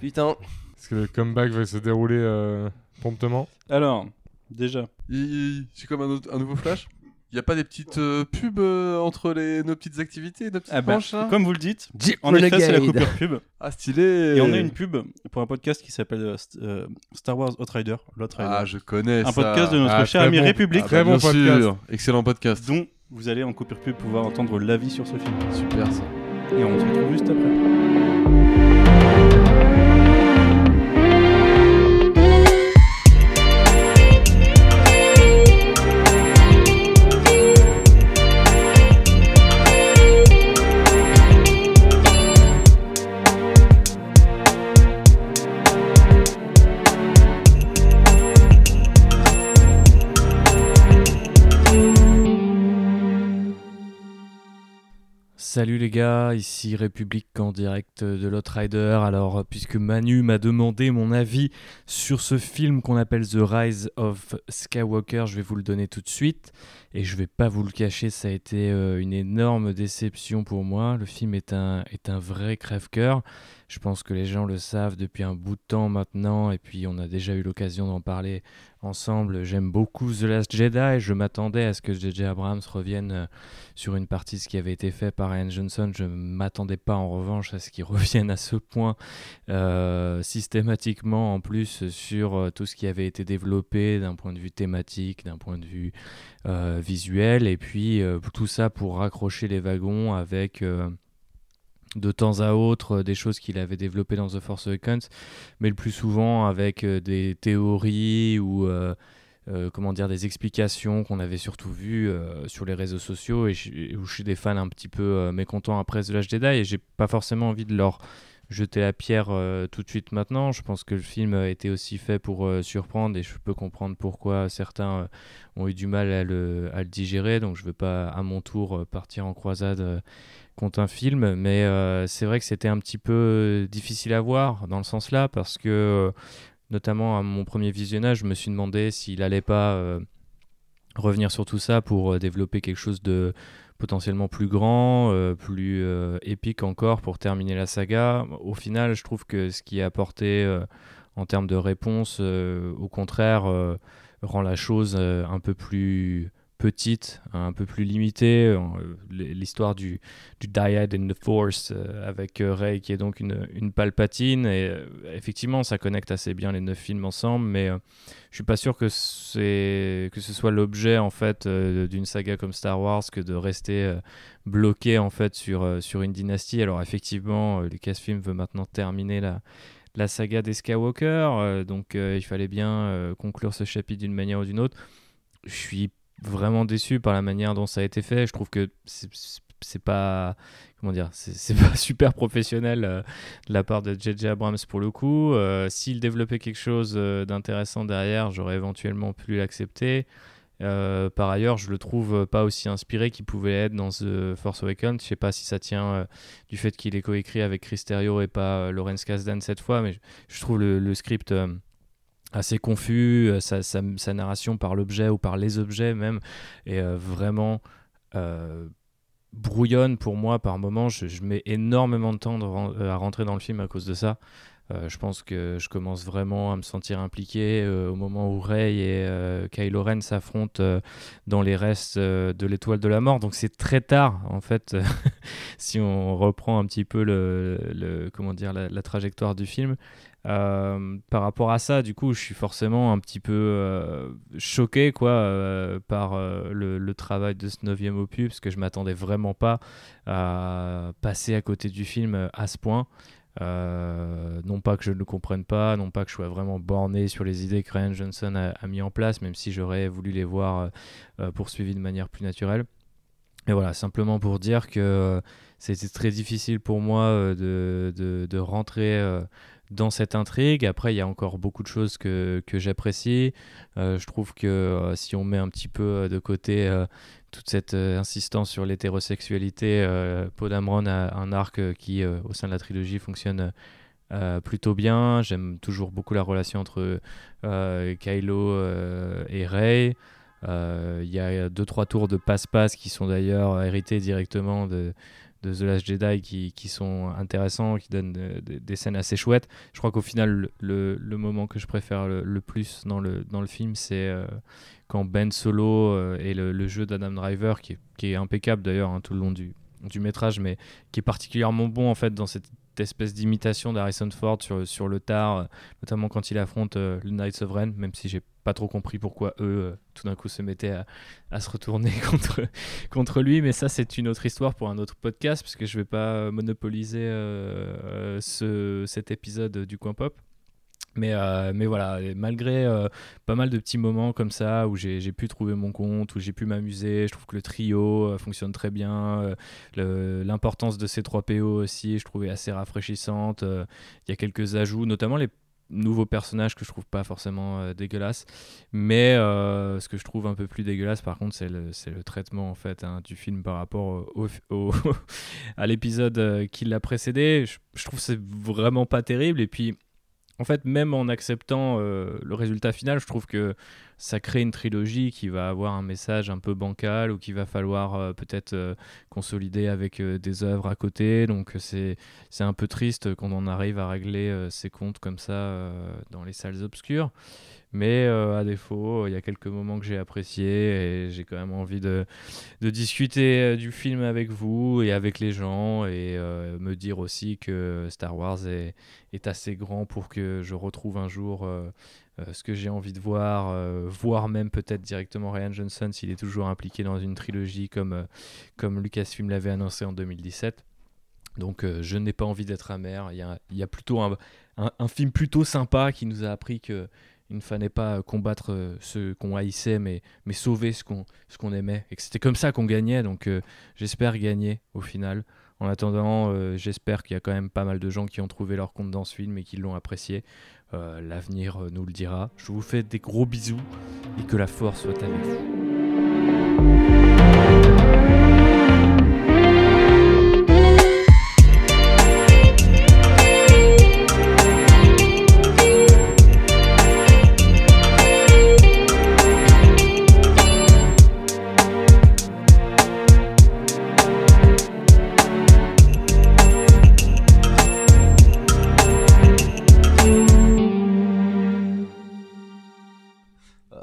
Putain.
Parce que le comeback va se dérouler euh, promptement.
Alors, déjà.
Il- il- C'est comme un, autre- un nouveau flash. Il y a pas des petites euh, pubs euh, entre les, nos petites activités, nos petites
Ah bah,
planches là
comme vous le dites,
Jeep
en effet, c'est la
Renegade.
coupure pub.
Ah stylé
Et on a une pub pour un podcast qui s'appelle euh, St- euh, Star Wars Outrider, l'Outrider.
Ah je connais
un
ça.
podcast de notre
Ah,
cher
très
ami
bon.
République,
Ah,
Très
bah,
bon
bien
podcast.
sûr. Excellent podcast.
dont vous allez en coupure pub pouvoir entendre l'avis sur ce film.
Super ça.
Et on se retrouve juste après.
Salut les gars, ici République en direct de l'Outrider. Alors, euh, puisque Manu m'a demandé mon avis sur ce film qu'on appelle The Rise of Skywalker, je vais vous le donner tout de suite. Et je vais pas vous le cacher, ça a été euh, une énorme déception pour moi. Le film est un, est un vrai crève-cœur. Je pense que les gens le savent depuis un bout de temps maintenant. Et puis, on a déjà eu l'occasion d'en parler ensemble. J'aime beaucoup The Last Jedi. et Je m'attendais à ce que J.J. Abrams revienne. euh, sur une partie de ce qui avait été fait par Ian Johnson. Je ne m'attendais pas en revanche à ce qu'ils reviennent à ce point euh, systématiquement en plus sur euh, tout ce qui avait été développé d'un point de vue thématique, d'un point de vue euh, visuel, et puis euh, tout ça pour raccrocher les wagons avec... euh, de temps à autre euh, des choses qu'il avait développées dans The Force Awakens, mais le plus souvent avec euh, des théories ou euh, euh, comment dire, des explications qu'on avait surtout vues euh, sur les réseaux sociaux et, je- et où je suis des fans un petit peu euh, mécontents après The Last Jedi et j'ai pas forcément envie de leur jeter la pierre euh, tout de suite maintenant. Je pense que le film a été aussi fait pour euh, surprendre et je peux comprendre pourquoi certains euh, ont eu du mal à le, à le digérer. Donc je veux pas à mon tour euh, partir en croisade euh, contre un film, mais euh, c'est vrai que c'était un petit peu euh, difficile à voir dans le sens là parce que euh, notamment à mon premier visionnage, je me suis demandé s'il allait pas euh, revenir sur tout ça pour euh, développer quelque chose de potentiellement plus grand, euh, plus euh, épique encore pour terminer la saga. Au final, je trouve que ce qui est apporté euh, en termes de réponse, euh, au contraire, euh, rend la chose euh, un peu plus petite, un peu plus limitée. Euh, L'histoire du, du Dyad in the Force euh, avec euh, Rey qui est donc une, une palpatine. Et euh, effectivement, ça connecte assez bien les neuf films ensemble, mais euh, je suis pas sûr que, c'est- que ce soit l'objet en fait euh, d'une saga comme Star Wars que de rester euh, bloqué en fait sur, euh, sur une dynastie. Alors effectivement, euh, Lucasfilm veut maintenant terminer la, la saga des Skywalker, euh, donc euh, il fallait bien euh, conclure ce chapitre d'une manière ou d'une autre. Je suis vraiment déçu par la manière dont ça a été fait. Je trouve que c'est- c'est c'est pas comment dire c'est c'est pas super professionnel euh, de la part de JJ Abrams pour le coup Euh, s'il développait quelque chose euh, d'intéressant derrière j'aurais éventuellement pu l'accepter Euh, par ailleurs je le trouve pas aussi inspiré qu'il pouvait être dans The Force Awakens je sais pas si ça tient euh, du fait qu'il est coécrit avec Chris Terrio et pas euh, Lawrence Kasdan cette fois mais je, je trouve le, le script euh, assez confus euh, sa, sa- sa narration par l'objet ou par les objets même est euh, vraiment euh, brouillonne pour moi par moment. Je, je mets énormément de temps de ren- euh, à rentrer dans le film à cause de ça. Euh, je pense que je commence vraiment à me sentir impliqué euh, au moment où Rey et euh, Kylo Ren s'affrontent euh, dans les restes euh, de l'étoile de la mort. Donc c'est très tard en fait si on reprend un petit peu le, le- comment dire la, la trajectoire du film. Euh, par rapport à ça, du coup, je suis forcément un petit peu euh, choqué quoi euh, par euh, le, le travail de ce neuvième opus parce que je m'attendais vraiment pas à passer à côté du film euh, à ce point. Euh, non pas que je ne le comprenne pas, non pas que je sois vraiment borné sur les idées que Ryan Johnson a, a mis en place, même si j'aurais voulu les voir euh, euh, poursuivies de manière plus naturelle. Et voilà, simplement pour dire que euh, c'était très difficile pour moi euh, de, de- de rentrer euh, dans cette intrigue. Après, il y a encore beaucoup de choses que, que j'apprécie. Euh, je trouve que euh, si on met un petit peu euh, de côté euh, toute cette euh, insistance sur l'hétérosexualité, euh, Poe Dameron a un arc euh, qui, euh, au sein de la trilogie, fonctionne euh, plutôt bien. J'aime toujours beaucoup la relation entre euh, Kylo euh, et Rey. Euh, Il y a deux trois tours de passe-passe qui sont d'ailleurs hérités directement de, de The Last Jedi qui, qui sont intéressants, qui donnent euh, des- des scènes assez chouettes je crois qu'au final, le, le- le moment que je préfère le, le plus dans le, dans le film, c'est euh, quand Ben Solo euh, et le, le jeu d'Adam Driver, qui est, qui est impeccable d'ailleurs hein, tout le long du, du métrage, mais qui est particulièrement bon en fait dans cette espèce d'imitation d'Harrison Ford sur, sur le tard, euh, notamment quand il affronte euh, le Knights of Ren, même si j'ai pas trop compris pourquoi eux, euh, tout d'un coup, se mettaient à, à se retourner contre, contre lui, mais ça c'est une autre histoire pour un autre podcast, parce que je vais pas euh, monopoliser euh, euh, ce, cet épisode euh, du coin pop. Mais, euh, mais voilà, et malgré euh, pas mal de petits moments comme ça où j'ai j'ai pu trouver mon compte, où j'ai pu m'amuser, je trouve que le trio euh, fonctionne très bien, euh, le- l'importance de ces trois PO aussi, je trouvais assez rafraîchissante, euh, il y a quelques ajouts, notamment les nouveaux personnages que je trouve pas forcément euh, dégueulasses. Mais euh, ce que je trouve un peu plus dégueulasse, par contre, c'est le, c'est le traitement en fait hein, du film par rapport au, au- à l'épisode euh, qui l'a précédé. Je, je trouve que c'est vraiment pas terrible. Et puis, en fait, même en acceptant euh, le résultat final, je trouve que ça crée une trilogie qui va avoir un message un peu bancal ou qu'il va falloir euh, peut-être euh, consolider avec euh, des œuvres à côté. Donc, euh, c'est c'est un peu triste qu'on en arrive à régler euh, ces comptes comme ça euh, dans les salles obscures. Mais euh, à défaut, il y a quelques moments que j'ai appréciés et j'ai quand même envie de, de discuter euh, du film avec vous et avec les gens et euh, me dire aussi que Star Wars est, est assez grand pour que je retrouve un jour euh, euh, ce que j'ai envie de voir, euh, voire même peut-être directement Ryan Johnson s'il est toujours impliqué dans une trilogie comme, euh, comme Lucasfilm l'avait annoncé en 2017. Donc euh, je n'ai pas envie d'être amer. Il y a, il y a plutôt un, un- un film plutôt sympa qui nous a appris que il ne fallait pas combattre euh, ceux qu'on haïssait, mais, mais sauver ce qu'on ce qu'on aimait. Et que c'était comme ça qu'on gagnait. Donc euh, j'espère gagner au final. En attendant, euh, j'espère qu'il y a quand même pas mal de gens qui ont trouvé leur compte dans ce film et qui l'ont apprécié. Euh, L'avenir euh, nous le dira. Je vous fais des gros bisous et que la force soit avec vous.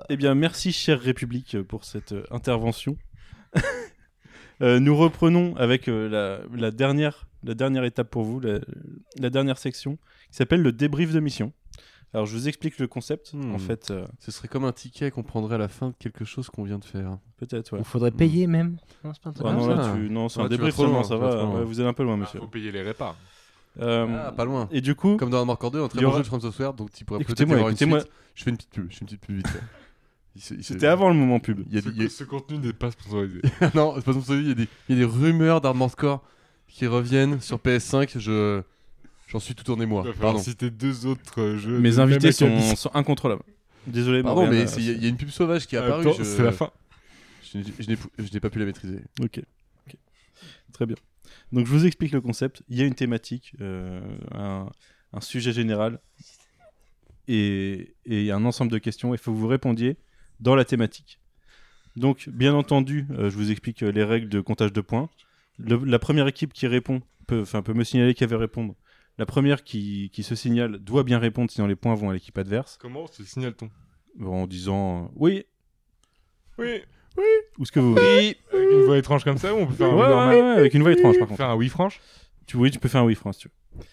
Eh bien, merci, chère République, euh, pour cette euh, intervention. Euh, nous reprenons avec euh, la, la dernière, la dernière étape pour vous, la, la dernière section, qui s'appelle le débrief de mission. Alors, je vous explique le concept.
Hmm.
En fait, euh,
Ce serait comme un ticket qu'on prendrait à la fin de quelque chose qu'on vient de faire.
peut-être, ouais.
Il faudrait payer même. Non, c'est pas un truc
Ah
comme
non, là,
ça.
tu- non, c'est
Ouais,
un
tu vas
débrief
trop
seulement,
loin,
ça
tu vas
va.
trop loin.
ouais, vous allez un peu loin, monsieur.
faut payer les repas.
Euh,
Ah, pas loin.
et du coup,
Comme dans Armored Core 2, un très
Il y
bon
aura-
jeu de From Software, donc tu pourrais peut-être y
écoutez-moi,
avoir une
écoutez-moi,
suite. Je fais une petite pub, je fais une petite pub vite. fait. Il se- il se-
c'était avant le moment pub.
Il y a,
ce,
il y a-
ce contenu n'est pas sponsorisé.
non, c'est pas comme ça, il y a des, il y a des rumeurs d'Armored Core qui reviennent sur PS5. Je, j'en suis tout en émoi.
Il va falloir
Pardon.
citer deux autres euh, jeux.
Mes
de
invités
même
sont,
acabit.
sont incontrôlables. Désolé,
Pardon,
Morgane,
mais
euh,
c'est- il y a- il y a une pub sauvage qui est apparue.
Euh, Attends,
je-
c'est la fin.
je n'ai- je n'ai pu- je n'ai pas pu la maîtriser.
Ok. Ok. Très bien. Donc je vous explique le concept. Il y a une thématique, euh, un, un sujet général et, et un ensemble de questions. Il faut que vous répondiez dans la thématique. Donc, bien entendu, euh, je vous explique euh, les règles de comptage de points. Le- la première équipe qui répond peut, enfin, peut me signaler qu'elle veut répondre. La première qui, qui se signale doit bien répondre, sinon les points vont à l'équipe adverse.
Comment se signale-t-on
En disant euh, oui
Oui,
ou ce que vous voulez.
avec une voix étrange comme ça, ou on peut
Ouais,
faire un
ouais,
normal
ouais, avec une voix étrange par contre.
Faire un oui franche
Tu, oui, tu peux faire un oui, France, tu veux.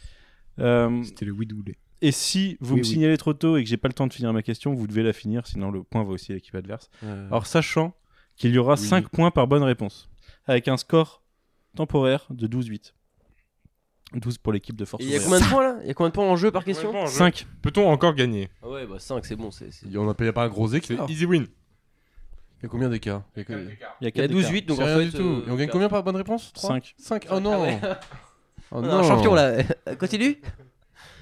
Euh,
C'était le oui doublé.
et si vous
Oui,
me
oui.
signalez trop tôt et que j'ai pas le temps de finir ma question, vous devez la finir, sinon le point va aussi à l'équipe adverse. Alors, sachant qu'il y aura
Oui.
5 points par bonne réponse, avec un score temporaire de 12-8. 12 pour l'équipe de Force.
Et Il y a combien de points là Il y a combien de points en jeu par question
Question
5
Peut-on encore gagner
Ah Ouais, bah 5, c'est bon. c'est- c'est-
Il y en a il y a pas un gros
C'est
Oh.
écart. Il
easy win.
y a combien d'écart Il y a que-
Il y a 12-8, donc
C'est
en
rien
fait.
du tout.
euh,
Et on gagne
quatre.
combien par bonne réponse 3
5.
5 Oh non
Ah ouais.
Oh
On a
non
un champion là. Euh, Continue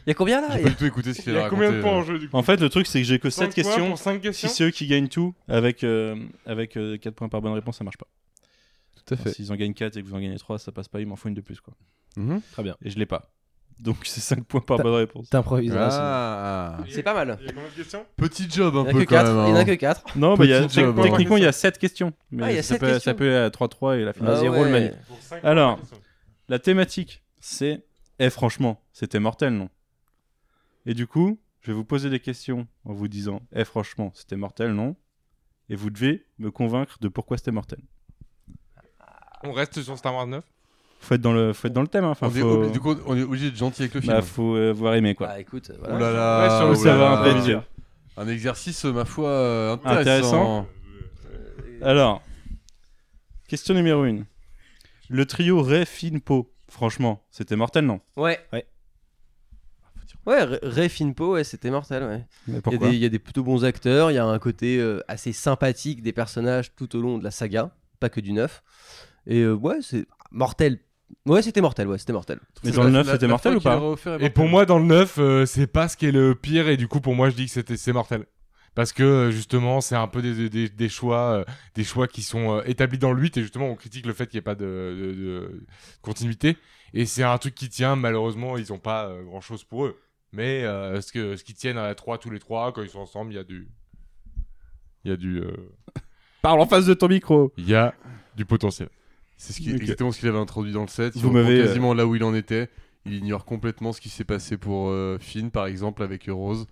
Il y a combien là
J'ai pas du tout écouté ce
Il
qu'il
y
a
a
raconté.
combien de points en jeu du coup
En fait, le truc, c'est que j'ai que 7
Cinq points
euh, questions.
pour cinq
Si
questions
c'est eux qui gagnent tout, avec, euh, avec 4 points par bonne réponse, ça marche pas.
Tout à
Alors, S'ils en gagnent 4 et que vous en gagnez 3, ça passe pas, il m'en faut une de plus. quoi.
Mhm.
Très bien. Et je l'ai pas. Donc, c'est 5 points par bonne réponse.
T'improviseras. sinon.
Ah.
C'est pas mal.
Il y a combien de questions
Petit job un
Il y en a
peu
que
quand
4. Il y en a
même.
que
hein.
4.
Non, mais il y a,
Petit job,
tec-
hein.
techniquement, il y a 7 questions. Mais
Ah, il y a
ça,
sept
peut, ça
questions.
peut aller à 3-3 et la finale
Ah
0 le
ouais.
Manu.
Pour cinq
Alors.
questions.
La thématique, c'est Eh franchement, c'était mortel, non Et du coup, je vais vous poser des questions en vous disant Eh franchement, c'était mortel, non Et vous devez me convaincre de pourquoi c'était mortel.
On reste sur Star Wars 9
Faut être dans le, faut être dans le thème, hein. Enfin,
On est
faut,
obli- Du coup, on est obligé d'être gentil avec le film.
bah, faut euh, avoir aimé, quoi.
Bah écoute,
Oh
voilà.
là là,
Ah,
Ouais, sur le
oh là
ça va
là.
improviser.
Un exercice, ma foi, euh,
Intéressant.
intéressant.
Alors, question numéro 1. Le trio Ray, Finn, Poe, franchement, c'était mortel, non
Ouais.
Ouais.
Ouais, Ray- Ray Finpo, ouais, c'était mortel, ouais.
Mais
Il y a des- Il y, a des plutôt bons acteurs, il y a un côté euh, assez sympathique des personnages tout au long de la saga, pas que du neuf. Et euh, ouais, c'est mortel, Ouais, c'était mortel, ouais, c'était mortel.
Mais dans le 9, c'était mortel ou pas
Et pour moi, dans le 9, euh, c'est pas ce qui est le pire, et du coup, pour moi, je dis que c'était- c'est mortel. Parce que euh, justement, c'est un peu des, des, des choix, euh, des choix qui sont euh, établis dans le 8, et justement, on critique le fait qu'il n'y ait pas de, de- de continuité. Et c'est un truc qui tient, malheureusement, ils n'ont pas euh, grand chose pour eux. Mais euh, ce, que, ce qui tiennent à 3 tous les 3, quand ils sont ensemble, il y a du. Il y a du. euh,
Parle en face de ton micro.
Il y a du potentiel.
C'est ce qui,
Ok.
exactement ce qu'il avait introduit dans le set. Il
Vous
reprend
m'avez, euh,
quasiment là où il en était. Il ignore complètement ce qui s'est passé pour euh, Finn, par exemple, avec Rose.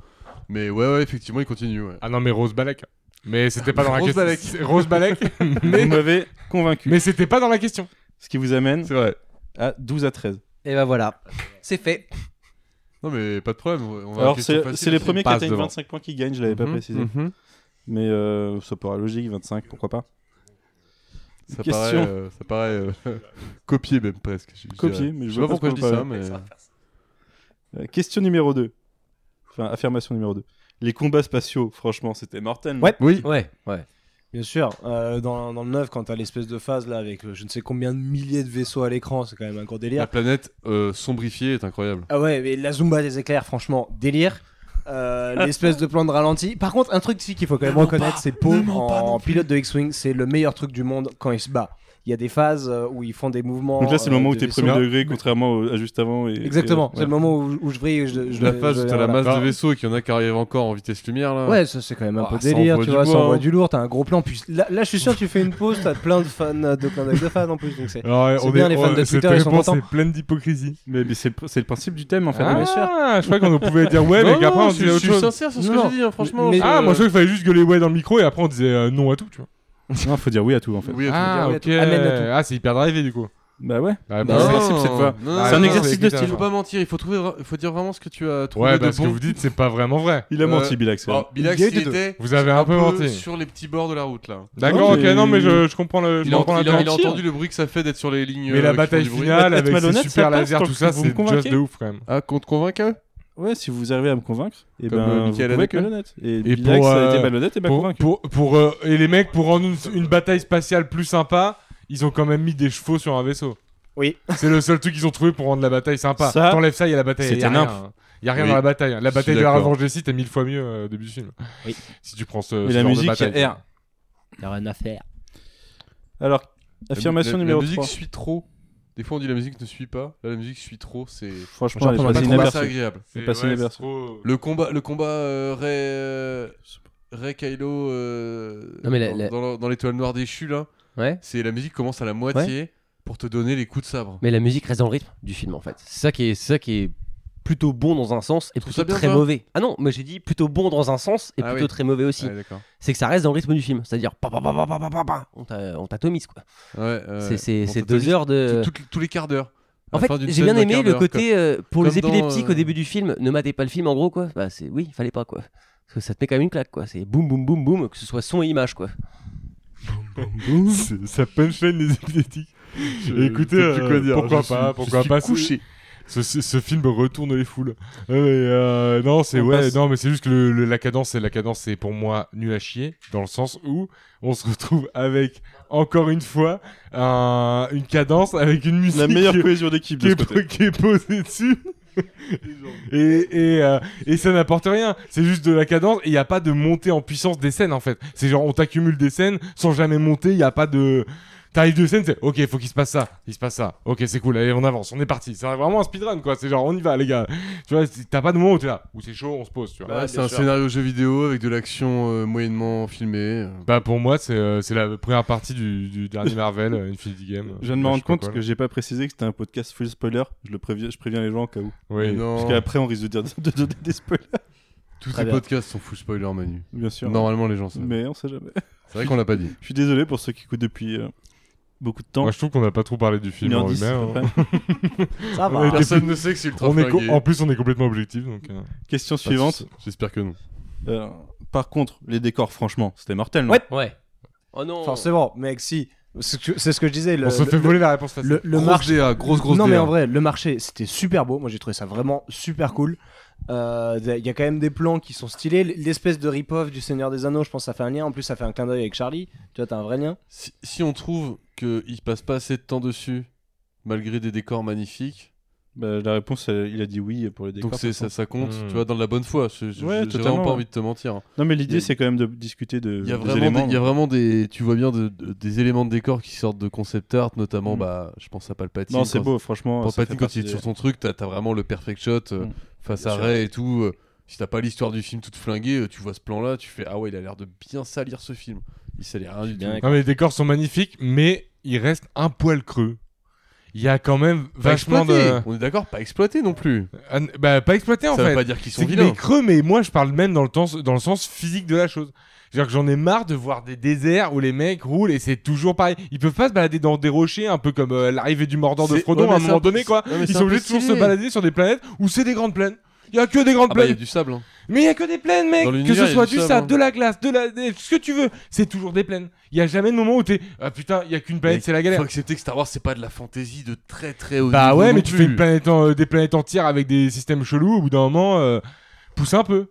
Mais ouais, ouais, effectivement, il continue. ouais.
Ah non, mais Rose Balek. Mais c'était pas dans la
Rose
question.
Balek.
C'est Rose Balek,
Vous
mais,
m'avez convaincu.
mais c'était pas dans la question.
Ce qui vous amène
C'est vrai.
à 12 à 13.
Et ben voilà, c'est fait.
Non, mais pas de problème. On va à la
Alors,
question
c'est
facile,
c'est les
on
premiers qui
passe
atteignent
devant.
25 points qui gagnent, je l'avais pas
Mhm,
précisé.
mhm.
Mais euh, ça paraît logique, 25, pourquoi pas.
Ça
Question.
paraît, euh, ça paraît euh, copié même presque. je- je
Copié,
dirais.
mais je
je sais
vois
pas pourquoi je dis
pourquoi
ça,
pas.
mais
Euh, question numéro 2. Enfin, affirmation numéro 2. Les combats spatiaux, franchement, c'était mortel. non
Ouais.
oui.
Ouais, ouais.
Bien sûr, euh, dans, dans le 9, quand t'as l'espèce de phase là avec euh, je ne sais combien de milliers de vaisseaux à l'écran, c'est quand même un gros délire.
La planète euh, sombrifiée est incroyable.
Ah ouais, mais la Zumba des éclairs, franchement, délire. Euh, L'espèce de plan de ralenti. Par contre, un truc si, qu'il faut quand même reconnaître, c'est Poe en pilote de X-Wing, c'est le meilleur truc du monde quand il se bat. Il y a des phases euh, où ils font des mouvements.
Donc là, c'est le
euh,
moment où
de
t'es
vaisseaux.
premier degré, contrairement au- à juste avant. Et,
Exactement,
et-
c'est le moment où, où je brille. et Je, je-
la
je-
phase,
je-
où t'as la
voilà.
masse de vaisseaux et qu'il y en a qui arrivent encore en vitesse lumière là.
Ouais, ça c'est quand même un
Ah,
peu
ça
délire,
envoie
tu
du
vois, ça
lourd,
envoie
hein.
du lourd, t'as un gros plan. Puis là, là, je suis sûr, tu fais une pause, t'as plein de fans, euh, de clins d'œil de fans en plus, donc c'est.
Alors, ouais,
C'est bien, les fans de
cette
Twitter, ils sont
réponse
contents.
est pleine d'hypocrisie.
Mais, mais c'est c'est le principe du thème, en fait.
Ah,
Mais-
bien sûr.
je crois qu'on pouvait dire ouais, Eh, mais
Non,
qu'après
non,
on
je-
disait
je
autre
suis
chose.
sincère sur ce
Non,
que
non.
j'ai dit, hein, franchement.
Mais-
je-
Ah, moi je crois qu'il fallait juste gueuler ouais dans le micro et après on disait euh, non à tout, tu vois.
non, faut dire oui à tout, en fait.
Oui,
Ah,
oui à
ok.
tout. Amen à tout.
Ah, c'est hyper drivé du coup.
Bah ouais.
La
Bah, c'est
réponse est-
le principe, cette fois.
Ah,
c'est un
non,
exercice
écoutez,
de
à
style.
la
Faut
fin.
pas mentir, il faut trouver, vra- faut dire vraiment ce que tu as trouvé
Ouais,
de
parce que
bon.
vous dites c'est pas vraiment vrai.
Il a
Euh,
menti, Bill Axel.
Oh, Bilax,
Il y a eu
il
des deux.
était
Vous avez un, peu
peu
menti.
sur les petits bords de la route là.
D'accord,
Non,
ok,
mais-
non mais je, je comprends le. je
Il a,
comprends
il a- il a
l'intérêt.
entendu le bruit que ça fait d'être sur les lignes.
Mais
euh,
la
qui font
bataille
du bruit.
finale
Être
avec
malhonnête,
ses
ça
super
passe
lasers,
tant
tout
que
ça,
vous me
c'est juste
convainquez.
de ouf quand même.
Ah, qu'on te convainque hein
Ouais, si vous arrivez à me convaincre, et ben,
Comme, euh,
vous
Michael
pouvez être
Haneke.
malhonnête. Et,
Et
Bill
pour,
Axel a
euh,
été malhonnête et pas
pour,
Bah, convaincu.
pour, pour, euh, et les mecs, pour rendre une, une bataille spatiale plus sympa, ils ont quand même mis des chevaux sur un vaisseau.
Oui.
C'est le seul truc qu'ils ont trouvé pour rendre la bataille sympa.
Ça,
T'enlèves ça, il y a la bataille.
c'est
il y a
un
rien,
imp.
hein. Il y a rien
Oui.
dans la bataille. hein. La
Je
bataille
suis
de la
d'accord.
revanche des sites est mille fois mieux euh, au début du film.
Oui.
Si tu prends ce,
Et
ce
la
genre
musique,
de bataille.
il y a R.
Y'a rien à faire.
Alors, affirmation
La- la-
numéro
La musique
3.
suit trop. Des fois on dit la musique ne suit pas. Là, la musique suit trop, c'est
Franchement, elle est
J'entends
pas
passée
la
trop assez
inaperçue.
agréable.
C'est passé
ouais,
inaperçu.
trop-
Le combat, le combat euh, Ray, euh, Ray Kylo euh,
Non, mais la-
dans,
la-
dans le- dans l'étoile noire déchue là,
Ouais.
c'est la musique commence à la moitié pour te donner les coups de sabre.
Mais la musique reste dans le rythme du film en fait. C'est ça qui est, c'est ça qui est plutôt bon dans un sens et
trouves ça
plutôt
bien,
très
toi
mauvais. Ah non, moi j'ai dit plutôt bon dans un sens et
Ah
plutôt
oui.
très mauvais aussi.
Ouais, d'accord.
C'est que ça reste dans le rythme du film, c'est-à-dire pa, pa, pa, pa, pa, pa, pa, pa. on t'a- on t'atomise quoi.
Ouais, ouais,
C'est- c'est
on
c'est
te
deux
donne
heures de.
tout- tout- tous les quarts d'heure.
En
La
fait,
fin d'une
j'ai
scène
bien
d'un
aimé
quart
le
d'heure, quoi.
côté euh, pour les
comme dans,
épileptiques
euh,
au début du film, ne matez pas le film en gros quoi. Bah c'est oui, fallait pas quoi. Parce que ça te met quand même une claque quoi. C'est boum boum boum boum que ce soit son et image quoi.
C'est- ça punchline les épileptiques.
Je-
Écoutez,
je sais plus quoi
euh,
dire.
pourquoi
Je
pas,
suis-
pourquoi
je suis
pas, c'est-
couché.
Ce, ce- ce film retourne les foules. Euh, et, euh, non, c'est
On
ouais,
passe.
non, mais c'est juste que le, le- la cadence, c'est la cadence, c'est pour moi nul à chier dans le sens où on se retrouve avec encore une fois un- une cadence avec une musique
La meilleure
qui,
cohésion d'équipe
qui
de ce
est,
côté.
qui est posée dessus. et et, euh, et ça n'apporte rien. C'est juste de la cadence et il n'y a pas de montée en puissance des scènes en fait. C'est genre on t'accumule des scènes sans jamais monter. Il n'y a pas de T'arrives de scène, c'est ok, faut qu'il se passe ça, il se passe ça, ok, c'est cool, allez, on avance, on est parti. C'est vraiment un speedrun, quoi. C'est genre, on y va, les gars. Tu vois, c'est- t'as pas de moment où t'es là, où c'est chaud, on se pose, tu vois.
Ouais,
Bah,
c'est un scénario jeu vidéo avec de l'action euh, moyennement filmée.
Bah, pour moi, c'est euh, c'est la première partie du, du dernier Marvel, euh, Infinity Game.
Je viens de me rendre compte que j'ai pas précisé que c'était un podcast full spoiler. Je, le préviens, je préviens les gens au cas où.
Oui.
Parce
non,
qu'après, on risque de, dire, de donner des spoilers.
tous
Très
les
bien.
podcasts sont full spoiler, Manu.
Bien sûr.
Normalement, les gens savent.
Mais on sait jamais.
C'est vrai qu'on l'a pas dit.
Je suis désolé pour ceux qui écoutent depuis euh, beaucoup de temps.
Moi, je trouve qu'on n'a pas trop parlé du
Une
film
heure
en
dix,
lui-même.
à peu
hein.
près.
Ça
Ouais,
va.
t'es-
Personne ne sait que c'est ultra
On est co-
flingué.
en plus, on est complètement objectif, donc. euh,
Question suivante.
J'espère que non.
Euh, par contre, les décors, franchement, c'était mortel. Non
Ouais.
Ouais. Oh non.
Forcément, mec, si. C'est ce que- c'est ce que je disais. Le,
on se fait
le-
voler la réponse facile.
le, le
grosse
marché.
DA, grosse grosse
non,
DA.
hein.
mais en vrai, le marché, c'était super beau. Moi, j'ai trouvé ça vraiment super cool. Euh, Il y a quand même des plans qui sont stylés. L'espèce de rip-off du Seigneur des Anneaux, je pense, que ça fait un lien. En plus, ça fait un clin d'œil avec Charlie. Tu vois, t'as un vrai lien.
Si, si on trouve qu'il passe pas assez de temps dessus malgré des décors magnifiques.
Bah, la réponse, elle- il a dit oui pour les décors.
Donc c'est ça, ça compte,
Hmm.
tu vois, dans de la bonne foi. Je- je-
Ouais,
J'ai
totalement,
vraiment pas
ouais.
envie de te mentir.
Non, mais
Il y
l'idée,
a-
c'est quand même de discuter de.
Il y a
des
vraiment, des,
éléments, hein.
il y a
donc.
vraiment des, tu vois bien de- de- des éléments de décor qui sortent de concept art, notamment,
Mm.
bah, je pense à Palpatine.
Non, c'est
quand-
beau, franchement. ça fait
Palpatine quand
partie
il est
des-
sur son truc, t'as as vraiment le perfect shot euh,
Mm.
face
Bien
à
sûr.
Ray et tout. euh, si t'as pas l'histoire du film toute flinguée, euh, tu vois ce plan-là, tu fais ah ouais, il a l'air de bien salir ce film. Il salit rien du tout.
bien
Non, mais les décors sont magnifiques, mais ils restent un poil creux. Il y a quand même vachement de.
On est d'accord, pas exploité non plus.
Ah, n- Bah, pas exploité en
ça veut
fait.
pas dire qu'ils sont
C'est qu'il est
vilains.
creux, mais moi je parle même dans le, temps, dans le sens physique de la chose. C'est-à-dire que j'en ai marre de voir des déserts où les mecs roulent et c'est toujours pareil. Ils peuvent pas se balader dans des rochers, un peu comme euh, l'arrivée du mordant de
C'est-
Frodon
ouais, mais
à un
c'est
moment
peu-
donné, quoi.
Ouais, mais c'est
Ils
un
sont
peu
obligés de toujours se
stylé.
balader sur des planètes où c'est des grandes plaines. Il y a que des grandes
Ah bah, il y
plaines.
a du sable. hein.
Mais il y a que des plaines, mec.
Dans
Que
l'univers,
ce
il y a
soit
du
du
sable,
sable,
hein.
de la glace, de la, de- ce que tu veux, c'est toujours des plaines. Il y a jamais de moment où t'es ah putain, il y a qu'une planète,
Mais
c'est la
Faut
galère.
accepter que Star Wars c'est pas de la fantaisie de très très haut
Bah
niveau
ouais,
non
mais tu
plus.
fais une planète en- euh, des planètes entières avec des systèmes chelous. Au bout d'un moment, euh, pousse un peu.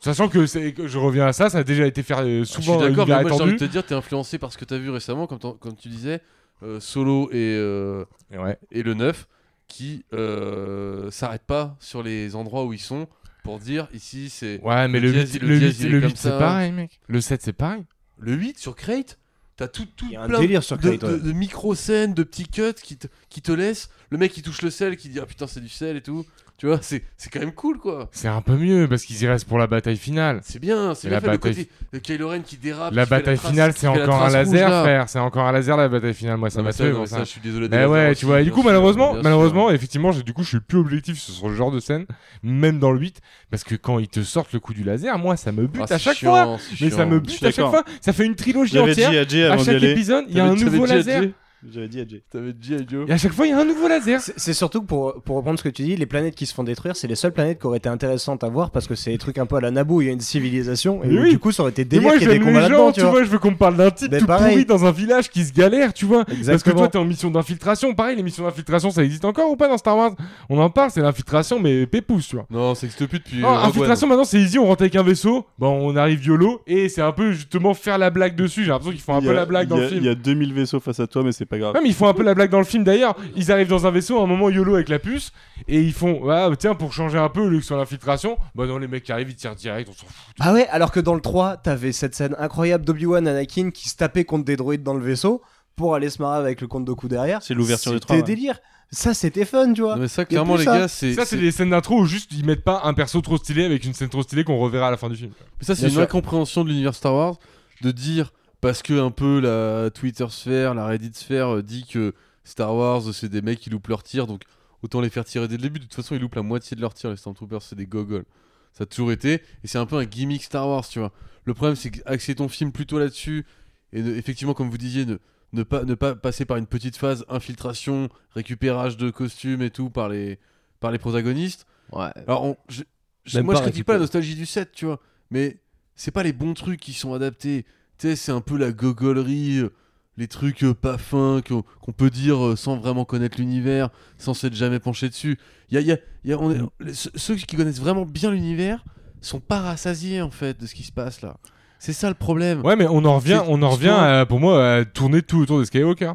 Sachant que, c'est- que je reviens à ça, ça a déjà été fait euh,
Ah, Je suis
souvent.
d'accord, mais moi j'ai envie de
attendu.
te dire, t'es influencé par ce que t'as vu récemment, comme, t'en- comme tu disais, euh, Solo et, euh,
Ouais.
et le 9, qui euh, s'arrêtent pas sur les endroits où ils sont pour dire ici c'est.
Ouais, mais
Le
le,
dièse,
8,
le
le
dièse,
huit-
il est
le
comme
8, c'est
ça.
pareil, mec. Le 7, c'est pareil.
Le 8 sur Crate, t'as tout, tout
Il y a un
plein
délire sur
de,
Crate, ouais.
de- de micro-scènes, de petits cuts qui te, qui te laissent. Le mec qui touche le sel, qui dit ah putain c'est du sel et tout. Tu vois, c'est c'est quand même cool quoi.
C'est un peu mieux parce qu'ils y restent pour la bataille finale.
C'est bien, c'est
Et
bien
la
fait le
bataille-
côté de Kylo Ren qui dérape.
La
qui fait
bataille
trace-
finale,
qui
c'est
fait la
encore un
trace rouge,
laser,
là.
frère. C'est encore un laser, la bataille finale. Moi, ça
Non, mais
m'a
ça,
tué.
non,
pour
mais
ça.
ça, je suis désolé. de
Mais
la faire
ouais,
aussi,
tu vois, et du
bien
coup,
sûr,
malheureusement,
bien sûr.
malheureusement, effectivement, j'ai- du coup, je suis plus objectif sur ce genre de scène, même dans le 8, parce que quand ils te sortent le coup du laser, moi, ça me bute
Ah,
à
c'est
chaque
chiant,
fois.
c'est
Mais ça
chiant.
me
Je suis
bute à chaque
d'accord.
fois. Ça fait une trilogie
J'avais dit
entière.
à Jay
À
avant d'y
chaque
aller.
épisode, il y a un
T'avais-
nouveau
t'avais dit à
laser.
Jay-
J'avais dit à Jay.
T'avais dit à Joe.
Et à chaque fois, il y a un nouveau laser.
C'est c'est surtout que pour, pour reprendre ce que tu dis, les planètes qui se font détruire, c'est les seules planètes qui auraient été intéressantes à voir parce que c'est des trucs un peu à la Naboo, il y a une civilisation et
Mais oui.
du coup ça aurait été
Et
délire
moi,
qu'il y ait des
j'aime
combats
les gens,
là-dedans,
tu vois, je veux qu'on me parle d'un type
Mais
tout
pareil.
pourri dans un village qui se galère, tu vois. Parce que
Exactement.
toi, t'es en mission d'infiltration. Pareil, les missions d'infiltration, ça existe encore ou pas dans Star Wars On en parle, c'est l'infiltration, mais pépouze, tu vois.
Non, ça existe plus depuis.
Non,
euh, Rogue
infiltration maintenant c'est easy, on rentre avec un vaisseau, bon on arrive YOLO et c'est un peu justement faire la blague dessus, j'ai l'impression qu'ils font un
Il y
peu
a-
la blague dans
il y a-
le film.
Il y a 2000 vaisseaux face à toi, mais c'est pas grave.
Non mais ils font un peu la blague dans le film d'ailleurs, ils arrivent dans un vaisseau à un moment YOLO avec la puce et ils font ah tiens pour changer un peu au lieu que sur l'infiltration, bah non les mecs qui arrivent ils tirent direct, on s'en fout.
Ah ouais, alors que dans le 3, t'avais cette scène incroyable d'Obi-Wan Anakin qui se tapait contre des droïdes dans le vaisseau pour aller se marrer avec le compte de coup derrière.
C'est l'ouverture du
C'était
trois, ouais.
délire. Ça c'était fun, tu vois.
Non, mais ça,
y a
clairement,
plus
les
ça.
gars, c'est.
Ça c'est des scènes d'intro où juste ils mettent pas un perso trop stylé avec une scène trop stylée qu'on reverra à la fin du film.
Mais ça, c'est
Bien
une
sûr.
incompréhension de l'univers Star Wars de dire parce que un peu la Twitter sphère, la Reddit sphère euh, dit que Star Wars c'est des mecs qui loupent leur tir donc autant les faire tirer dès le début. De toute façon, ils loupent la moitié de leur tir. Les Stormtroopers, c'est des gogoles. Ça a toujours été et c'est un peu un gimmick Star Wars, tu vois. Le problème, c'est axer ton film plutôt là-dessus et ne- effectivement, comme vous disiez, ne, ne pas ne pas passer par une petite phase infiltration, récupérage de costumes et tout par les par les protagonistes.
Ouais.
Alors, on- je- je-
Même
moi,
pas
je critique
récupéré.
pas la nostalgie du 7, tu vois, mais c'est pas les bons trucs qui sont adaptés. Tu sais, c'est un peu la gogolerie, euh, les trucs euh, pas fins qu'on qu'on peut dire euh, sans vraiment connaître l'univers, sans s'être jamais penché dessus. Y a- y a- y a- on
Mm.
est- les- ceux- ceux qui connaissent vraiment bien l'univers sont pas rassasiés, en fait, de ce qui se passe là. C'est ça le problème.
Ouais, mais on en revient,
C'est-
on en revient
souvent-
à, pour moi à tourner tout autour des Skywalker.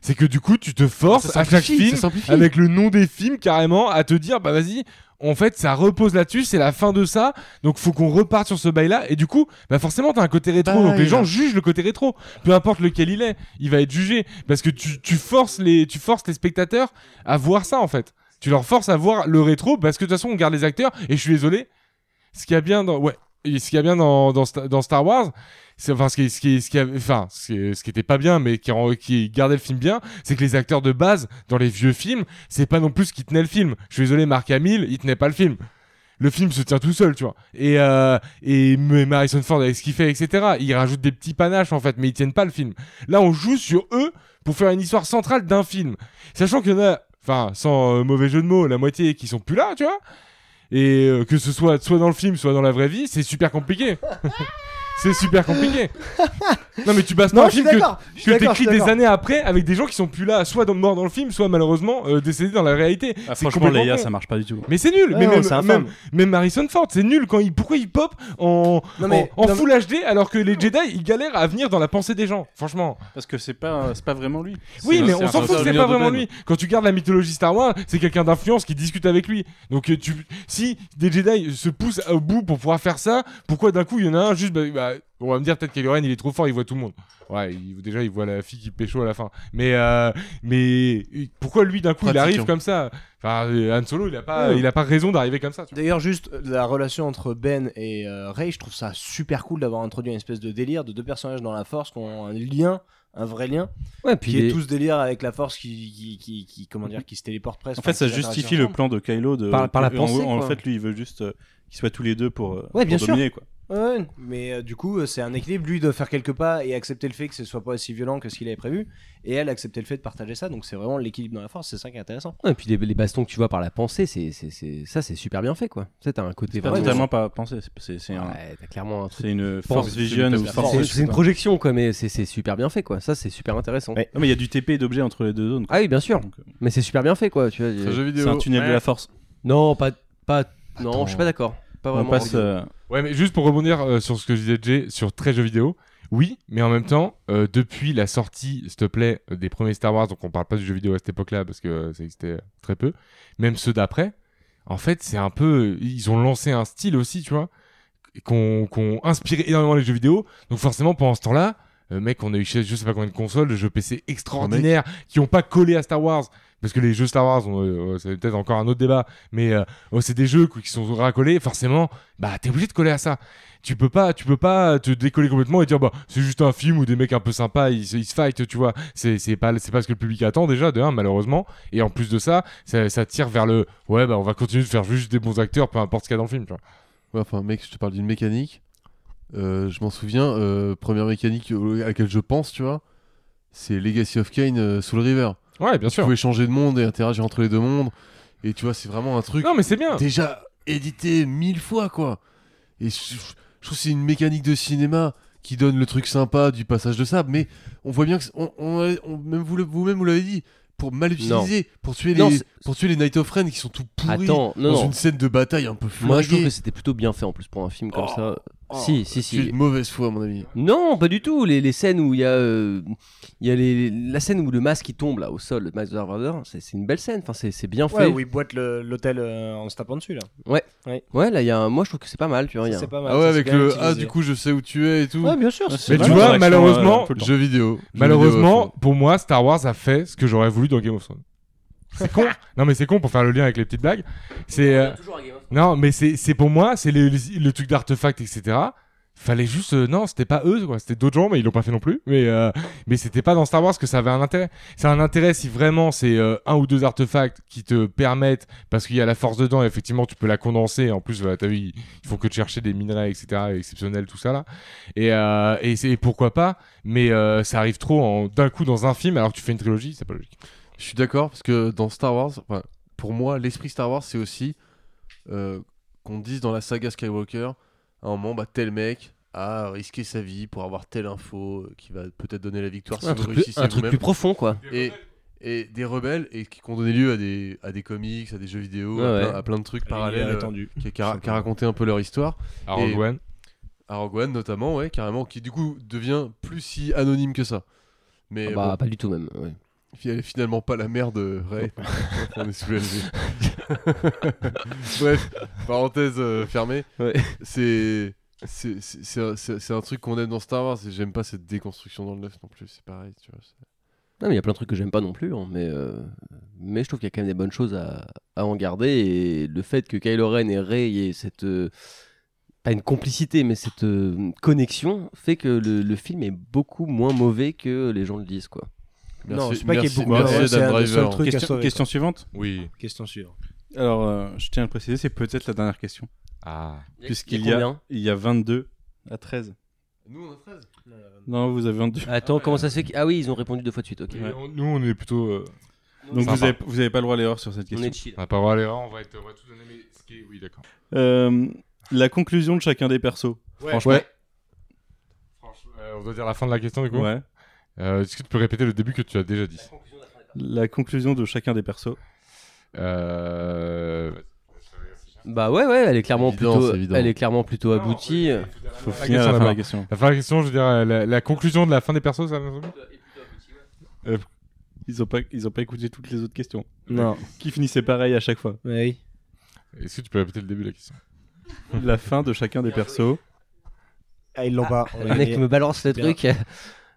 C'est que du coup, tu te forces
Ça
à chaque
simplifie, ça
film,
simplifie.
avec le nom des films carrément, à te dire bah vas-y, en fait ça repose là-dessus, c'est la fin de ça, donc faut qu'on reparte sur ce bail-là. Et du coup, bah forcément t'as un côté rétro,
Bah,
donc les
il
gens
a-
jugent le côté rétro, peu importe lequel il est, il va être jugé parce que tu, tu forces les tu forces les spectateurs à voir ça en fait. Tu leur forces à voir le rétro parce que de toute façon on garde les acteurs et je suis désolé. Ce qu'il y a bien dans ouais, et ce qu'il y a bien dans dans, Sta- dans Star Wars, c'est enfin ce qui ce qui ce qui avait- enfin ce qui, ce qui était pas bien mais qui rend- qui gardait le film bien, c'est que les acteurs de base dans les vieux films, c'est pas non plus ce qui tenait le film. Je suis désolé Marc Hamill, il tenait pas le film. Le film se tient tout seul, tu vois. Et, euh, et mais Harrison Ford avec ce qu'il fait, etc. Il rajoute des petits panaches, en fait, mais ils tiennent pas le film. Là, on joue sur eux pour faire une histoire centrale d'un film. Sachant qu'il y en a, enfin, sans euh, mauvais jeu de mots, la moitié qui sont plus là, tu vois. Et euh, que ce soit soit dans le film, soit dans la vraie vie, c'est super compliqué. C'est super compliqué. non, mais tu bases pas un
Non, je suis
film que,
d'accord. je suis
que
d'accord, je
t'écris
suis
des
d'accord.
années après avec des gens qui sont plus là, soit dans- morts dans le film, soit malheureusement euh, décédés dans la réalité.
Ah,
C'est
franchement,
complètement
les IA,
con.
ça marche pas du tout.
Mais c'est nul.
Ouais,
mais
non,
même,
c'est infâme.
même, même Harrison Ford, c'est nul quand il. Pourquoi il pop en,
Non, mais-
en, en
non,
full HD alors que les Jedi ils galèrent à venir dans la pensée des gens. Franchement.
Parce que c'est pas, c'est pas vraiment lui.
Oui,
C'est-
mais
c'est
on s'en
un
fout que c'est
souvenir
pas
de
vraiment
Ben.
lui. Quand tu gardes la mythologie Star Wars, c'est quelqu'un d'influence qui discute avec lui. Donc euh, tu, si des Jedi se poussent au bout pour pouvoir faire ça, pourquoi d'un coup il y en a un juste, bah, bah, on va me dire peut-être qu'Elioran il est trop fort, il voit tout le monde. Ouais, il- déjà il voit la fille qui pécho à la fin. Mais euh, mais pourquoi lui d'un coup il
Pratiquant.
arrive comme ça Enfin, euh, Han Solo il a pas,
Ouais.
il a pas raison d'arriver comme ça. tu vois.
D'ailleurs, juste euh, la relation entre Ben et euh, Rey, je trouve ça super cool d'avoir introduit une espèce de délire de deux personnages dans la Force qui ont un lien, un vrai lien,
Ouais, puis
qui est
des-
tout ce délire avec la Force qui, qui, qui, qui- comment dire, qui se téléporte presque.
En fait,
enfin,
ça
qui interagit
justifie le
ensemble.
plan de Kylo de.
Par- par la
en-
pensée,
En,
quoi.
fait, lui, il veut juste euh, qu'ils soient tous les deux pour, euh,
Ouais, bien
pour
sûr.
dominer, quoi.
Ouais, ouais. mais euh, du coup, euh, c'est un équilibre. Lui de faire quelques pas et accepter le fait que ce soit pas aussi violent que ce qu'il avait prévu, et elle accepter le fait de partager ça. Donc c'est vraiment l'équilibre dans la Force. C'est ça qui est intéressant.
Ouais, et puis des- les bastons que tu vois par la pensée, c'est, c'est, c'est- ça c'est super bien fait quoi. Ça t'as un côté
C'est pas
vraiment-
totalement pas pensé. c'est- C'est c'est un-
hein.
Ouais, t'as clairement un truc.
c'est une
Pense-
force vision ou
la
force.
C'est,
ouais,
c'est une projection quoi, mais c'est, c'est super bien fait quoi. Ça c'est super intéressant.
Ouais.
Non, mais il y a du TP d'objets entre les deux zones. quoi.
Ah oui, bien sûr.
Donc, euh,
Mais c'est super bien fait quoi. Tu vois, euh,
C'est un jeu
C'est
vidéo.
un tunnel de la force.
Non, pas, pas, non, je suis pas d'accord. Pas
On
vraiment.
passe. euh,
Ouais, mais juste pour rebondir euh, sur ce que je disais, Jay, sur très jeux vidéo, oui, mais en même temps, euh, depuis la sortie, s'il te plaît, euh, des premiers Star Wars, donc on parle pas du jeu vidéo à cette époque-là parce que euh, ça existait euh, très peu, même ceux d'après, en fait, c'est un peu. Ils ont lancé un style aussi, tu vois, qu'on qu'on inspiré énormément les jeux vidéo, donc forcément, pendant ce temps-là, euh, mec, on a eu chez- je sais pas combien de consoles, de jeux PC extraordinaires qui ont pas collé à Star Wars. Parce que les jeux Star Wars, on, euh, euh, c'est peut-être encore un autre débat, mais euh, oh, c'est des jeux qui qui sont racolés, forcément, bah t'es obligé de coller à ça. Tu peux pas, tu peux pas te décoller complètement et dire bah c'est juste un film où des mecs un peu sympas ils, se- ils se fight, tu vois. C'est c'est pas c'est pas ce que le public attend déjà de un malheureusement. Et en plus de ça, ça, ça tire vers le ouais bah on va continuer de faire juste des bons acteurs, peu importe ce qu'il y a dans le film. Tu vois.
Ouais, enfin, mec, je te parle d'une mécanique. Euh, je m'en souviens, euh, première mécanique au- à laquelle je pense, tu vois, c'est Legacy of Kane euh, Soul River.
Ouais, bien
Tu
sûr.
pouvais changer de monde et interagir entre les deux mondes. Et tu vois, c'est vraiment un truc
Non mais c'est
Ah.
bien.
déjà édité mille fois, quoi. Et je, je trouve que c'est une mécanique de cinéma qui donne le truc sympa du passage de sable, mais on voit bien que c'est- on, on- on- même vous, le- vous-même vous l'avez dit pour mal utiliser, pour tuer les
Non, c'est-
pour tuer les Night of Ren qui sont tout pourris
Attends, non,
dans
non.
une scène de bataille un peu flinguée.
Moi, je trouve que c'était plutôt bien fait en plus pour un film comme
Oh,
ça.
oh,
si, si,
tu es
si.
de mauvaise foi, à mon ami.
Non, pas du tout. Les, les scènes où il y a, euh, il y a les, la scène où le masque qui tombe là au sol, le masque de Darth Vader, c'est, c'est une belle scène. Enfin, c'est, c'est bien
Ouais,
fait.
où ils boitent le- l'hôtel euh, en se tapant dessus là.
Ouais, là, il y a un... moi, je trouve que c'est pas mal. Tu vois, il y a
Ça, C'est pas mal.
Ah ouais,
ça,
avec
c'est bien
le
utilisé.
ah du coup je sais où tu es et tout.
Ouais, bien sûr.
c'est
c'est
mal
Mais tu
dans
vois,
l'action,
malheureusement,
euh, tout le temps.
Jeux vidéo. Jeux vidéo,
Malheureusement,
enfin.
pour moi, Star Wars a fait ce que j'aurais voulu dans Game of Thrones. C'est con. non mais c'est con pour faire le lien avec les petites blagues. C'est euh, Non, mais c'est c'est pour moi, c'est les- les- le truc d'artefact, etc. Fallait juste. euh, non, c'était pas eux, quoi. C'était d'autres gens, mais ils l'ont pas fait non plus. Mais, euh, mais c'était pas dans Star Wars que ça avait un intérêt. C'est un intérêt si vraiment c'est euh, un ou deux artefacts qui te permettent, parce qu'il y a la force dedans, et effectivement, tu peux la condenser. En plus, voilà, t'as vu, ils, ils font que de chercher des minerais, etc. exceptionnels, tout ça là. Et, euh, et c'est et pourquoi pas, mais euh, ça arrive trop en- d'un coup dans un film alors que tu fais une trilogie, c'est pas logique.
Je suis d'accord parce que dans Star Wars, enfin, pour moi, l'esprit Star Wars, c'est aussi euh, qu'on dise dans la saga Skywalker, à un moment, bah, tel mec a risqué sa vie pour avoir telle info euh, qui va peut-être donner la victoire si
un
vous
truc, plus,
réussissez
un truc
vous-même.
plus profond, quoi.
Et, et des rebelles et qui ont donné lieu à des, à des comics, à des jeux vidéo,
Ouais,
à,
ouais.
Plein, à plein de trucs
Il est
parallèles euh,
attendu.
qui, qui ra- qui racontaient un peu leur histoire.
Alors,
Et-
Rogue One.
À Rogue One, notamment, ouais, carrément, qui du coup devient plus si anonyme que ça. Mais
Ah bah,
bon.
pas du tout même. ouais.
Fi- Elle est finalement pas la mère de Ray. On est soulagé. Bref, parenthèse euh, fermée.
Ouais.
C'est. C'est c'est- c'est un, c'est- c'est un truc qu'on aime dans Star Wars et j'aime pas cette déconstruction dans le neuf non plus, c'est pareil. Tu vois, c'est-
Non, Ah, mais il y a plein de trucs que j'aime pas non plus, hein, mais, euh, mais je trouve qu'il y a quand même des bonnes choses à, à en garder. Et le fait que Kylo Ren et Rey aient cette. euh, pas une complicité, mais cette euh, connexion fait que le, le film est beaucoup moins mauvais que les gens le disent, quoi.
Non,
Merci-
c'est pas qu'il y ait
merci-
beaucoup
merci
de-
Adam
c'est un des
Driver.
seuls trucs à
Question,
sauver,
question suivante.
Oui.
quoi. Question suivante.
Alors, euh, je tiens à le préciser, c'est peut-être la dernière question.
Ah.
Puisqu'il y, a, il y a 22 à 13.
Nous on a 13.
Non, vous avez 22.
Attends, comment ça se fait que- Ah oui, ils ont répondu deux fois de suite, ok.
Ouais.
Nous, on est plutôt. euh,
Donc
Sympa.
vous avez, vous avez pas le droit à l'erreur sur cette
On
question.
est chill.
On n'a pas le droit à l'erreur, on va, être, on va tout donner, mais ce qui est- Oui, d'accord.
Euh, la conclusion de chacun des persos.
Ouais. Mmh.
Franchement,
Ouais.
Euh, on doit dire la fin de la question du coup.
Ouais.
Euh, Est-ce que tu peux répéter le début que tu as déjà dit
La conclusion de chacun des persos.
euh...
Bah ouais, ouais, elle est clairement
C'est évident,
plutôt,
c'est évident.
elle est clairement
Ah,
plutôt aboutie.
Faut
La
finir à la
question,
fin de la
d'abord.
question.
La fin de la question, je veux dire, euh, la, la conclusion de la fin des persos, ça
Ils ont pas, ils ont pas écouté toutes les autres questions.
Non.
Qui finissaient pareil à chaque fois.
Mais oui.
Est-ce que tu peux répéter le début de la question
La fin de chacun des persos.
Ah, ils l'ont pas. On
Le
l'a
mec
gagné.
qui me balance le
Bien.
truc.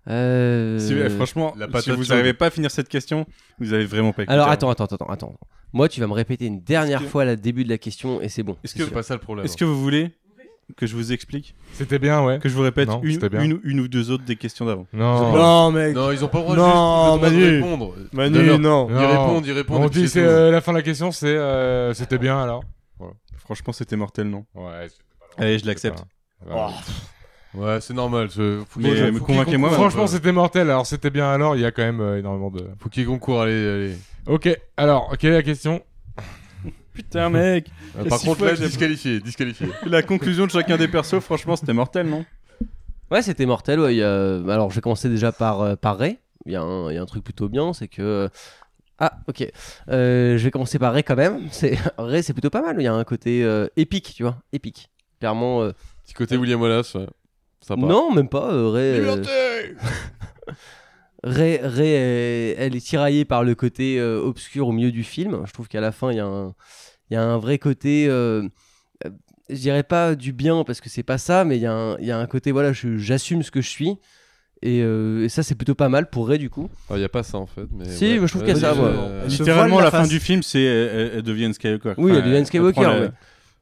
Euh...
Si, eh, franchement,
la patate
si vous
chaude.
n'arrivez pas à finir cette question, vous avez vraiment pas écouté.
Alors attends, attends, attends, attends. Moi, tu vas me répéter une dernière
euh, Est-ce que-
fois le début de la question et c'est bon.
Est-ce
C'est
que,
pas ça le problème.
est-ce que vous voulez que je vous explique
C'était bien, ouais.
Que je vous répète
Non,
une,
c'était bien.
une, une ou deux autres des questions d'avant
Non.
Non, mec.
Non, ils ont pas le droit,
Non,
juste,
Manu.
le droit de répondre.
Manu, non.
Ils
Non.
répondent, ils répondent.
On
et puis
dit
c'est
c'est
tout.
euh, la fin de la question, c'est euh, c'était bien alors.
Franchement, c'était mortel, non
Ouais. c'était pas loin.
Allez, je l'accepte.
C'était pas loin.
euh,
Ouais, c'est normal. ce- Faut
Mais,
qu'il-
mais
Oh, faut qu'il
convainquez-moi,
concourt.
Franchement,
Euh,
c'était mortel. Alors c'était bien alors. Il y a quand même euh, énormément de.
Faut qu'il concourt, allez, allez.
Ok. Alors quelle est la question
Putain, mec
Euh,
Et
Par
six
contre,
fois
là,
que j'ai-
disqualifié, disqualifié.
La conclusion de chacun des persos, franchement, c'était mortel, non
Ouais, c'était mortel. Ouais. il y a- Alors, je vais commencer déjà par, euh, par Ray. Il y, a un il y a un truc plutôt bien, c'est que. Ah, ok. Euh, je vais commencer par Ray quand même. C'est... Ray, c'est plutôt pas mal. Il y a un côté euh, épique, tu vois. Épique. Clairement. euh,
Petit côté William Wallace, ouais. Sympa.
Non, même pas. euh, Ray. euh,
Liberté
Ray, Ray, est- euh, elle est tiraillée par le côté euh, obscur au milieu du film. Je trouve qu'à la fin, il y, a un- il y a un vrai côté. euh, euh, je dirais pas du bien parce que c'est pas ça, mais il y, a un- il y a un côté, voilà, je- j'assume ce que je suis. Et, euh, et ça, c'est plutôt pas mal pour Ray, du coup.
Il n'y Ah, a pas ça en fait. Mais
Si, je trouve qu'il y a ça,
euh,
ouais. se
Littéralement,
voile
la,
la
fin
face.
du film, c'est euh, elle, elle devient une Skywalker.
Oui, elle devient une
prend
Skywalker,
le-
ouais.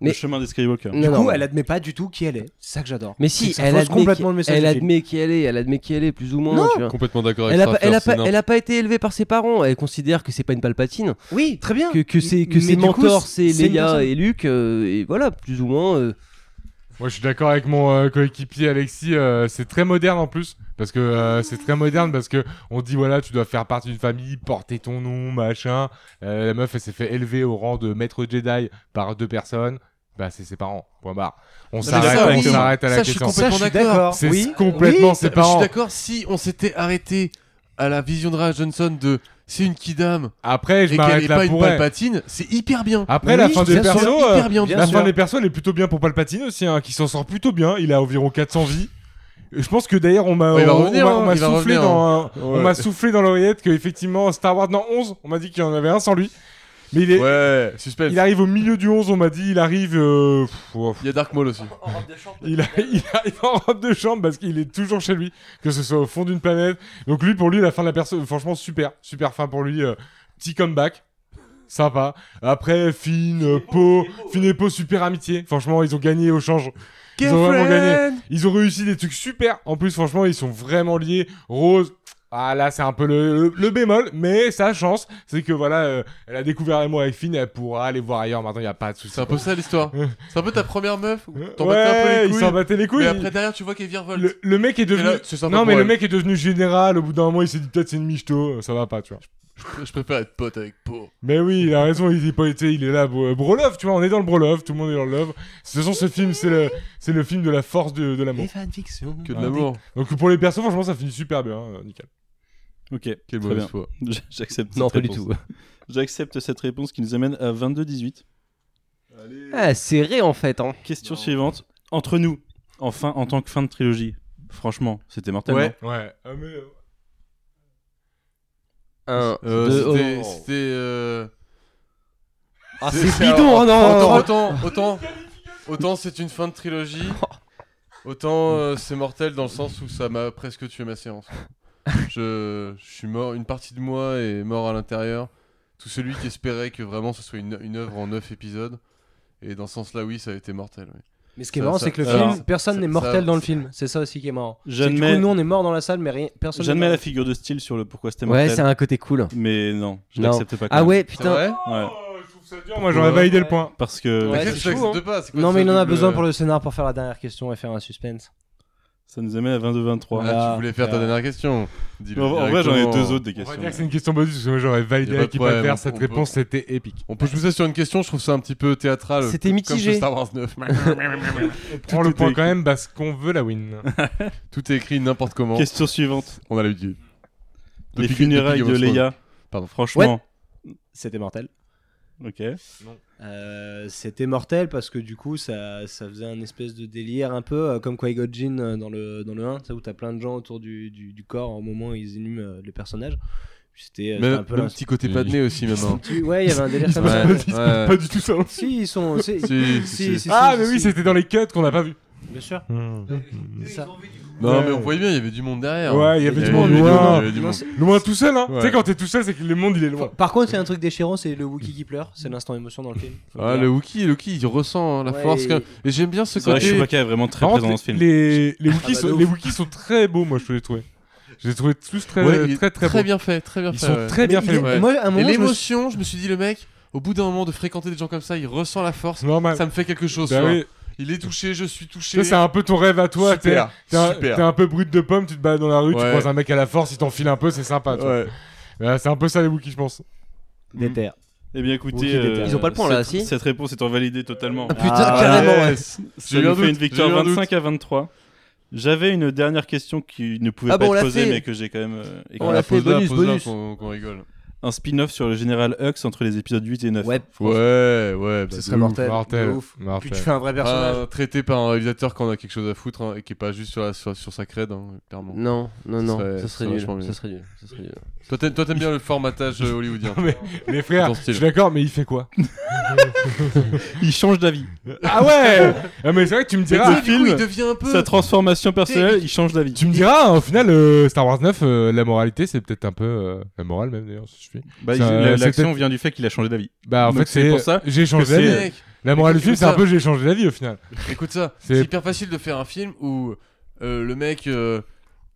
Le
Mais-
chemin des Skywalker.
Du
Non,
coup,
non.
elle admet pas du tout qui elle est. C'est ça que j'adore.
Mais si,
Ça
elle
fausse
admet,
complètement
qui-
le message
elle
du film.
admet qui elle est, elle admet qui elle est, plus ou moins. tu vois.
Complètement d'accord avec
Elle a, pas, elle, a
Starfire,
pas, elle a pas été élevée par ses parents, elle considère que c'est pas une palpatine,
Oui, très bien.
que, que, c'est, que
Mais
ses
du coup,
mentors c'est
une personne.
Leia et Luke, euh, et voilà, plus ou moins. euh,
Moi, je suis d'accord avec mon euh, coéquipier Alexis. euh, c'est très moderne en plus, parce que euh, c'est très moderne parce que on dit voilà, tu dois faire partie d'une famille, porter ton nom, machin. Euh, la meuf, elle s'est fait élever au rang de maître Jedi par deux personnes. Bah, c'est ses parents. Point barre. On
c'est
s'arrête,
ça,
on
oui.
s'arrête à la
Ça, je suis
question.
complètement
Ça, je suis
d'accord. Bah,
d'accord.
C'est
Oui.
complètement ses
Je suis
parents.
d'accord, si on s'était arrêté à la vision de Raj Johnson de c'est une kidam et
Après, je
qu'elle
m'arrête
n'est
là
pas une
pour elle.
palpatine, c'est hyper bien.
Après,
Mais
la
oui,
fin
je
des
trouve ça
persos,
hyper
euh,
bien,
la
sûr.
fin des persos, elle est plutôt bien pour Palpatine aussi, hein, qui s'en sort plutôt bien. Il a environ 400 vies. Et Je pense que d'ailleurs, on m'a
Ouais, il va
on- on
revenir,
m'a-
hein,
on m'a
il va
soufflé
revenir, hein.
dans un-
Ouais.
on m'a soufflé dans l'oreillette que effectivement Star Wars dans 11, on m'a dit qu'il y en avait un sans lui. Mais il est
Ouais, suspense.
il arrive au milieu du 11, on m'a dit il arrive euh, pff, ouais, pff,
Il y a Dark Maul aussi.
il, a- il arrive en robe de chambre parce qu'il est toujours chez lui, que ce soit au fond d'une planète. Donc lui pour lui la fin de la perso franchement super, super fin pour lui euh, petit comeback. Sympa. Après, Finn, euh, Po, Finn et Po, super amitié. Franchement, ils ont gagné au change. Ils ont vraiment gagné. Ils ont réussi des trucs super. En plus, franchement, ils sont vraiment liés. Rose, ah là, c'est un peu le, le- le bémol, mais sa chance, c'est que voilà, euh, elle a découvert l'amour avec Finn, elle pourra aller voir ailleurs. Maintenant, il n'y a pas de souci.
C'est un peu ça l'histoire. C'est un peu ta première meuf. où T'en
ouais,
battais un peu les
il
couilles.
s'en battait les couilles.
mais
Il-
après derrière, tu vois qu'elle virevolte.
le, le mec est
Et là,
devenu.
c'est sympa
Non,
pour
mais le
elle.
mec est devenu général. Au bout d'un moment, il s'est dit peut-être c'est une michto, euh, ça va pas, tu vois.
Je préfère être pote avec Po.
Mais oui, il a raison, il est pas été, il est là, bro- euh, Brolove, tu vois, on est dans le Brolove, tout le monde est dans le love. De toute façon, ce film, c'est le, c'est le film de la force de, de l'amour.
Que de l'amour.
Donc pour les persos, franchement, ça finit super bien, euh, nickel.
Ok,
Quelle
très bien.
mauvaise foi.
J'accepte
Non,
cette
pas du
réponse.
tout.
J'accepte cette réponse qui nous amène à 22-18.
Ah, serré en fait, hein.
Question suivante. Entre nous, enfin, en tant que fin de trilogie, franchement, c'était mortel. non
Ouais. Ah, mais, euh,
Un,
Euh,
deux,
c'était-
oh.
C'était. euh,
Ah,
c'est-
c'est
c'est-
bidon, hein,
Autant,
non
autant, autant, autant c'est une fin de trilogie, autant euh, c'est mortel dans le sens où ça m'a presque tué ma séance. Je, je suis mort, une partie de moi est mort à l'intérieur. Tout celui qui espérait que vraiment ce soit une, une œuvre en 9 épisodes. Et dans ce sens-là, oui, ça a été mortel. oui.
Mais ce qui est
Ça-
marrant,
ça-
c'est que le
alors,
film, personne
ça-
n'est mortel
ça-
dans le film. C'est ça aussi qui est marrant. C'est que du
J'admets-
coup, nous, on est mort dans la salle, mais rien, personne. n'est
J'admets
mort.
la figure de style sur le pourquoi c'était
Ouais,
mortel.
c'est un côté cool.
Mais non, je
Non.
l'accepte pas. quand
Ah
même.
ouais,
C'est
putain.
vrai
Ouais.
oh, je trouve ça dur, moi j'aurais validé le point.
Parce que
Mais
Ouais,
qu'est-ce que
c'est
tu
chaud,
acceptes pas C'est quoi
Non,
ce
mais il en a
double- euh,
besoin pour le scénar pour faire la dernière question et faire un suspense.
Ça nous amène à 22-23.
Ah, tu voulais faire ta dernière question. Dis-le
Mais en- en vrai, j'en ai
directement.
deux autres des
On va
questions.
dire que c'est une question bonus parce que moi j'aurais
Y
validé
a pas de
à qui va
problème,
faire
on-
cette
on
réponse, c'était épique.
On peut se pousser sur une question, je trouve ça un petit peu théâtral.
C'était
comme- comme
mitigé.
sur Star Wars 9.
Prends le
était
point
écrit.
quand même parce qu'on veut la win.
Tout est écrit n'importe comment.
Question suivante.
On a l'habitude.
Les
Depuis-
funérailles
depuis
de
Game of Thrones.
Leia.
Pardon.
Franchement.
C'était mortel.
Ok.
Euh, c'était mortel parce que du coup ça, ça faisait un espèce de délire un peu euh, comme Qui-Gon Jinn euh, dans le, dans le 1, tu sais, où t'as plein de gens autour du, du, du corps au moment où ils inhument euh, le personnage. Puis C'était euh, c'était
Même
un peu
le
l'inspiration.
petit côté pas de nez aussi, même. hein.
Tu- Ouais, il y avait un délire comme ça.
Ouais, ouais.
Pas du tout ça.
Si, ils sont. Si,
Si, si,
si,
si.
si,
Ah,
si,
mais
si,
oui,
si.
c'était dans les cuts qu'on n'a pas vu.
Bien sûr. C'est ça.
Non, mais
Ouais.
on voyait bien, il y avait du monde derrière.
Ouais, il y avait du monde
Il y
loin.
avait du
Non,
monde.
c'est-
Loin tout seul, hein.
Ouais.
Tu sais, quand t'es tout seul, c'est que le monde il est loin.
Par contre, c'est un truc déchirant, c'est le Wookie qui pleure, c'est l'instant émotion dans le film. Faut
Ah,
dire.
le Wookie, le Wookie, il ressent hein, la
Ouais,
force. que-
et-
Et j'aime bien ce
C'est vrai que
côté.
Chewbacca est vraiment très
Par
présent
contre,
dans ce film.
Les,
Ah
les, Wookiees
bah, de
sont, les Wookiees sont très beaux, moi je te les trouvais. Je les trouvais tous très,
Ouais, il est
très, très, beaux.
bien fait, très bien
Ils
fait.
sont
ouais.
très bien
Mais
faits.
il est-
ouais.
Moi, à un
Et
moment, je me suis-
l'émotion, je me suis dit, le mec, au bout d'un moment de fréquenter des gens comme ça, il ressent la force.
C'est normal.
Ça me fait quelque chose.
Bah
tu vois.
oui.
Il est touché, je suis touché.
Ça, c'est un peu ton rêve à toi. T'es
Super,
t'es un,
super.
t'es un peu brut de pomme, tu te balades dans la rue, tu
Ouais.
croises un mec à la force, il t'en file un peu, c'est sympa. Ah, tu vois.
Ouais.
Ouais, c'est un peu ça les Wookiees, je pense.
Déter.
Eh bien, écoutez.
Wookie déterre.
Ils ont pas le point, là,
cette-
si
Cette réponse étant validée totalement.
Oh, Putain,
Ah,
carrément. ouais.
Ça
Ça nous fait une victoire 25 à 23. J'avais une dernière question qui ne pouvait
Ah
pas
bon, on
être
l'a
posée,
fait.
mais que j'ai quand même. euh, écrite.
On l'a fait, bonus, bonus.
Qu'on qu'on rigole.
Un spin-off sur le général Hux entre les épisodes 8 et 9.
Ouais,
Ouais, ouais. bah,
ce
de
serait
ouf.
mortel.
Mortel.
de ouf. Puis
Mortel.
tu fais un vrai personnage.
Ah, traité par un réalisateur quand on a quelque chose à foutre hein, et qui est pas juste sur, la- sur, sur sa crède, hein, clairement.
Non, non,
Ce
non,
serait-
ce
ce serait
serait nul.
vachement mieux.
Ce serait nul. Ce serait nul.
Toi, t'aimes toi, t'aimes bien le formatage euh, hollywoodien.
Mais, mais frère,
Ton
je
style.
suis d'accord, mais il fait quoi
Il change d'avis.
Ah ouais Ah, Mais c'est vrai que tu me
Tu
diras.
sais, du coup, il devient un peu.
Sa transformation personnelle, il change d'avis.
Tu me diras, au final, euh, Star Wars 9, euh, la moralité, c'est peut-être un peu. euh, la morale, même d'ailleurs, si je suis.
Bah, il-
Ça,
la-
c'est
L'action
peut-être-
vient du fait qu'il a changé d'avis.
Bah, en
Donc
fait,
c'est
c'est.
pour ça
J'ai
que
changé
c'est-
d'avis.
Mec,
La morale du
écoute
film, c'est un
ça.
peu j'ai changé d'avis au final.
Écoute ça,
C'est-
c'est hyper facile de faire un film où euh, le mec euh,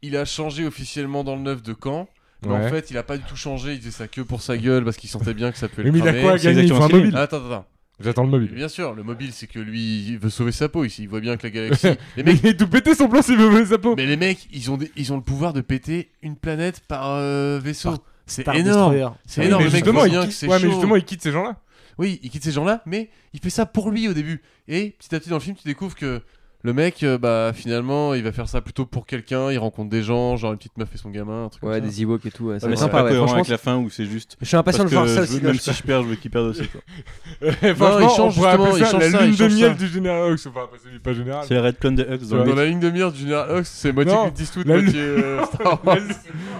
il a changé officiellement dans le neuf de camp, mais
Ouais.
en fait il a pas du tout changé, il faisait ça que pour sa gueule parce qu'il sentait bien que ça pouvait
Mais
le
il a
cramer.
quoi à
c'est
gagner Il faut
exactement
un
ce qu'il est.
mobile.
Attends, attends, attends.
J'attends le mobile.
Bien sûr, le mobile c'est que lui il veut sauver sa peau ici, il voit bien que la galaxie.
Ouais.
les
Mais
mecs,
il est tout pété son plan s'il veut voler sa peau.
mais les mecs ils ont, des- ils ont le pouvoir de péter une planète par euh, vaisseau. C'est
Star
énorme.
Destroyer.
C'est
Oui,
énorme,
mais
le mec
justement,
voit
il
bien que
quitte...
c'est
ouais, mais
chaud.
justement, il quitte ces gens-là.
Oui, il quitte ces gens-là, mais il fait ça pour lui au début. Et petit à petit dans le film, tu découvres que le mec, euh, bah finalement, il va faire ça plutôt pour quelqu'un. Il rencontre des gens, genre une petite meuf et son gamin, un truc
Ouais,
comme ça.
des Ewoks et tout. ouais, ça
Ouais, mais
va.
c'est pas
Ouais,
cohérent
franchement,
avec la fin où c'est juste.
Je suis impatient
Parce
de
que
voir ça
je
aussi.
hein.
veux- même si je perds, je veux qu'il perde aussi. quoi.
Franchement,
il
on
change,
pourrait appeler
justement,
ça
il
la
change ça,
lune
il
de
change
miel
ça.
du général Hux. Enfin, parce que c'est pas général.
C'est la Red Clan de Hux dans
Ouais.
le
Dans
but.
la ligne de mire du Général Hux, c'est moitié
Non,
Clint Eastwood,
la
moitié euh, Star Wars.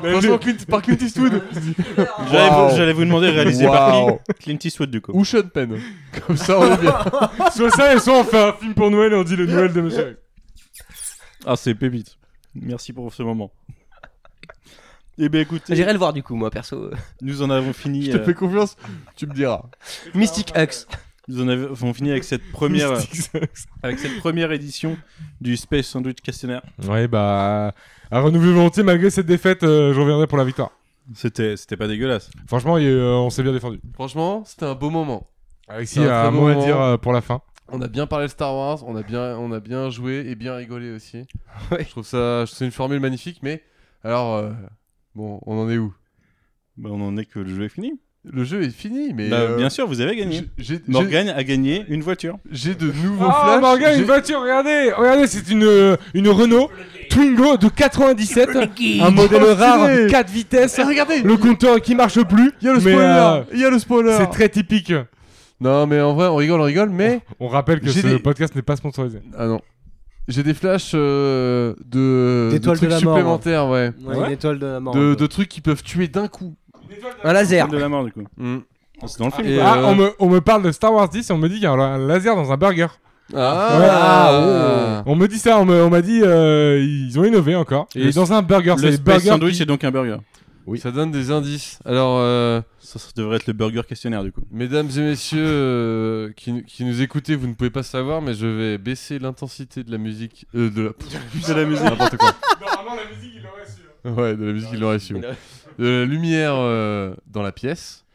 La
Franchement,
lune-
Clint, par Clint Eastwood
J'allais vous-
Waouh.
J'allais vous demander réalisé par
Waouh.
qui Clint Eastwood du coup.
ou Sean Penn. Comme ça, on est bien.
Soit ça, et soit on fait un film pour Noël et on dit le Noël de Monsieur Hux.
Ah, c'est pépite. Merci pour ce moment. Eh bien écoutez,
J'irai le voir du coup, moi perso.
nous en avons fini.
Je te
euh,
fais confiance, tu me diras.
Mystic Hux.
Nous en avons on finit avec cette première, avec cette première édition du Space Sandwich Questionnaire.
Ouais, bah. À renouveler volontiers, malgré cette défaite, euh, je reviendrai pour la victoire.
C'était, c'était pas dégueulasse.
Franchement, il y a eu, euh, on s'est bien défendu.
Franchement, c'était un beau moment.
Alexis
C'est un
a
très
un
bon
mot à
moment.
dire euh, pour la fin.
On a bien parlé de Star Wars, on a bien, on a bien joué et bien rigolé aussi.
Ouais.
Je trouve ça, c'est une formule magnifique, mais alors, euh, bon, on en est où
Bah, on en est que le jeu est fini.
Le jeu est fini, mais
Bah,
euh,
bien sûr, vous avez gagné.
j'ai- j'ai- j'ai-
Morgane a gagné une voiture.
j'ai de nouveaux
Ah,
flashs.
Morgan, une
j'ai-
voiture, regardez, regardez, c'est une, euh, une Renault Twingo de 97, un modèle
Trop
rare,
stylé.
4 vitesses,
Ah, regardez,
le compteur qui marche plus.
il y a le
mais,
spoiler,
euh,
il y a le spoiler.
c'est très typique.
Non, mais en vrai, on rigole, on rigole, mais
On rappelle que ce
J'ai des-
podcast n'est pas sponsorisé.
ah non, j'ai des flashs euh, de
D'étoiles
de, trucs
de la mort,
supplémentaires, ouais,
Ouais, Une étoile de la mort. euh,
de, de trucs qui peuvent tuer d'un coup.
Un laser.
De la mort du coup.
Hmm.
C'est dans le film.
Et,
ah,
euh,
on, me, on me parle de Star Wars 10 et on me dit qu'il y a un laser dans un burger.
Ah,
On me dit ça, on me- on m'a dit euh, ils ont innové encore. Et
Le-
dans un burger, c'est
Le
les
Space
burgers.
Sandwich
qui-
c'est donc un burger.
Ça donne des indices. Alors. euh,
Ça, ça devrait être le burger questionnaire du coup.
Mesdames et messieurs euh, qui, qui nous écoutez, vous ne pouvez pas savoir, mais je vais baisser l'intensité de la musique. euh, de, la, de la musique. N'importe quoi. Ouais, de la musique, il aurait su. ouais. De la lumière euh, dans la pièce.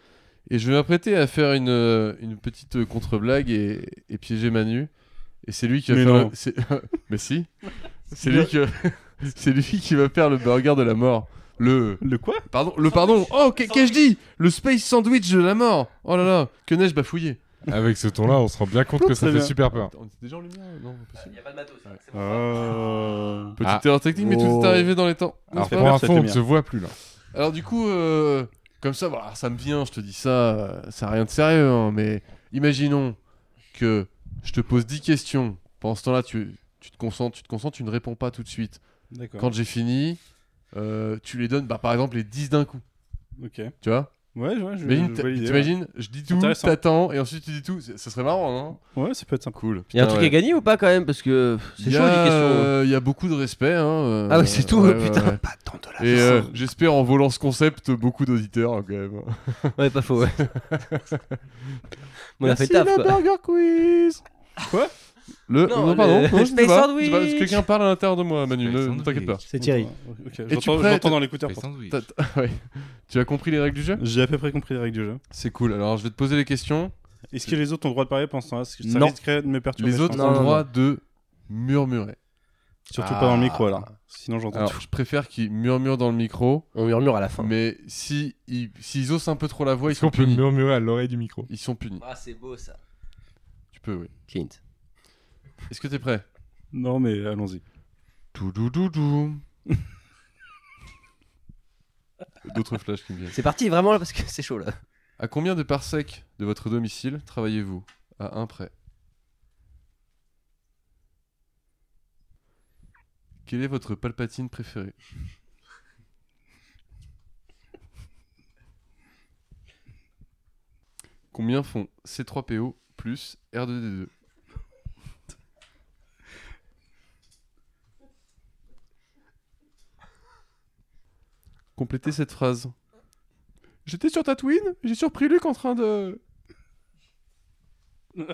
Et je vais m'apprêter à faire une, euh, une petite euh, contre-blague et, et piéger Manu. Et c'est lui qui va
Mais
faire.
non.
le- c'est- mais si. C'est lui, que... c'est lui qui va faire le burger de la mort. Le.
Le quoi
Pardon, le pardon. Oh, qu'est- qu'ai-je dit Le space sandwich de la mort. Oh là là, que n'ai-je bafouillé
Avec ce ton-là, on se rend bien
Oh,
compte que ça
Très
fait
bien.
super Ah, peur.
On était déjà en lumière Non, pas possible.
Il n'y a pas de matos.
Ouais.
c'est bon.
Oh.
Petite erreur technique, mais tout est arrivé dans les temps.
Ah,
Alors
fait
pour
peur, cette
info, on ne
lumière.
se voit plus là.
Alors du coup, euh, comme ça, voilà, ça me vient, je te dis ça, euh, ça n'a rien de sérieux, hein, mais imaginons que je te pose 10 questions. Pendant ce temps-là, tu, tu te concentres, tu te concentres, tu ne réponds pas tout de suite.
D'accord.
Quand j'ai fini, euh, tu les donnes, bah, par exemple, les 10 d'un coup,
Ok.
tu vois
Ouais, ouais, je,
Imagine,
je vois l'idée,
T'imagines, je dis tout,
Intéressant.
t'attends, et ensuite tu dis tout, C'est- ça serait marrant, non
ouais. Ouais, ça peut être sympa.
Cool.
Il y a un truc à gagner ou pas quand même Parce que c'est
Il y
chaud
a,
les questions.
euh, Il y a beaucoup de respect. Hein, euh,
Ah ouais, c'est tout, putain.
Pas tant de Et euh, j'espère en volant ce concept, beaucoup d'auditeurs hein, quand même.
Ouais, pas faux, ouais. Mais on a fait le taf quoi.
Burger Quiz
Quoi
Le...
Non,
Non,
le-
pardon,
le
non, je sais
space
pas. Je
sandwich.
sais pas, parce que Quelqu'un parle à l'intérieur de moi, Manu, ne,
Space
ne t'inquiète pas.
C'est Thierry.
Ok,
Es-tu
J'entends
prêt
j'entends dans l'écouteur. pardon.
T'as- t'as- ouais. Tu as compris les règles du jeu
J'ai à peu près compris les règles du jeu.
C'est cool, alors je vais te poser les questions.
Est-ce que les autres ont le droit de parler pendant ce temps-là Parce que ça
Non.
risquerait de me perturber.
Les
je
autres
pense.
ont le
non,
droit de murmurer.
Surtout pas dans le micro, alors. Sinon, j'entends
Alors, je préfère qu'ils murmurent dans le micro,
On murmure à la fin.
mais si ils, s'ils osent un peu trop la voix, ils
Est-ce qu'on
sont
peut
punis.
murmurer à l'oreille du micro
Ils sont punis.
Ah, c'est beau ça.
Tu peux, oui.
Clint.
Est-ce que t'es prêt
Non, mais allons-y.
Tout, tout, tout, tout. D'autres flashs qui me viennent.
C'est parti vraiment là parce que c'est chaud là.
À combien de parsecs de votre domicile travaillez-vous À un près. Quel est votre palpatine préféré Combien font C3PO plus R2D2 Complétez cette phrase. J'étais sur Tatooine, j'ai surpris Luc en train de. Vous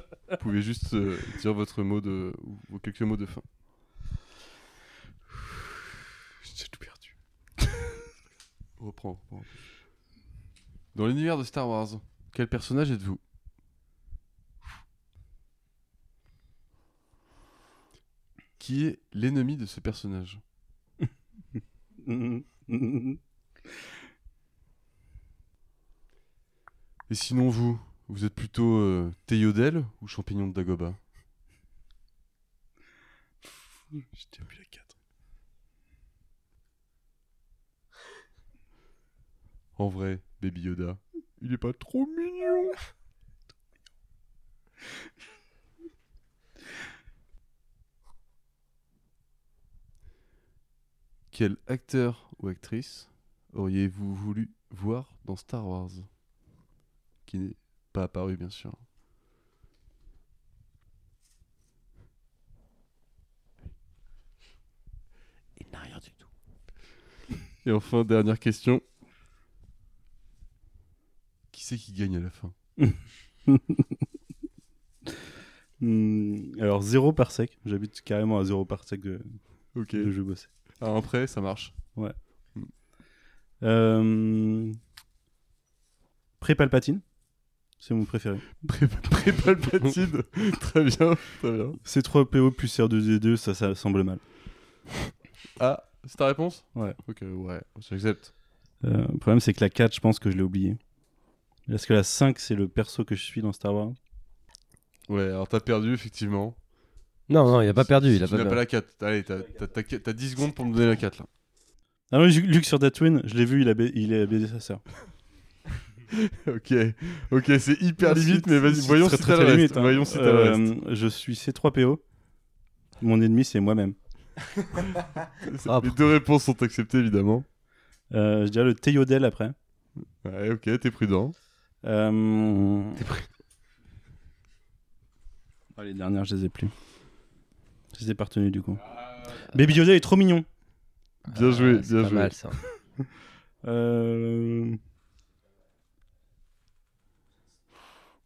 pouvez juste euh, dire votre mot de. ou vos quelques mots de fin. J'ai tout perdu. reprends, reprends. Dans l'univers de Star Wars, quel personnage êtes-vous Qui est l'ennemi de ce personnage Et sinon, vous, vous êtes plutôt euh, Théodèle ou champignon de Dagoba J'étais plus la 4. En vrai, Baby Yoda, il est pas trop mignon. Quel acteur ou actrice auriez-vous voulu voir dans Star Wars qui n'est pas apparu bien sûr. Il n'a rien du tout. Et enfin, dernière question. Qui c'est qui gagne à la fin
Hmm, Alors, 0 par sec. J'habite carrément à 0 par sec de,
Ok.
de jeu bossé.
À un prêt, ça marche.
Euh... Pré-Palpatine. C'est mon préféré.
Pré- Pré-Palpatine. très bien, très bien.
C3PO plus R2D2, ça, ça semble mal.
Ah, c'est ta réponse
Ouais.
Ok, ouais, j'accepte.
Euh, le problème, c'est que la 4, je pense que je l'ai oublié. Parce que la 5, c'est le perso que je suis dans Star Wars.
Ouais, alors t'as perdu, effectivement.
Non, non, il a pas perdu. Il a
Tu n'as
pas
pas
perdu.
la 4. Allez, t'as t'as- t'as- t'as 10 secondes pour me donner la 4, là.
Ah oui, Luke sur Tatooine, je l'ai vu, il a, ba- il a baisé sa sœur.
Ok, ok, c'est hyper
Ensuite,
limite, mais vas-y,
c'est
voyons
très,
si
très,
t'as le
très
reste.
limite, hein.
Voyons si t'as le
Euh,
reste.
Je suis C3PO. Mon ennemi, c'est moi-même.
Ah,
Les deux réponses sont acceptées, évidemment.
Euh, je dirais le Théodèle après.
Ouais, ok, t'es prudent.
Euh... Oh, les dernières, je les ai plus. Je les ai pas retenues du coup.
Euh,
Baby Yoda est trop mignon.
Bien joué,
C'est
bien
pas
joué.
mal ça.
Euh...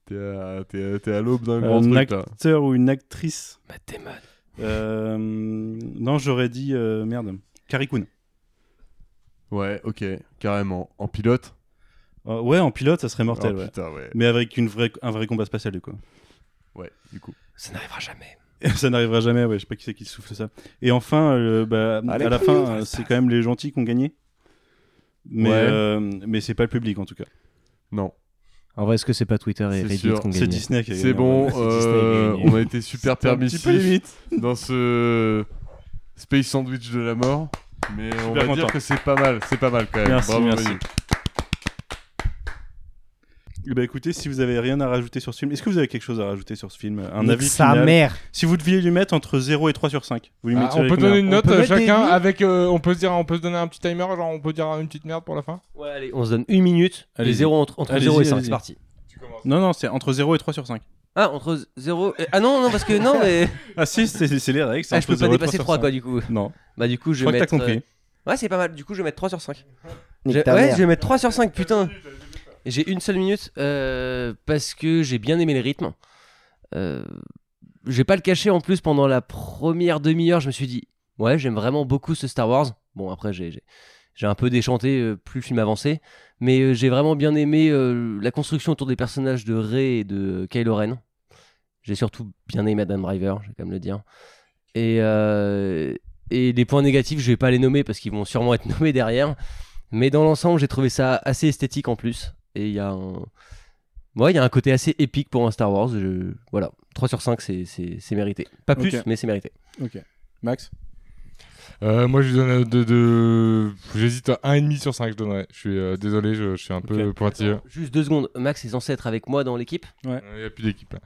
T'es à, t'es à- t'es à l'aube d'un
Euh,
grand truc,
Nac-
là.
Acteur ou une actrice
Matémat.
Euh, Non, j'aurais dit euh, merde. Carrie Coon.
Ouais, ok, carrément. En pilote
Euh, ouais, en pilote, ça serait mortel.
Ah,
ouais.
Putain, ouais.
Mais avec une vraie, un vrai combat spatial du coup.
Ouais, du coup.
Ça n'arrivera jamais.
ça n'arrivera jamais, ouais, je sais pas qui c'est qui souffle ça. Et enfin, euh, bah,
Allez,
à la
plus
fin,
haut.
euh, c'est quand même les gentils qui ont gagné. Mais,
Ouais.
euh, mais c'est pas le public en tout cas.
Non.
En vrai, est-ce que c'est pas Twitter et
C'est
Reddit
sûr,
qu'on
C'est
gagne
Disney qui a
C'est
gagné, en
bon,
vrai.
euh,
Disney,
on a été super
C'est un petit peu
permissif
limite.
dans ce Space Sandwich de la mort. Mais on va
Super
dire
content.
que c'est pas mal, c'est pas mal quand même.
Merci,
Bravo,
merci.
Manu.
Eh ben, écoutez, si vous avez rien à rajouter sur ce film, est-ce que vous avez quelque chose à rajouter sur ce film Un
Nique
avis
sa
final
mère.
Si vous deviez lui mettre entre 0 et 3 sur 5, vous lui
Ah,
mettriez
on peut
combien
donner une
On
note
peut
euh,
mettre des
chacun
demi
avec euh, on peut se dire on peut se donner un petit timer genre on peut dire une petite merde pour la fin
Ouais, allez, on se donne une minute.
Allez-y.
Les 0 entre, entre
Allez-y,
0 et 5,
allez-y.
c'est parti.
Non, non, c'est entre 0 et 3 sur 5.
Ah, entre 0 et... Ah non, non, parce que non, mais...
Ah si, c'est c'est les règles. c'est
Ah, je
entre
peux pas
0 et
dépasser
sur
3,
cinq.
quoi, du coup.
Non,
Bah du coup,
je
je
crois
vais
que t'as
mettre...
compris.
euh, Ouais, c'est pas mal. Du coup, je vais mettre 3 sur 5.
Nique ta
Ouais,
mère.
je vais mettre 3 sur 5, putain. J'ai une seule minute euh, parce que j'ai bien aimé le rythme. Euh, je vais pas le cacher en plus, pendant la première demi-heure, je me suis dit, ouais, j'aime vraiment beaucoup ce Star Wars. Bon, après, j'ai, j'ai, j'ai un peu déchanté, euh, plus le film avançait. Mais euh, j'ai vraiment bien aimé euh, la construction autour des personnages de Rey et de Kylo Ren. J'ai surtout bien aimé Adam Driver, je vais quand même le dire. Et, euh, et les points négatifs, je vais pas les nommer parce qu'ils vont sûrement être nommés derrière. Mais dans l'ensemble, j'ai trouvé ça assez esthétique en plus. Et il y a un. Ouais, il y a un côté assez épique pour un Star Wars. Je- Voilà, 3 sur 5, c'est, c'est, c'est mérité. Pas plus,
Ok.
mais c'est mérité.
Ok. Max
Euh, moi je lui donne euh, de, de- j'hésite à 1,5 sur 5 je donnerais je suis euh, désolé je, je suis un peu
Ok.
pointilleux
Juste deux secondes, Max est censé être avec moi dans l'équipe.
il n'y a plus d'équipe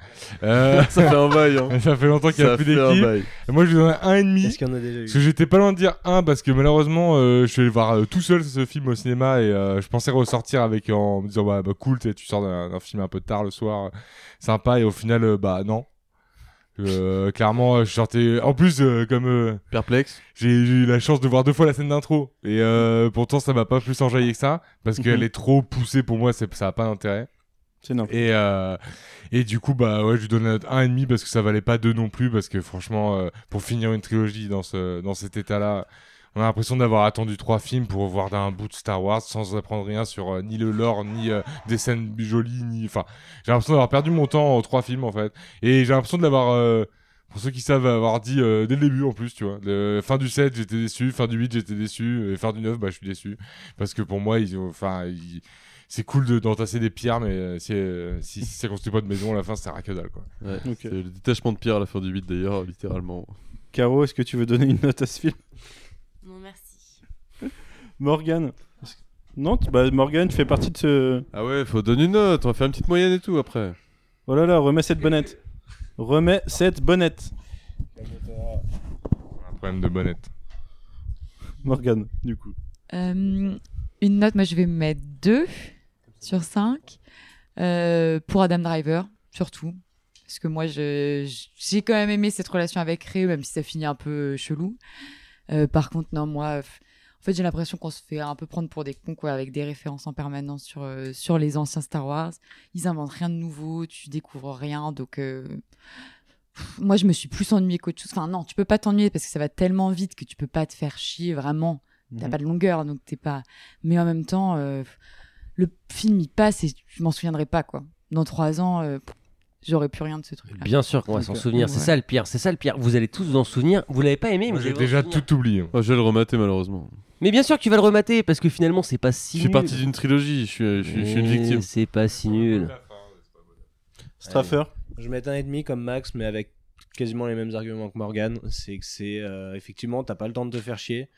Euh,
Ça fait un bail. Hein.
ça fait longtemps qu'il n'y a
Ça
plus
fait un
d'équipe
bail.
Et moi je lui donnerais 1,5
Est-ce qu'il y en a déjà eu
Parce que j'étais pas loin de dire un parce que malheureusement euh, je suis allé voir euh, tout seul ce film au cinéma et euh, je pensais ressortir avec euh, en me disant bah, bah, cool t'es- tu sors d'un d'un film un peu tard le soir euh, sympa et au final euh, bah non Euh, clairement euh, je sortais en plus euh, comme euh,
Perplexe.
j'ai j'ai eu la chance de voir deux fois la scène d'intro et euh, pourtant ça m'a pas plus enjaillé que ça parce
Mhm.
qu'elle est trop poussée pour moi c'est- ça a pas d'intérêt
C'est non.
et, euh, et du coup, bah ouais, je lui donne un- un et demi parce que ça valait pas deux non plus. Parce que franchement, euh, pour finir une trilogie dans, ce, dans cet état-là, on a l'impression d'avoir attendu trois films pour voir d'un bout de Star Wars sans apprendre rien sur euh, ni le lore, ni euh, des scènes jolies, ni. Enfin, j'ai l'impression d'avoir perdu mon temps en trois films en fait. Et j'ai l'impression de l'avoir. euh, pour ceux qui savent avoir dit euh, dès le début en plus, tu vois. Le- fin du 7, j'étais déçu. Fin du 8, j'étais déçu. Et fin du 9, bah, je suis déçu. Parce que pour moi, ils ont- enfin, ils- c'est cool de- d'entasser des pierres, mais euh, si, euh, si, si ça construit pas de maison, à la fin, ça sert à que dalle, quoi.
Ouais,
Ok.
C'est le détachement de pierre à la fin du 8 d'ailleurs, littéralement.
Caro, est-ce que tu veux donner une note à ce film
Non, merci.
Morgan Non, t- bah Morgan, tu fais partie de ce.
Ah ouais, faut donner une note, on va faire une petite moyenne et tout après.
Oh là là, remets cette bonnette. Remets cette bonnette.
Un problème de bonnette.
Morgan, du coup.
Euh, une note, moi je vais mettre 2 sur 5 pour Adam Driver, surtout. Parce que moi, je- j'ai quand même aimé cette relation avec Ray, même si ça finit un peu chelou. Euh, par contre, non, moi, f- en fait, j'ai l'impression qu'on se fait un peu prendre pour des cons, quoi, avec des références en permanence sur, euh, sur les anciens Star Wars. Ils inventent rien de nouveau, tu découvres rien, donc. euh, pff, Moi, je me suis plus ennuyée qu'autre chose. Enfin, non, tu peux pas t'ennuyer parce que ça va tellement vite que tu peux pas te faire chier vraiment. T'as
Mhm.
pas de longueur, donc t'es pas. Mais en même temps, euh, le film il passe et je m'en souviendrai pas quoi. Dans trois ans, euh, pff, j'aurai plus rien de ce truc-là.
Bien sûr qu'on va s'en
Super.
souvenir.
Ouais.
C'est ça le pire. C'est ça le pire. Vous allez tous vous en souvenir. Vous l'avez pas aimé, mais
Moi,
vous
J'ai
allez vous en
déjà
souvenir.
tout oublié.
Ah, je vais le remater malheureusement.
Mais bien sûr que tu vas le remater parce que finalement, c'est pas si.
Je suis
nul.
parti d'une trilogie, je suis, je suis- je suis une
Mais
victime.
C'est pas si nul.
Straffer
Je mets un et demi comme Max, mais avec quasiment les mêmes arguments que Morgan. C'est que c'est euh, effectivement, t'as pas le temps de te faire chier.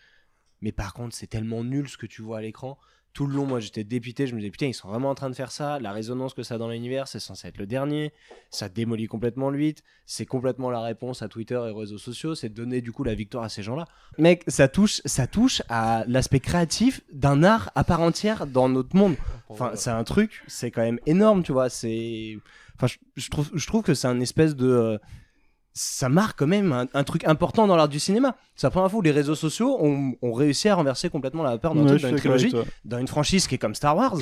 Mais par contre, c'est tellement nul ce que tu vois à l'écran. Tout le long, moi, j'étais dépité. Je me disais, putain, ils sont vraiment en train de faire ça. La résonance que ça a dans l'univers, c'est censé être le dernier. Ça démolit complètement le 8. C'est complètement la réponse à Twitter et réseaux sociaux. C'est de donner du coup la victoire à ces gens-là. Mec, ça touche, ça touche à l'aspect créatif d'un art à part entière dans notre monde. Enfin, c'est un truc, c'est quand même énorme, tu vois. C'est, enfin, je, je trouve, je trouve que c'est un espèce de, euh, ça marque quand même un, un truc important dans l'art du cinéma. C'est la première fois où les réseaux sociaux ont, ont réussi à renverser complètement la peur d'un
Ouais,
truc,
je
dans
suis
une
d'accord avec
trilogie,
toi.
dans une franchise qui est comme Star Wars.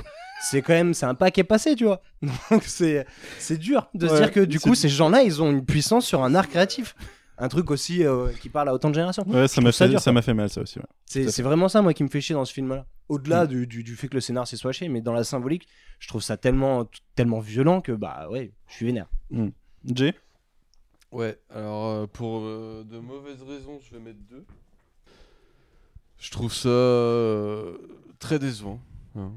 C'est quand même, c'est un pas qui est passé, tu vois. Donc c'est, c'est dur de se
Ouais,
dire que du
c'est
coup,
dur.
ces gens-là, ils ont une puissance sur un art créatif. Un truc aussi euh, qui parle à autant de générations.
Ouais, ça m'a
trouve ça
fait,
dur,
ça m'a fait Mm. mal, ça aussi. ouais. Tout
C'est
à
c'est vraiment ça, moi, qui me fait chier dans ce film-là. Au-delà du, du- du fait que le scénar s'est soit chier, mais dans la symbolique, je trouve ça tellement, tellement violent que, bah ouais, je suis vénère.
Jay
Ouais, alors euh, pour euh, de mauvaises raisons, je vais mettre deux. Je trouve ça euh, très décevant. hein.